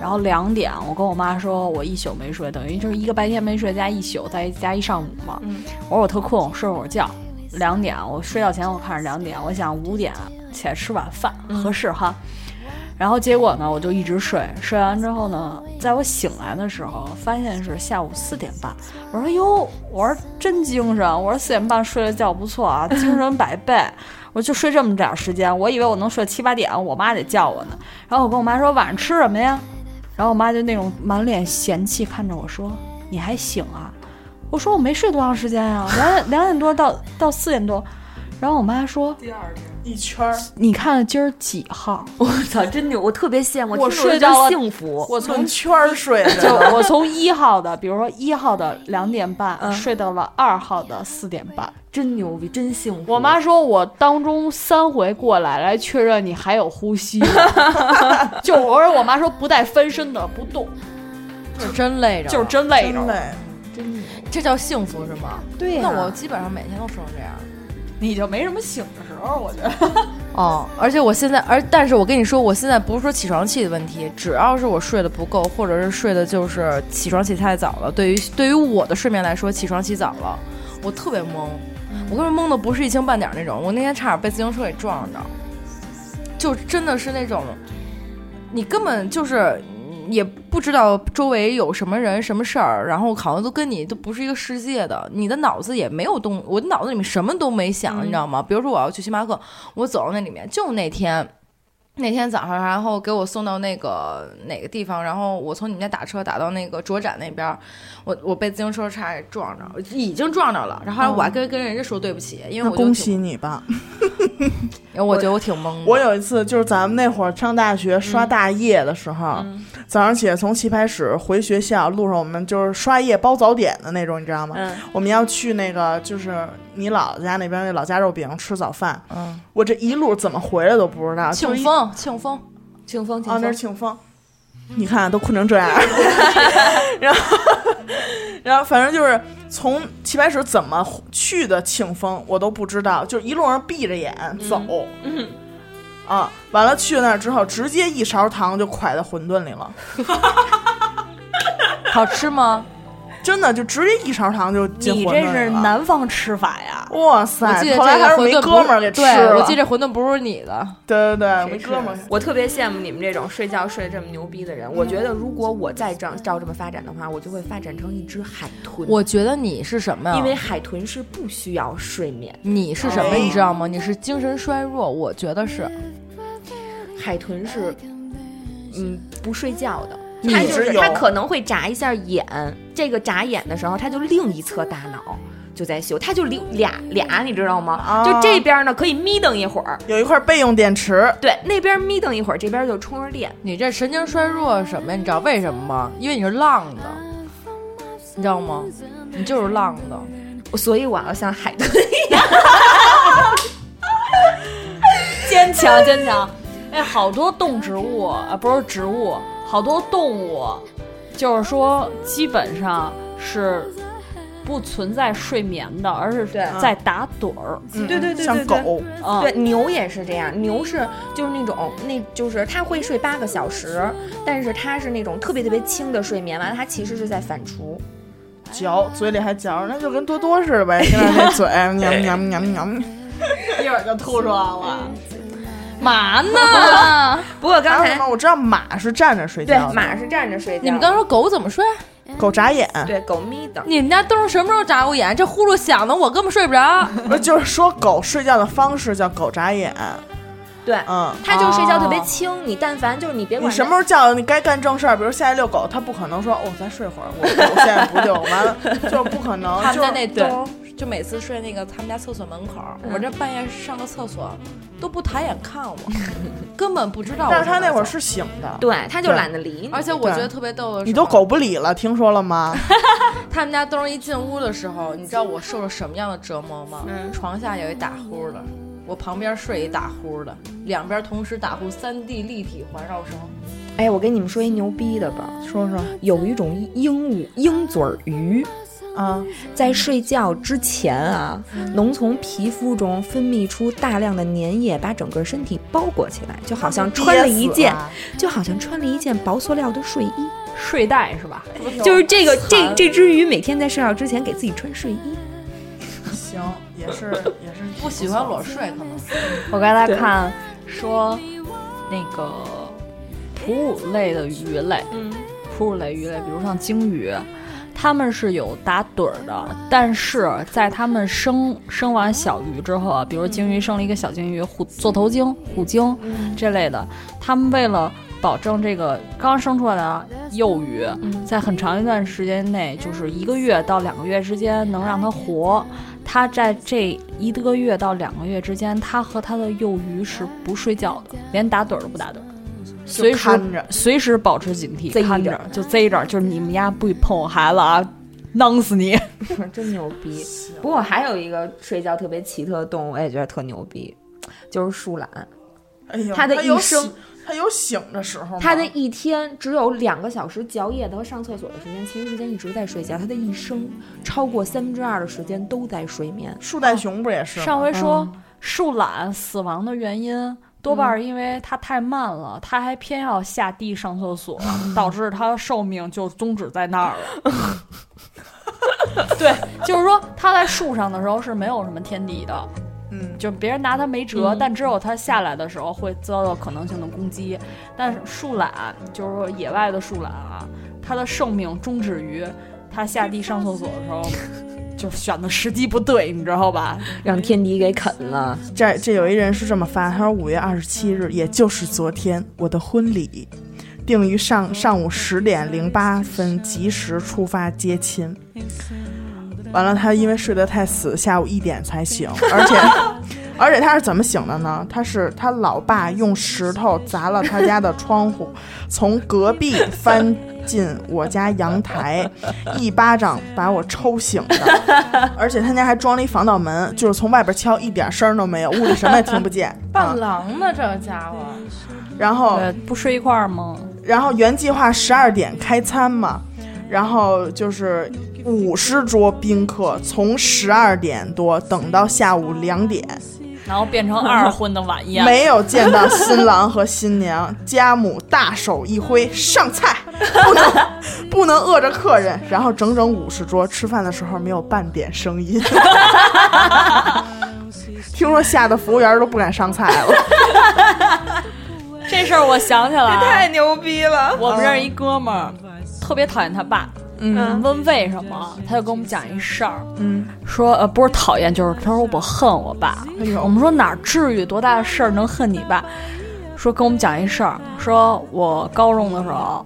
Speaker 8: 然后两点我跟我妈说我一宿没睡，等于就是一个白天没睡加一宿再加一上午嘛。我说我特困，我睡会儿觉。两点，我睡觉前我看着两点，我想五点起来吃晚饭合适哈。然后结果呢，我就一直睡，睡完之后呢，在我醒来的时候，发现是下午四点半。我说哟，我说真精神，我说四点半睡的觉不错啊，精神百倍。我就睡这么点儿时间，我以为我能睡七八点，我妈得叫我呢。然后我跟我妈说晚上吃什么呀？然后我妈就那种满脸嫌弃看着我说：“你还醒啊？”我说：“我没睡多长时间 呀、啊，两点两点多到到四点多。”然后我妈说
Speaker 4: 一圈儿。：“
Speaker 8: 你看今儿几号？”
Speaker 9: 我 操，真牛！我特别羡慕，听着
Speaker 8: 我睡
Speaker 9: 就
Speaker 8: 到了
Speaker 9: 幸福。嗯
Speaker 8: 我
Speaker 4: 从圈儿 睡
Speaker 8: 就
Speaker 4: 的，
Speaker 8: 我从一号的，比如说一号的两点半、
Speaker 9: 嗯
Speaker 8: 睡到了二号的四点半。
Speaker 9: 真牛逼，真幸福！
Speaker 8: 我妈说我当中三回过来来确认你还有呼吸，就我说我妈说不带翻身的不动，
Speaker 7: 就是真累着，
Speaker 8: 就是真累着
Speaker 4: 真。累。
Speaker 7: 这叫幸福是吗？
Speaker 9: 对
Speaker 4: 啊
Speaker 9: 呀
Speaker 7: 那我基本上每天都睡成这样。
Speaker 8: 你就没什么醒的时候，我觉得。
Speaker 7: 哦，而且我现在，而但是我跟你说，我现在不是说起床气的问题，只要是我睡得不够，或者是睡的就是起床起太早了，对于对于我的睡眠来说，起床起早了，我特别懵，我根本懵的不是一清半点儿那种，我那天差点被自行车给撞着，就真的是那种，你根本就是。也不知道周围有什么人、什么事儿，然后好像都跟你都不是一个世界的，你的脑子也没有动，我的脑子里面什么都没想，你知道吗？比如说我要去星巴克，我走到那里面，就那天，那天早上，然后给我送到那个哪个地方，然后我从你们家打车打到那个卓展那边儿，我我被自行车差点撞着，已经撞着了，然后我还跟、跟人家说对不起，因
Speaker 4: 那
Speaker 7: 为我就挺嗯
Speaker 4: 恭喜，你吧！
Speaker 7: 我觉得我挺懵的，
Speaker 4: 啊我有一次就是咱们那会儿上大学刷大夜的时候，
Speaker 7: 嗯
Speaker 4: 早上起来从棋牌室回学校路上，我们就是刷夜包早点的那种，你知道
Speaker 7: 嗯
Speaker 4: 吗？
Speaker 9: 嗯
Speaker 4: 我们要去那个就是你姥姥家那边那老家肉饼吃早饭。
Speaker 7: 嗯，
Speaker 4: 我这一路怎么回来都不知道。就
Speaker 7: 庆
Speaker 4: 一
Speaker 7: 丰，庆丰，
Speaker 9: 庆丰，庆
Speaker 4: 啊，那
Speaker 9: 丰
Speaker 4: 是，庆丰。你看啊都困成这样，然后然后反正就是从棋牌室怎么去的庆丰，我都不知道，就一路上闭着眼走。啊，完了去那儿之后，直接一勺糖就蒯在馄饨里了，
Speaker 7: 好吃吗？
Speaker 4: 真的就直接一勺糖就进
Speaker 8: 你
Speaker 4: 馄饨
Speaker 8: 这
Speaker 4: 里
Speaker 8: 是
Speaker 4: 了
Speaker 8: 南方吃法呀？
Speaker 4: 哇
Speaker 7: 我
Speaker 4: 塞
Speaker 7: 记得！
Speaker 4: 哎
Speaker 7: 这
Speaker 4: 后来
Speaker 7: 个
Speaker 4: 还是
Speaker 7: 馄
Speaker 4: 没
Speaker 7: 饨
Speaker 4: 哥
Speaker 7: 不
Speaker 4: 们儿
Speaker 7: 是
Speaker 4: 给吃
Speaker 7: 对，
Speaker 4: 了，
Speaker 7: 我记得这馄饨不是你的，
Speaker 4: 对对对，没哥们儿。
Speaker 9: 我特别羡慕你们这种睡觉睡得这么牛逼的人。我觉得如果我再这样照这么发展的话，我就会发展成一只海豚。
Speaker 7: 我觉得你是什么呀？
Speaker 9: 因为海豚是不需要睡眠，
Speaker 7: 你是什么，
Speaker 4: 哎
Speaker 7: 你知道吗？你是精神衰弱，我觉得是。
Speaker 9: 海豚是嗯不睡觉的。
Speaker 4: 你
Speaker 9: 它就是
Speaker 4: 只有
Speaker 9: 它可能会眨一下眼，这个眨眼的时候，它就另一侧大脑就在休，它就留俩俩，你知道吗？
Speaker 4: 啊
Speaker 9: 就这边呢可以眯瞪一会儿，
Speaker 4: 有一块备用电池，
Speaker 9: 对，那边眯瞪一会儿，这边就充着电。
Speaker 7: 你这神经衰弱是什么呀？你知道为什么吗？因为你是浪的，你知道吗？你就是浪的。
Speaker 9: 所以我要像海豚一样，
Speaker 8: 坚强，坚强。哎，好多动植物啊，不是植物，好多动物，就是说基本上是不存在睡眠的，而是在打盹儿。
Speaker 4: 嗯
Speaker 9: 对对对
Speaker 4: 像
Speaker 9: 对对
Speaker 4: 狗，
Speaker 8: 嗯，
Speaker 9: 对，牛也是这样，牛是就是那种，那就是它会睡八个小时，但是它是那种特别特别轻的睡眠，完了它其实是在反刍。
Speaker 4: 嚼，嘴里还嚼，那就跟多多似的 呗，现在那嘴，喵喵喵喵喵。
Speaker 8: 一会儿就吐出来了。嘛呢？
Speaker 9: 不过
Speaker 4: 还
Speaker 9: 刚
Speaker 4: 有
Speaker 9: 才
Speaker 4: 什么？我知道马是站着睡
Speaker 9: 对
Speaker 4: 觉的，
Speaker 9: 马是站着睡觉的，
Speaker 7: 你 们刚说狗怎么睡？
Speaker 4: 狗眨眼，
Speaker 9: 对狗眯的，
Speaker 7: 你们家都是什么时候眨过眼？这呼噜响的，我根本睡不着。
Speaker 4: 不是就是说狗睡觉的方式叫狗眨眼，
Speaker 9: 对，
Speaker 4: 嗯。
Speaker 9: 它就是睡觉特别轻，你但凡哦就是你别
Speaker 4: 你
Speaker 9: 管
Speaker 4: 什么时
Speaker 9: 候
Speaker 4: 候叫你该干正事儿，比如现在遛狗，它不可能说哦，咱睡会儿，我 我现在不遛，完了就不可能。
Speaker 7: 他们
Speaker 4: 就
Speaker 7: 家那兜，就每次睡那个他们家厕所门口，
Speaker 4: 嗯
Speaker 7: 我这半夜上个厕所都不抬眼看 我，根本不知道。
Speaker 4: 但是它那会儿，是醒的，
Speaker 9: 对，它就懒得理你。
Speaker 7: 而且我觉得特别逗的是，
Speaker 4: 你都狗不理了，听说了吗？
Speaker 7: 他们家灯儿一进屋的时候，你知道我受了什么样的折磨吗？床下有一打呼的，我旁边睡一打呼的，两边同时打呼，三 D 立体环绕声。
Speaker 9: 哎，我跟你们说一牛逼的吧，
Speaker 4: 说说
Speaker 9: 有一种鹦鹉鹰嘴儿鱼，
Speaker 4: 啊，
Speaker 9: 在睡觉之前啊，能从皮肤中分泌出大量的粘液，把整个身体包裹起来，就好像穿了一件，就好像穿了一件薄塑料的睡衣。
Speaker 8: 睡袋是吧？哦
Speaker 9: 就是这个这这只鱼每天在睡觉之前给自己穿睡衣。
Speaker 4: 行，也是也是
Speaker 7: 不喜欢裸睡，可能
Speaker 8: 我刚才看说那个哺乳类的鱼类，嗯，哺乳类鱼类，比如像鲸鱼，它们是有打盹儿的，但是在它们生生完小鱼之后啊，比如鲸鱼生了一个小鲸鱼，虎座头鲸、虎鲸这类的，它们为了保证这个刚生出来的幼鱼
Speaker 4: 嗯
Speaker 8: 在很长一段时间内，就是一个月到两个月之间能让它活，它在这一个月到两个月之间，它和它的幼鱼是不睡觉的，连打盹儿都不打盹儿，随时
Speaker 4: 看着
Speaker 8: 随时保持警惕，
Speaker 9: 贼
Speaker 8: 看
Speaker 9: 着
Speaker 8: 着就贼着，就是你们家不许碰我孩子啊，弄死你！
Speaker 9: 真牛逼！不过还有一个睡觉特别奇特的动物，我也觉得特牛逼，就是树懒。
Speaker 4: 哎呦，
Speaker 9: 它的
Speaker 4: 有
Speaker 9: 一生
Speaker 4: 醒，它有醒的时候吗，
Speaker 9: 它的一天只有两个小时嚼叶子和上厕所的时间，其实时间一直在睡觉。它的一生超过三分之二的时间都在睡眠。
Speaker 4: 树袋熊不也是吗？
Speaker 8: 上回说、树懒死亡的原因。多半是因为它太慢了，它还偏要下地上厕所，导致它寿命就终止在那儿了。对，就是说它在树上的时候是没有什么天敌的，
Speaker 4: 嗯，
Speaker 8: 就别人拿它没辙，但只有它下来的时候会遭到可能性的攻击。但是树懒，就是说野外的树懒啊，它的寿命终止于它下地上厕所的时候，就选的时机不对，你知道吧？
Speaker 9: 让天敌给啃了。
Speaker 4: 这这有一人是这么发，他说五月二十七日，也就是昨天，我的婚礼定于上上午十点零八分及时出发接亲。完了，他因为睡得太死，下午一点才醒，而且而且他是怎么醒的呢？他是他老爸用石头砸了他家的窗户，从隔壁翻进我家阳台，一巴掌把我抽醒的。而且他家还装了一防盗门，就是从外边敲一点声儿都没有，屋里什么也听不见。
Speaker 7: 伴
Speaker 4: 啊、
Speaker 7: 郎呢，这家伙。
Speaker 4: 然后，
Speaker 8: 呃，不睡一块儿吗？
Speaker 4: 然后原计划十二点开餐嘛，然后就是五十桌宾客，从十二点多等到下午两点，
Speaker 8: 然后变成二婚的晚 宴，
Speaker 4: 没有见到新郎和新娘，家母大手一挥，上菜，不能 不能饿着客人。然后整整五十桌，吃饭的时候没有半点声音。 听说吓得服务员都不敢上菜了。
Speaker 8: 这事儿我想起来了，
Speaker 9: 太牛逼了！
Speaker 8: 我们认识一哥们儿，特别讨厌他爸。嗯，问为什么，他就跟我们讲一事儿。嗯，说呃不是讨厌，就是他说我恨我爸。哎我们说哪儿至于多大的事儿能恨你爸？说跟我们讲一事儿，说我高中的时候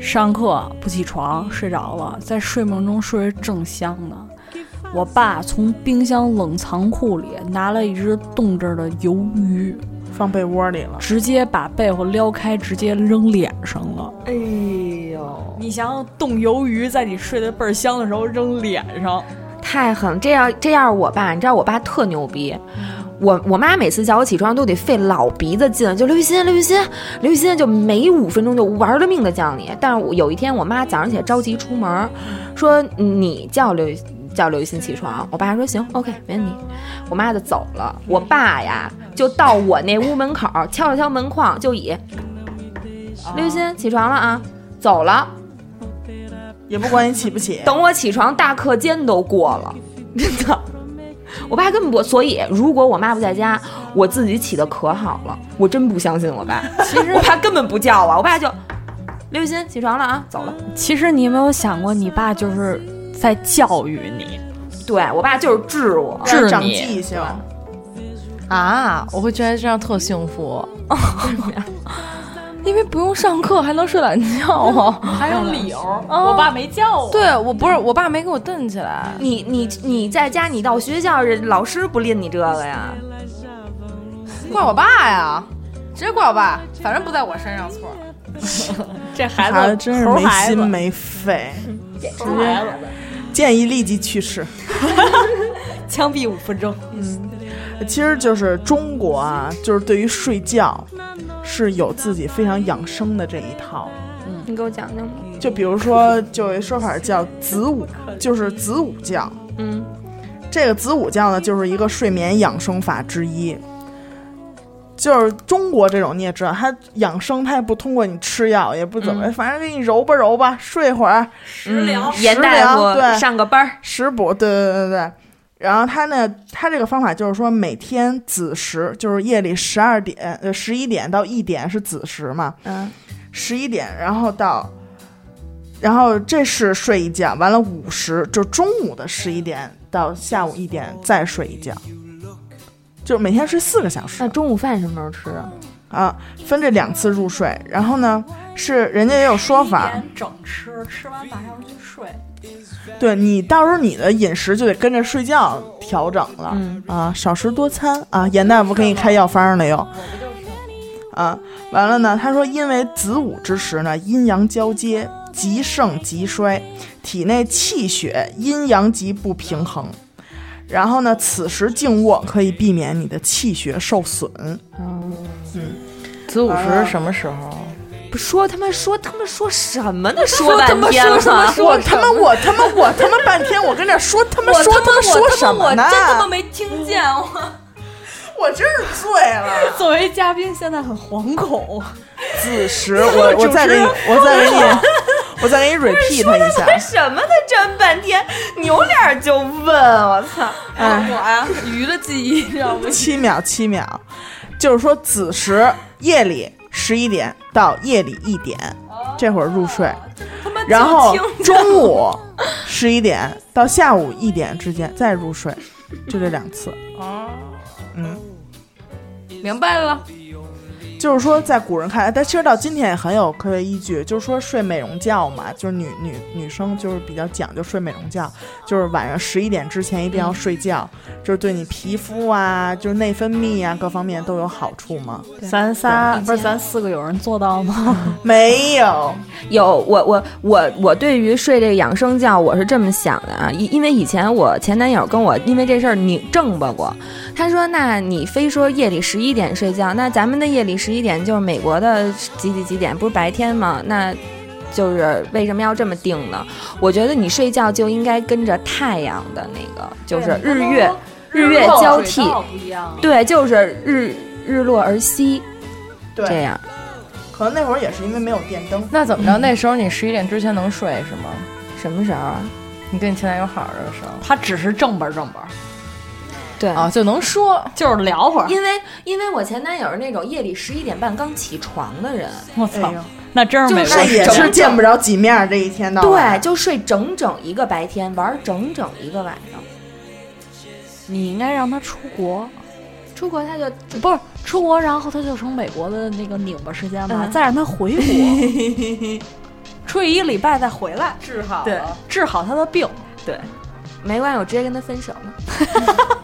Speaker 8: 上课不起床睡着了，在睡梦中睡得正香呢。我爸从冰箱冷藏库里拿了一只冻着的鱿鱼，
Speaker 4: 放被窝里了。
Speaker 8: 直接把被窝撩开，直接扔脸上了。
Speaker 9: 哎呦，
Speaker 8: 你想想，冻鱿鱼在你睡得倍儿香的时候扔脸上，
Speaker 9: 太狠！这要这要是我爸，你知道我爸特牛逼。我我妈每次叫我起床都得费老鼻子劲，就刘雨欣，刘雨欣，刘雨欣，就每五分钟就玩了命的叫你。但是我有一天，我妈早上起来着急出门，说你叫刘雨叫刘雨欣起床，我爸说行，OK，没问题。我妈就走了，我爸呀就到我那屋门口敲了敲门框，就以刘雨欣起床了啊，走了，
Speaker 4: 也不管你起不起。
Speaker 9: 等我起床，大课间都过了，真的。我爸根本不，所以如果我妈不在家，我自己起的可好了。我真不相信我爸，其实我爸根本不叫啊，我爸就刘雨欣起床了啊，走了。
Speaker 5: 其实你有没有想过，你爸就是在教育你？
Speaker 9: 对我爸就是治我，
Speaker 5: 治
Speaker 4: 长
Speaker 5: 你
Speaker 4: 记性。
Speaker 7: 啊，我会觉得这样特幸福，因为不用上课还能睡懒觉啊。
Speaker 8: 还有理由，
Speaker 5: 哦
Speaker 8: 我爸没叫我。
Speaker 7: 对我不是，我爸没给我蹬起来。
Speaker 9: 你你你在家，你到学校，人老师不吝你这个呀？
Speaker 7: 怪我爸呀，直接怪我爸，反正不在我身上错。
Speaker 8: 这孩
Speaker 4: 孩
Speaker 8: 子
Speaker 4: 子真是
Speaker 8: 猴
Speaker 4: 没
Speaker 8: 孩
Speaker 4: 心
Speaker 8: 子
Speaker 4: 没肺，
Speaker 8: 猴孩子
Speaker 4: 建议立即去世。
Speaker 8: 枪毙五分钟。
Speaker 4: 嗯其实就是中国啊，就是对于睡觉是有自己非常养生的这一套。
Speaker 9: 嗯你给我讲讲吧。
Speaker 4: 就比如说，就有一说法叫子午，就是子午觉。
Speaker 9: 嗯，
Speaker 4: 这个子午觉呢，就是一个睡眠养生法之一。就是中国这种你也知道，它养生它也不通过你吃药，也不怎
Speaker 8: 嗯
Speaker 4: 么，反正给你揉吧揉吧，睡会儿，
Speaker 9: 食疗，
Speaker 4: 食
Speaker 9: 严大
Speaker 4: 疗对
Speaker 9: 夫上个班儿，
Speaker 4: 食补，对对对对。然后他呢，他这个方法就是说，每天子时，就是夜里十二点，呃，十一点到一点是子时嘛，
Speaker 9: 嗯，
Speaker 4: 十一点，然后到，然后这是睡一觉，完了午时就中午的十一点到下午一点再睡一觉，就每天睡四个小时。
Speaker 5: 那中午饭什么时候吃啊？
Speaker 4: 啊，分这两次入睡。然后呢，是人家也有说法，
Speaker 8: 整吃，吃完马上去睡。
Speaker 4: 对你到时候你的饮食就得跟着睡觉调整了、啊，少食多餐啊。严大夫给你开药方了又。啊，完了呢，他说因为子午之时呢，阴阳交接，极盛极衰，体内气血阴阳极不平衡。然后呢，此时静卧可以避免你的气血受损。
Speaker 7: 子午时什么时候？
Speaker 9: 不说他妈说他妈说什么呢？说半天了，
Speaker 4: 我他妈我他妈我他妈半天我跟这说他妈说他妈说什么呢？
Speaker 8: 没听见。 我
Speaker 4: 我真是醉了。
Speaker 8: 作为嘉宾，现在很惶恐。
Speaker 4: 子 时，我我再给你，我再给你，我再给你 repeat 一下。
Speaker 9: 什么呢？站半天，扭脸就问，我操！
Speaker 4: 哎，
Speaker 8: 呀，鱼的记忆让我
Speaker 4: 七秒七秒，就是说子时夜里十一点到夜里一点这会儿入睡，
Speaker 8: 他妈
Speaker 4: 然后
Speaker 8: 就听
Speaker 4: 中午十一点到下午一点之间再入睡，就这两次。
Speaker 8: 明白了，
Speaker 4: 就是说，在古人看来，但其实到今天也很有科学依据。就是说，睡美容觉嘛，就是女女女生就是比较讲究睡美容觉，就是晚上十一点之前一定要睡觉，就是对你皮肤啊，就是内分泌啊各方面都有好处嘛。
Speaker 5: 咱仨不是咱四个有人做到吗？
Speaker 4: 没有，
Speaker 9: 有我我我我对于睡这个养生觉，我是这么想的啊，因因为以前我前男友跟我因为这事儿拧正吧过，他说那你非说夜里十一点睡觉，那咱们的夜里十一点就是美国的几几几点，不是白天吗？那就是为什么要这么定呢？我觉得你睡觉就应该跟着太阳的那个，就是日月日月交替，
Speaker 8: 不一样。
Speaker 9: 对，就是日日落而息这
Speaker 4: 对，
Speaker 9: 样。
Speaker 4: 可能那会儿也是因为没有电灯。
Speaker 7: 那怎么着？那时候你十一点之前能睡是吗？
Speaker 9: 什么时候啊？
Speaker 7: 你跟你前男友好着的时候
Speaker 8: 他只是正本正本，
Speaker 9: 对
Speaker 7: 啊，就能说
Speaker 8: 就是聊
Speaker 5: 哎
Speaker 8: 会儿。
Speaker 9: 因为因为我前男友是那种夜里十一点半刚起床的人，
Speaker 8: 我
Speaker 4: 哎
Speaker 8: 操
Speaker 4: 呦，，
Speaker 8: 那真是美国
Speaker 4: 那也
Speaker 8: 整
Speaker 4: 是见不着几面儿，这一天到
Speaker 9: 对，
Speaker 4: 晚。
Speaker 9: 就睡整整一个白天，玩整整一个晚上。
Speaker 5: 你应该让他出国，
Speaker 9: 出国他就
Speaker 5: 不是出国，然后他就成美国的那个拧巴时间吧，
Speaker 9: 嗯
Speaker 5: 再让他回国， 出去一个礼拜再回来，
Speaker 8: 治好
Speaker 5: 对
Speaker 8: 了，，
Speaker 5: 治好他的病。
Speaker 9: 没关系，我直接跟他分手了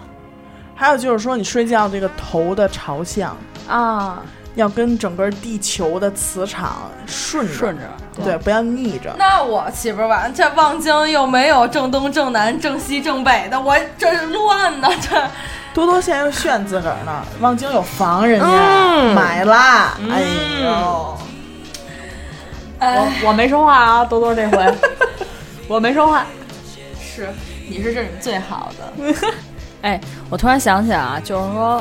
Speaker 4: 还有就是说，你睡觉这个头的朝向
Speaker 9: 啊、
Speaker 4: 要跟整个地球的磁场顺着，
Speaker 8: 顺着。
Speaker 4: 对，不要逆着。
Speaker 7: 那我媳妇儿吧，这望京又没有正东、正南、正西、正北的，我这乱呢，这
Speaker 4: 多多现在又炫自个儿呢，望京有房，人家、
Speaker 9: 嗯
Speaker 4: 买啦，哎呦，
Speaker 8: 我我没说话啊，多多这回我没说话。
Speaker 7: 是，你是这里最好的。
Speaker 5: 哎，我突然想起来啊，就是说，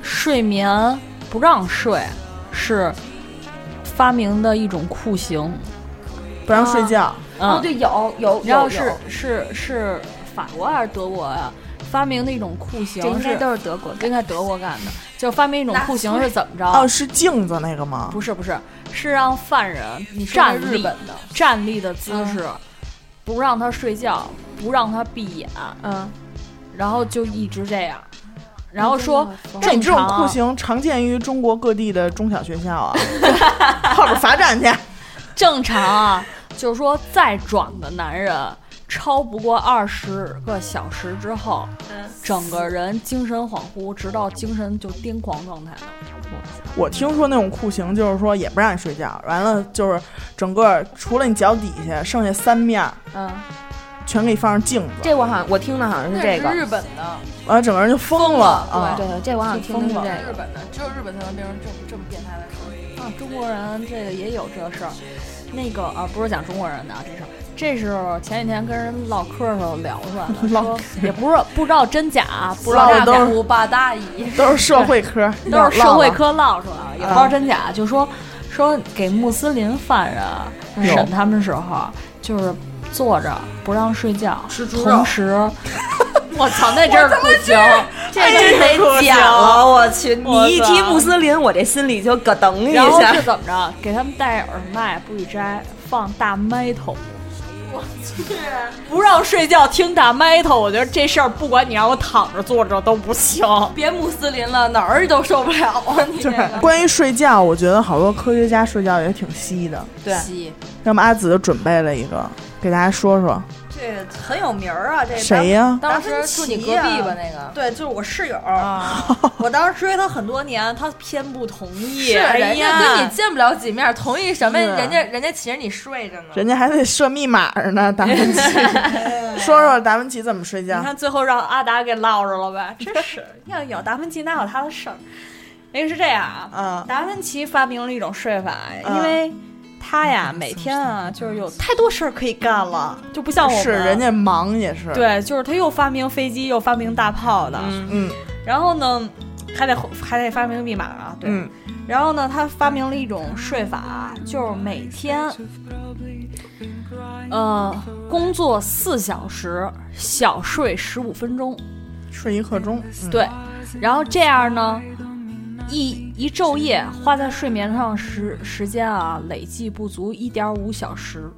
Speaker 5: 睡眠不让睡是发明的一种酷刑。
Speaker 4: 不让睡觉，
Speaker 5: 嗯，
Speaker 7: 哦，对，有有
Speaker 5: 你知道
Speaker 7: 有
Speaker 5: 是是是法国还是德国呀、发明的一种酷刑
Speaker 9: 这应该
Speaker 5: 是
Speaker 9: 都是德国
Speaker 5: 应该德国干的，就发明一种酷刑是怎么着？
Speaker 4: 哦，是镜子那个吗？
Speaker 5: 不是不是，是让犯人
Speaker 7: 你说的
Speaker 5: 站
Speaker 7: 日
Speaker 5: 立
Speaker 7: 本的，
Speaker 5: 站立的姿势，不让他睡觉，不让他闭眼，
Speaker 7: 嗯，
Speaker 5: 然后就一直这样，然后说
Speaker 4: 那哎
Speaker 5: 正
Speaker 4: 你这种
Speaker 5: 常啊
Speaker 4: 酷刑常见于中国各地的中小学校啊， 靠着罚站去。
Speaker 5: 正常啊，就是说再壮的男人，超不过二十个小时之后，整个人精神恍惚，直到精神就癫狂状态了。
Speaker 4: 我听说那种酷刑就是说也不让你睡觉，完了就是整个除了你脚底下，剩下三面儿
Speaker 7: 嗯，
Speaker 4: 全给你放上镜子，
Speaker 9: 这我好像我听的好像是
Speaker 7: 那
Speaker 9: 这
Speaker 7: 是
Speaker 9: 个，
Speaker 7: 日本的，
Speaker 4: 完了整个人就疯了啊！
Speaker 9: 对，这我好像
Speaker 7: 就
Speaker 9: 听的是
Speaker 7: 疯了
Speaker 9: 这
Speaker 7: 日
Speaker 9: 个。
Speaker 7: 本的，只有日本才能变成这么这么变态的事儿。
Speaker 5: 啊，中国人这个也有这事儿。那个啊，不是讲中国人的啊，这事儿，这是前几天跟人唠嗑的时候聊出来 的，说也不是不知道真假啊，不知道
Speaker 4: 唠
Speaker 5: 真
Speaker 4: 的
Speaker 5: 假
Speaker 4: 都是
Speaker 7: 五八大姨，
Speaker 4: 都是社会 科，
Speaker 5: 都是社
Speaker 4: 唠啊
Speaker 5: 会
Speaker 4: 了
Speaker 5: 科唠出来的，也不知道真假，就说说给穆斯林犯人审他们时候，就是坐着不让睡觉，同时，我操，那真是不行，
Speaker 7: 这真得讲了，我去！你一提穆斯，
Speaker 9: 斯林，我这心里就咯噔
Speaker 5: 然后是怎么着？给他们戴耳麦，不许摘，放大麦头。我去，不让睡觉听大麦头，我觉得这事儿不管你让我躺着坐着都不行。
Speaker 7: 别穆斯林了，哪儿都受不了啊！你这个
Speaker 4: 关于睡觉，我觉得好多科学家睡觉也挺稀的。
Speaker 7: 对，
Speaker 4: 那么阿紫就准备了一个，给大家说说
Speaker 11: 这个很有名儿啊，这个
Speaker 4: 谁呀、
Speaker 7: 当时住你隔壁吧
Speaker 11: 达芬奇啊
Speaker 7: 那个。
Speaker 11: 对，就是我室友，
Speaker 7: 啊，
Speaker 11: 我当时追他很多年，他偏不同意。
Speaker 7: 是
Speaker 11: 哎
Speaker 7: 人家跟
Speaker 11: 呀
Speaker 7: 你，见不了几面，同意什么？
Speaker 4: 是
Speaker 7: 人家人家其实你睡着呢。
Speaker 4: 人家还得设密码呢，达芬 奇。说说达芬奇怎么睡觉
Speaker 5: 你？看最后让阿达给落着了呗，真是要有达芬奇哪有他的事儿？那个是这样啊，
Speaker 4: 嗯
Speaker 5: 达芬奇发明了一种睡法，
Speaker 4: 嗯
Speaker 5: 因为他呀每天啊就是有太多事儿可以干了，就不像我们啊
Speaker 4: 是人家忙也是。，
Speaker 5: 对，就是他又发明飞机又发明大炮的，
Speaker 4: 嗯
Speaker 5: 然后呢还得还得发明密码啊，对，
Speaker 4: 嗯，
Speaker 5: 然后呢他发明了一种睡法，就是每天。呃，工作四小时，小睡十五分钟，
Speaker 4: 睡一刻钟。嗯、
Speaker 5: 对，然后这样呢，一一昼夜花在睡眠上时时间啊，累计不足一点五小时。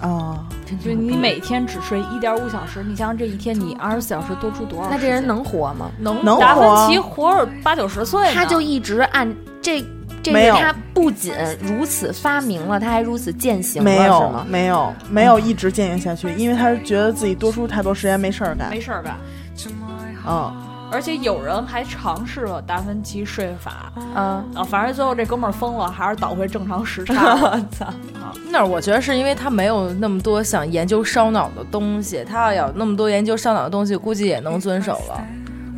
Speaker 4: 啊，
Speaker 5: 就你每天只睡一点五小时，你想想这一天你二十四小时多出多少
Speaker 9: 那
Speaker 5: 时间？
Speaker 9: 这人能活吗？
Speaker 5: 能
Speaker 4: 能
Speaker 5: 达
Speaker 4: 活
Speaker 5: 芬奇活着八九十岁呢，
Speaker 9: 他就一直按这这
Speaker 4: 没
Speaker 9: 个，
Speaker 4: 有
Speaker 9: 他不仅如此发明了，他还如此践行了，
Speaker 4: 没
Speaker 9: 是
Speaker 4: 有
Speaker 9: 吗？
Speaker 4: 没有没有一直践行下去，因为他觉得自己多出太多时间没事儿干
Speaker 5: 没。事儿干。
Speaker 4: 嗯，
Speaker 5: 而且有人还尝试了达芬奇睡法
Speaker 9: 嗯，
Speaker 5: 啊，反正最后这哥们儿疯了，还是倒回正常时差了。
Speaker 7: 那我觉得是因为他没有那么多想研究烧脑的东西，他要有那么多研究烧脑的东西，估计也能遵守了。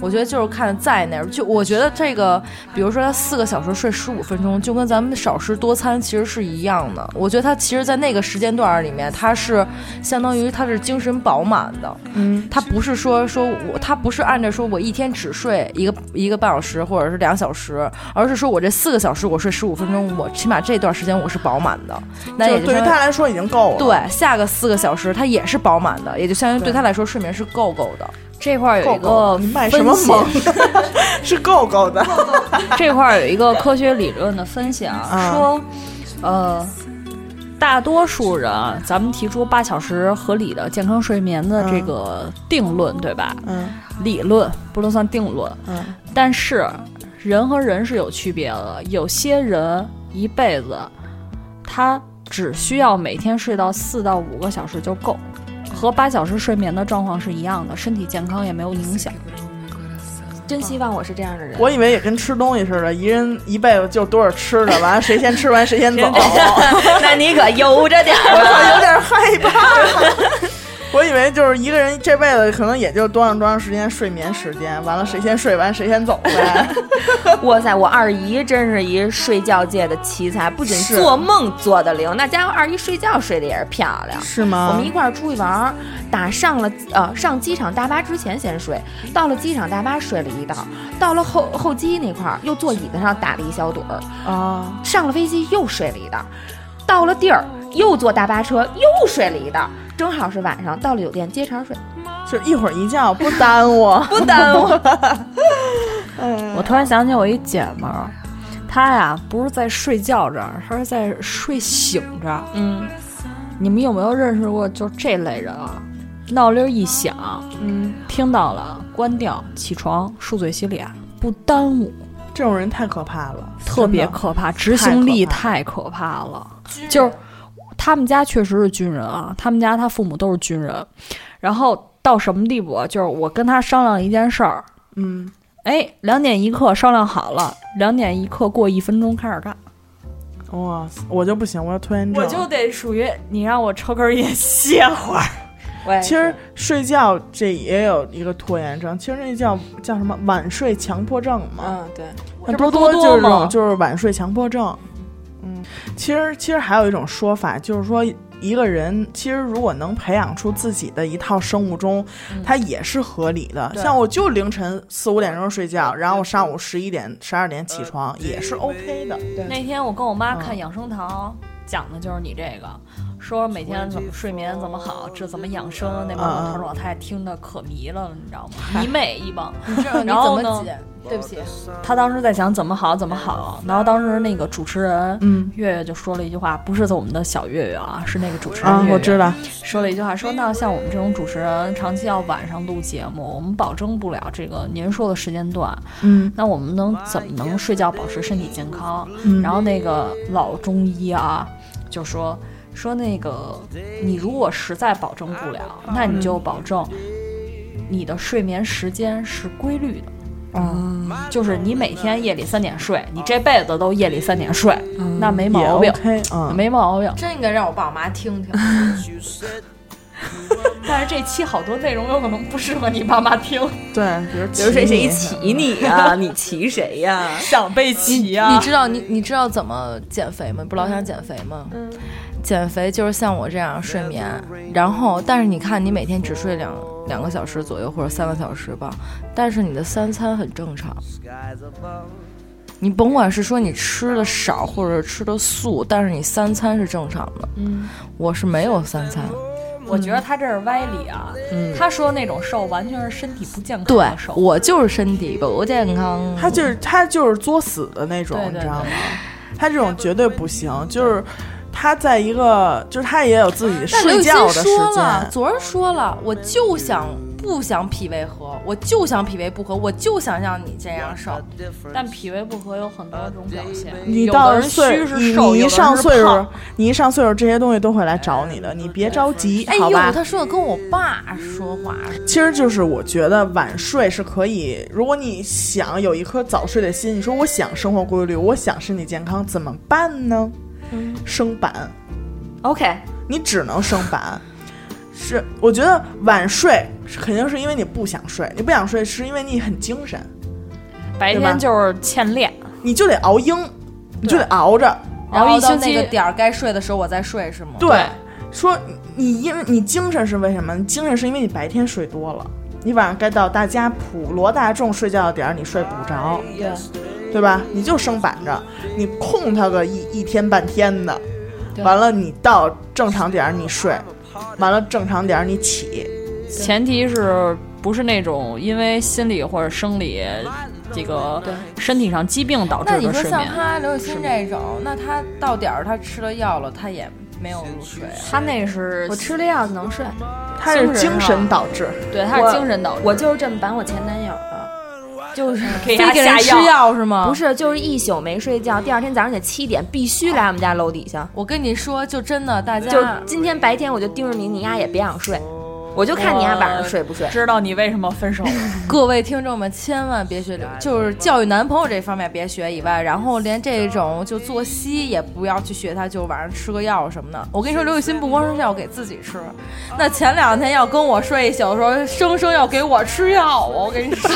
Speaker 7: 我觉得就是看在那儿，就我觉得这个，比如说他四个小时睡十五分钟，就跟咱们少吃多餐其实是一样的。我觉得他其实，在那个时间段儿里面，他是相当于他是精神饱满的，嗯，他不是说说我他不是按照说我一天只睡一个一个半小时或者是两小时，而是说我这四个小时我睡十五分钟，我起码这段时间我是饱满的。那
Speaker 4: 就
Speaker 7: 也
Speaker 4: 是
Speaker 7: 就
Speaker 4: 对于
Speaker 7: 是
Speaker 4: 他来说已经够了。，
Speaker 7: 对，下个四个小时它也是饱满的，也就相当于对他来说睡眠是够够的。
Speaker 5: 这块儿
Speaker 4: 够够。你卖什么
Speaker 5: 分析
Speaker 4: 萌？ 是够够的。
Speaker 5: 这块儿有一个科学理论的分析啊，
Speaker 4: 嗯
Speaker 5: 说，呃，大多数人，咱们提出八小时合理的健康睡眠的这个定论，对吧？
Speaker 4: 嗯
Speaker 5: 理论不能算定论，
Speaker 4: 嗯
Speaker 5: 但是人和人是有区别的，有些人一辈子他只需要每天睡到四到五个小时就够。和八小时睡眠的状况是一样的，身体健康也没有影响。
Speaker 9: 真希望我是这样的人。
Speaker 4: 我以为也跟吃东西似的，一人一辈子就多少吃的，完了谁先吃完 谁先走。
Speaker 9: 那你可悠着点儿。
Speaker 4: 我有点害怕。我以为就是一个人这辈子可能也就多长多长时间睡眠时间，完了谁先睡完谁先走呗。
Speaker 9: 哇塞，我二姨真是一睡觉界的奇才，不仅
Speaker 4: 是
Speaker 9: 做梦做的灵，那家伙二姨睡觉睡得也是漂 亮。
Speaker 4: 是吗？
Speaker 9: 我们一块儿出去玩儿，打上了呃上机场大巴之前先睡，到了机场大巴睡了一道，到了候候机那块儿又坐椅子上打了一小盹儿，
Speaker 4: 啊，
Speaker 9: 上了飞机又睡了一道，到了地儿又坐大巴车又睡了一道，正好是晚上，到了酒店接茬睡。
Speaker 4: 就一会儿一觉不耽 误，
Speaker 9: 不耽误。
Speaker 5: 我突然想起我一姐们儿，她呀不是在睡觉这儿，她是在睡醒这儿。
Speaker 9: 嗯，
Speaker 5: 你们有没有认识过就这类人啊？闹铃一响，嗯，听到了，关掉，起床，漱嘴洗脸，不耽误，
Speaker 4: 这种人太可怕了，
Speaker 5: 特别
Speaker 4: 真的
Speaker 5: 可怕，执行力太可怕了。就是他们家确实是军人啊，他们家他父母都是军人，然后到什么地步啊？就是我跟他商量一件事儿，
Speaker 4: 嗯，
Speaker 5: 哎，两点一刻商量好了，两点一刻过一分钟开始干。
Speaker 4: 哇，我就不行，我要拖延症。
Speaker 5: 得属于你让我抽根烟歇会儿。
Speaker 9: 喂，
Speaker 4: 其实睡觉这也有一个拖延症，其实那叫叫什么晚睡强迫症嘛，
Speaker 9: 嗯对，
Speaker 4: 很
Speaker 5: 这
Speaker 4: 多
Speaker 5: 不多
Speaker 4: 就
Speaker 5: 多
Speaker 4: 是这种
Speaker 5: 吗
Speaker 4: 就是晚睡强迫症。嗯，其实其实还有一种说法，就是说一个人其实如果能培养出自己的一套生物钟，
Speaker 5: 嗯
Speaker 4: 它也是合理的。像我就凌晨四五点钟睡觉，然后我上午十一点十二点起床，也是 OK 的。
Speaker 5: 那天我跟我妈看养生堂，讲的就是你这个，说每天怎么睡眠怎么好，这怎么养生。那帮老头儿老太太听的可迷了，你知道吗？迷妹一帮。
Speaker 7: 呃
Speaker 5: 然后呢？
Speaker 7: 对不起，
Speaker 5: 她当时在想怎么好怎么好，然后当时那个主持人，
Speaker 4: 嗯
Speaker 5: 月月就说了一句话，不是我们的小月月啊，是那个主持人
Speaker 4: 啊
Speaker 5: 月，月。
Speaker 4: 我知道，
Speaker 5: 说了一句话，说那像我们这种主持人，长期要晚上录节目，我们保证不了这个您说的时间段，
Speaker 4: 嗯
Speaker 5: 那我们能怎么能睡觉保持身体健康？
Speaker 4: 嗯，
Speaker 5: 然后那个老中医啊，就说说那个你如果实在保证不了，
Speaker 4: 嗯
Speaker 5: 那你就保证你的睡眠时间是规律的。嗯，就是你每天夜里三点睡，你这辈子都夜里三点睡，那
Speaker 4: 嗯
Speaker 5: 没
Speaker 4: 也
Speaker 5: 毛病，
Speaker 4: OK 啊，
Speaker 5: 没毛病。
Speaker 7: 真应该让我爸我妈 听听。
Speaker 5: 但是这期好多内容有可能不适合你爸妈听。
Speaker 4: 对，比如
Speaker 9: 比如谁
Speaker 4: 骑你
Speaker 9: 谁骑你 啊？你骑谁呀、
Speaker 5: 想被骑呀、
Speaker 7: 你知道你你知道怎么减肥吗？不老想减肥吗？减肥就是像我这样睡眠，然后但是你看你每天只睡两两个小时左右或者三个小时吧，但是你的三餐很正常。你甭管是说你吃的少或者吃的素，但是你三餐是正常的。
Speaker 5: 嗯，
Speaker 7: 我是没有三餐，
Speaker 5: 我觉得他这是歪理啊。
Speaker 4: 嗯
Speaker 5: 他说那种瘦完全是身体不健康
Speaker 7: 对
Speaker 5: 的瘦。
Speaker 7: 我就是身体不健康。
Speaker 4: 他就是他就是作死的那种，
Speaker 5: 嗯对
Speaker 4: 你
Speaker 5: 对
Speaker 4: 知道吗？他这种绝对不行，就是他在一个，就是他也有自己
Speaker 7: 但刘
Speaker 4: 睡
Speaker 7: 雨欣
Speaker 4: 觉的时
Speaker 7: 说了，
Speaker 4: 间。
Speaker 7: 昨儿说了，我就想不想脾胃和，我就想脾胃不和，我就想让你这样瘦。
Speaker 5: 但脾胃不和有很多种表现。
Speaker 4: 你
Speaker 5: 有
Speaker 4: 到
Speaker 5: 的人
Speaker 4: 岁
Speaker 5: 虚是
Speaker 4: 你
Speaker 5: 瘦
Speaker 4: 你
Speaker 5: 有
Speaker 4: 一
Speaker 5: 的
Speaker 4: 上
Speaker 5: 人是
Speaker 4: 岁数
Speaker 5: 胖，
Speaker 4: 你一上岁数，这些东西都会来找你的，你别着急，
Speaker 7: 哎
Speaker 4: 好
Speaker 7: 呦，
Speaker 4: 吧？
Speaker 7: 他说的跟我爸说话，
Speaker 4: 其实就是我觉得晚睡是可以，如果你想有一颗早睡的心，你说我想生活规律，我想身体健康，怎么办呢？
Speaker 5: 嗯
Speaker 4: 生板。
Speaker 9: OK，
Speaker 4: 你只能升板。是，我觉得晚睡是肯定是因为你不想睡，你不想睡是因为你很精神，
Speaker 5: 白
Speaker 4: 对吧
Speaker 5: 天就是欠练，
Speaker 4: 你就得熬鹰，你就得熬着。
Speaker 5: 然后一
Speaker 7: 到
Speaker 5: 星
Speaker 7: 那个
Speaker 5: 期
Speaker 7: 点儿该睡的时候我再睡是吗？
Speaker 4: 对，说你因为你精神是为什么？你精神是因为你白天睡多了，你晚上该到大家普罗大众睡觉的点儿，你睡不着，对吧？你就生板着，你空它个一一天半天的，完了你到正常点儿你睡，完了正常点儿你起，
Speaker 5: 前提是不是那种因为心理或者生理这个身体上疾病导
Speaker 7: 那
Speaker 5: 致
Speaker 7: 你
Speaker 5: 的
Speaker 7: 说
Speaker 5: 睡
Speaker 7: 像
Speaker 5: 眠？
Speaker 7: 他刘雨欣这种，那他到点儿他吃了药了，他也没有入睡啊。
Speaker 5: 他那是
Speaker 9: 我吃了药能睡，
Speaker 4: 它是精神导致。
Speaker 5: 对，他是精神导致。
Speaker 9: 我就是这么板我前男友的，嗯就是
Speaker 5: 给
Speaker 7: 非
Speaker 5: 他
Speaker 7: 给人
Speaker 5: 下
Speaker 7: 吃药是吗？
Speaker 9: 不，是就是一宿没睡觉，第二天早上得七点必须来我们家楼底下。
Speaker 7: 我跟你说，就真的大家
Speaker 9: 啊就今天白天我就盯着你，你丫也别想睡。我就看你俩晚上睡不睡。
Speaker 12: 知道你为什么分手了？
Speaker 7: 各位听众们，千万别学， 就是教育男朋友这方面别学 以外，然后连这种就作息也不要去学他，就晚上吃个药什么的。我跟你说，刘雨欣不光是药给自己吃，那前两天要跟我睡一宿的时候，生生要给我吃药啊！我跟你说。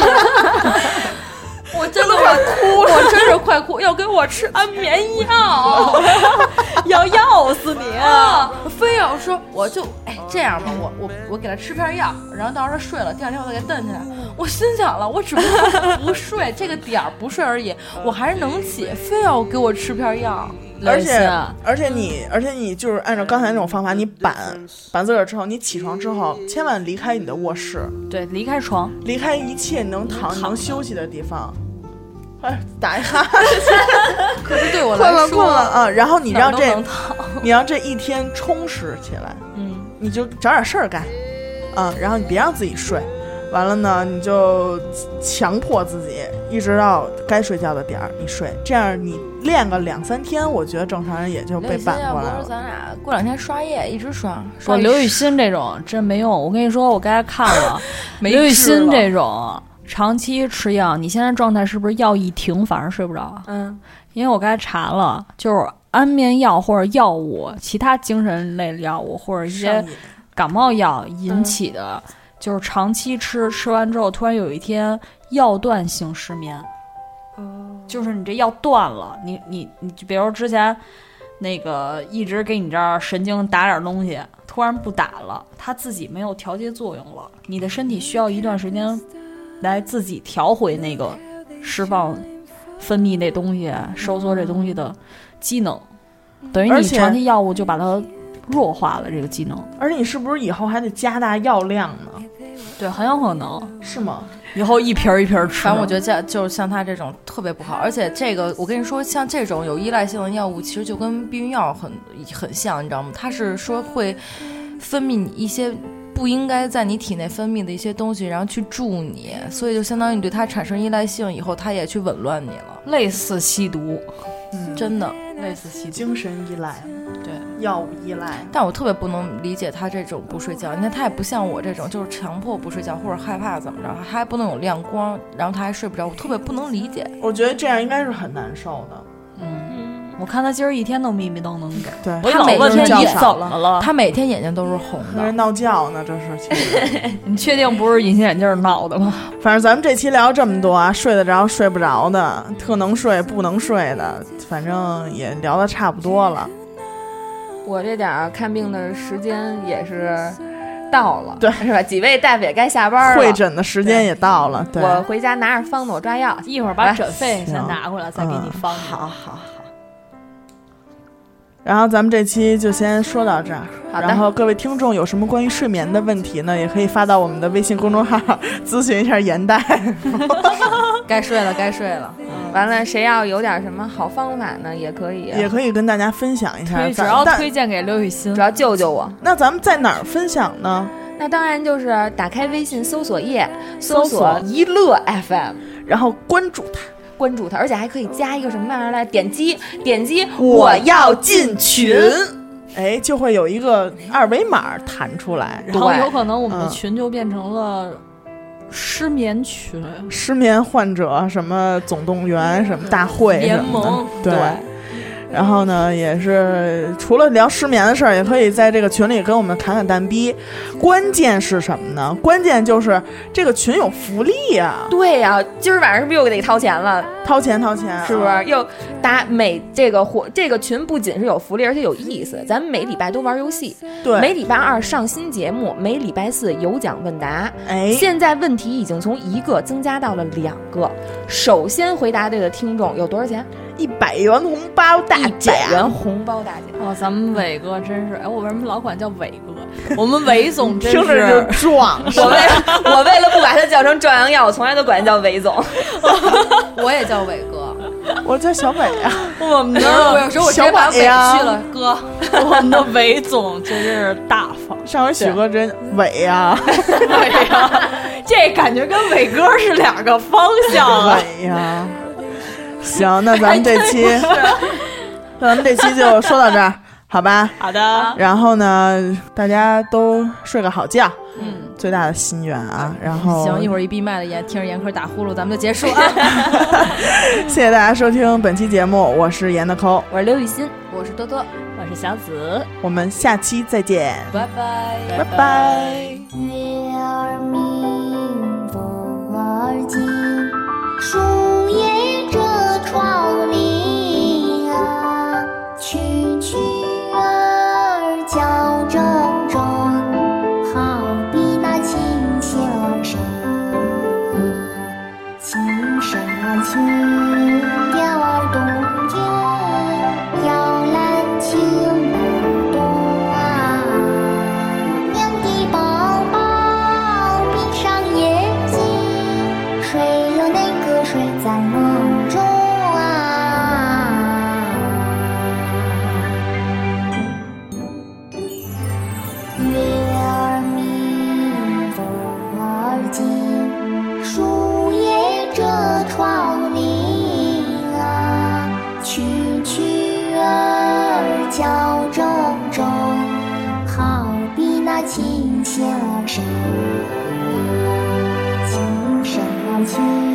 Speaker 7: 我真的快哭了，我真是快哭，要给我吃安眠药，
Speaker 12: 要药死你、
Speaker 7: 啊！非要说我就哎这样吧，我我我给他吃片药，然后到时候他睡了，第二天我再给蹬起来。我心想了，我只不过不睡这个点儿不睡而已，我还是能起，非要给我吃片药。
Speaker 4: 而且而且你而且你就是按照刚才那种方法，你板板自个儿之后，你起床之后千万离开你的卧室，
Speaker 8: 对，离开床，
Speaker 4: 离开一切能躺能休息的地方。哎，打一 哈，
Speaker 7: 可是对我
Speaker 4: 困
Speaker 7: 来
Speaker 4: 了
Speaker 7: 说，
Speaker 4: 困了啊！然后你
Speaker 7: 哪儿
Speaker 4: 让
Speaker 7: 都
Speaker 4: 这
Speaker 7: 能躺
Speaker 4: 你让这一天充实起来，
Speaker 7: 嗯，
Speaker 4: 你就找点事儿干啊，然后你别让自己睡，完了呢，你就强迫自己一直到该睡觉的点儿你睡，这样你练个两三天，我觉得正常人也就被扳过来
Speaker 7: 要不是
Speaker 4: 了。
Speaker 7: 咱俩过两天刷夜，一直刷，
Speaker 8: 我
Speaker 7: 刷
Speaker 8: 刘雨欣这种真没用，我跟你说，我刚才看了
Speaker 7: 没
Speaker 8: 刘雨
Speaker 7: 治
Speaker 8: 欣
Speaker 7: 了
Speaker 8: 这种长期吃药，你现在状态是不是药一停反而睡不着啊？
Speaker 7: 嗯，
Speaker 8: 因为我刚才查了，就是安眠药或者药物、其他精神类的药物或者一些
Speaker 4: 上瘾
Speaker 8: 感冒药引起的，就是长期吃，吃完之后突然有一天药断性失眠。
Speaker 4: 哦
Speaker 8: 就是你这药断了，你你你，就比如之前那个一直给你这儿神经打点东西，突然不打了，它自己没有调节作用了，你的身体需要一段时间来自己调回那个释放分泌那东西、收缩这东西的机能，等于
Speaker 4: 哦嗯而
Speaker 8: 你
Speaker 4: 且
Speaker 8: 长期药物就把它弱化了这个机能。
Speaker 4: 而且你是不是以后还得加大药量
Speaker 7: 嗯
Speaker 4: 呢？
Speaker 8: 对，很有可能
Speaker 4: 是吗？
Speaker 8: 以后一瓶儿一瓶儿吃。
Speaker 7: 反正我觉得这就是像他这种特别不好，而且这个我跟你说，像这种有依赖性的药物，其实就跟避孕药很很像，你知道吗？它是说会分泌你一些不应该在你体内分泌的一些东西，然后去助你，所以就相当于你对它产生依赖性，以后它也去紊乱你了，
Speaker 8: 类似吸毒，
Speaker 7: 真的。
Speaker 8: 类似吸
Speaker 4: 嗯
Speaker 8: 毒。
Speaker 4: 精神依赖，
Speaker 7: 对
Speaker 4: 药物依赖，
Speaker 7: 但我特别不能理解他这种不睡觉，你看他也不像我这种，就是强迫不睡觉或者害怕怎么着，他还不能有亮光，然后他还睡不着，我特别不能理解。
Speaker 4: 我觉得这样应该是很难受的。
Speaker 8: 我看他今儿一天都迷迷瞪瞪的。
Speaker 4: 对，
Speaker 8: 我
Speaker 7: 他
Speaker 8: 老
Speaker 7: 每
Speaker 8: 问
Speaker 7: 天
Speaker 8: 他你
Speaker 7: 也
Speaker 8: 怎么了？
Speaker 7: 他每天眼睛都是红
Speaker 4: 跟人
Speaker 7: 的，
Speaker 4: 闹觉呢，这是其 实。
Speaker 8: 你确定不是隐形眼镜闹的吗？
Speaker 4: 反正咱们这期聊这么多啊，睡得着睡不着的，特能睡不能睡的，反正也聊的差不多了。
Speaker 9: 我这点儿看病的时间也是到了，对，是吧？几位大夫也该下班了。
Speaker 4: 会诊的时间也到了，对，
Speaker 9: 我回家拿着方子，我抓药。
Speaker 8: 一会儿
Speaker 9: 来
Speaker 8: 把诊费哎先
Speaker 4: 行
Speaker 8: 拿过来，再给你
Speaker 4: 嗯
Speaker 8: 放。好，
Speaker 4: 然后咱们这期就先说到这儿。
Speaker 9: 好的
Speaker 4: 然后各位听众有什么关于睡眠的问题呢，也可以发到我们的微信公众号咨询一下严代。
Speaker 7: 该睡了，该睡了。
Speaker 9: 完了，谁要有点什么好方法呢，也可以，
Speaker 4: 嗯也可以跟大家分享一下。
Speaker 8: 推主
Speaker 4: 咱
Speaker 8: 要
Speaker 4: 但
Speaker 8: 推荐给刘雨欣
Speaker 9: 主。要救救我。
Speaker 4: 那咱们在哪儿分享呢？
Speaker 9: 那当然就是打开微信搜索页，搜
Speaker 8: 搜
Speaker 9: 索
Speaker 8: 索
Speaker 9: 一乐 FM，
Speaker 4: 然后关注他，
Speaker 9: 关注它，而且还可以加一个什么玩意儿来，点击点击
Speaker 4: 要进群。哎，就会有一个二维码弹出来，然
Speaker 8: 然
Speaker 4: 后
Speaker 8: 后
Speaker 9: 对
Speaker 8: 有可能我们的
Speaker 4: 嗯
Speaker 8: 群就变成了失眠群，
Speaker 4: 失眠患者啊什么总动员什么大会
Speaker 7: 联
Speaker 4: 什么的
Speaker 7: 盟
Speaker 4: 对。然后呢，也是除了聊失眠的事儿，也可以在这个群里跟我们侃侃蛋逼。关键是什么呢？关键就是这个群有福利啊，
Speaker 9: 对呀、今儿晚上是不是又得掏钱了？
Speaker 4: 掏钱掏钱啊，
Speaker 9: 是不是？又打每这个活这个群不仅是有福利，而且有意思。咱们每礼拜都玩游戏，每
Speaker 4: 对，
Speaker 9: 礼拜二上新节目，每礼拜四有奖问答。
Speaker 4: 哎，
Speaker 9: 现在问题已经从一个增加到了两个。首先回答对的听众有多少钱？
Speaker 4: 一百元红包大
Speaker 9: 一
Speaker 4: 奖，
Speaker 9: 百元红包大奖。
Speaker 8: 哇，咱们伟哥真是，哎，我为什么老管叫伟哥？我们伟总真
Speaker 4: 听着
Speaker 8: 是
Speaker 4: 就壮
Speaker 9: 我为我为了不把它叫成壮阳药，我从来都管它叫韦总。
Speaker 7: 我也叫伟哥，
Speaker 4: 我叫小美啊，
Speaker 8: 我们
Speaker 7: 我有
Speaker 8: 的
Speaker 7: 时候我直接把伟去了哥。
Speaker 8: 我们的伟总真是大方，
Speaker 4: 上回许哥真伟啊，
Speaker 8: 对呀，这感觉跟伟哥是两个方向 啊。
Speaker 4: 伟呀。行，那咱们这期，
Speaker 7: 哎
Speaker 4: 咱们这期就说到这儿，好吧？
Speaker 8: 好的，
Speaker 4: 然后呢，大家都睡个好觉，嗯，最大的心愿啊。然后
Speaker 7: 行，一会儿一闭麦的严听着严科打呼噜，咱们就结束啊。
Speaker 4: 谢谢大家收听本期节目，我是严的抠，
Speaker 9: 我是刘雨欣，
Speaker 7: 我是多多，
Speaker 5: 我是小紫，
Speaker 4: 我们下期再见，
Speaker 7: 拜拜，
Speaker 4: 拜拜。
Speaker 13: 月儿明，风儿静，树叶遮窗棂啊，蛐蛐儿叫铮铮，好比那琴箫声啊，琴声啊，轻调儿动听，摇篮情不动啊。亮的宝宝闭上眼睛，睡了那个睡在梦中啊。月儿明，风儿静，树叶遮窗棂啊，蛐蛐儿叫铮铮，好比那琴箫声啊，琴声啊，琴。啊啊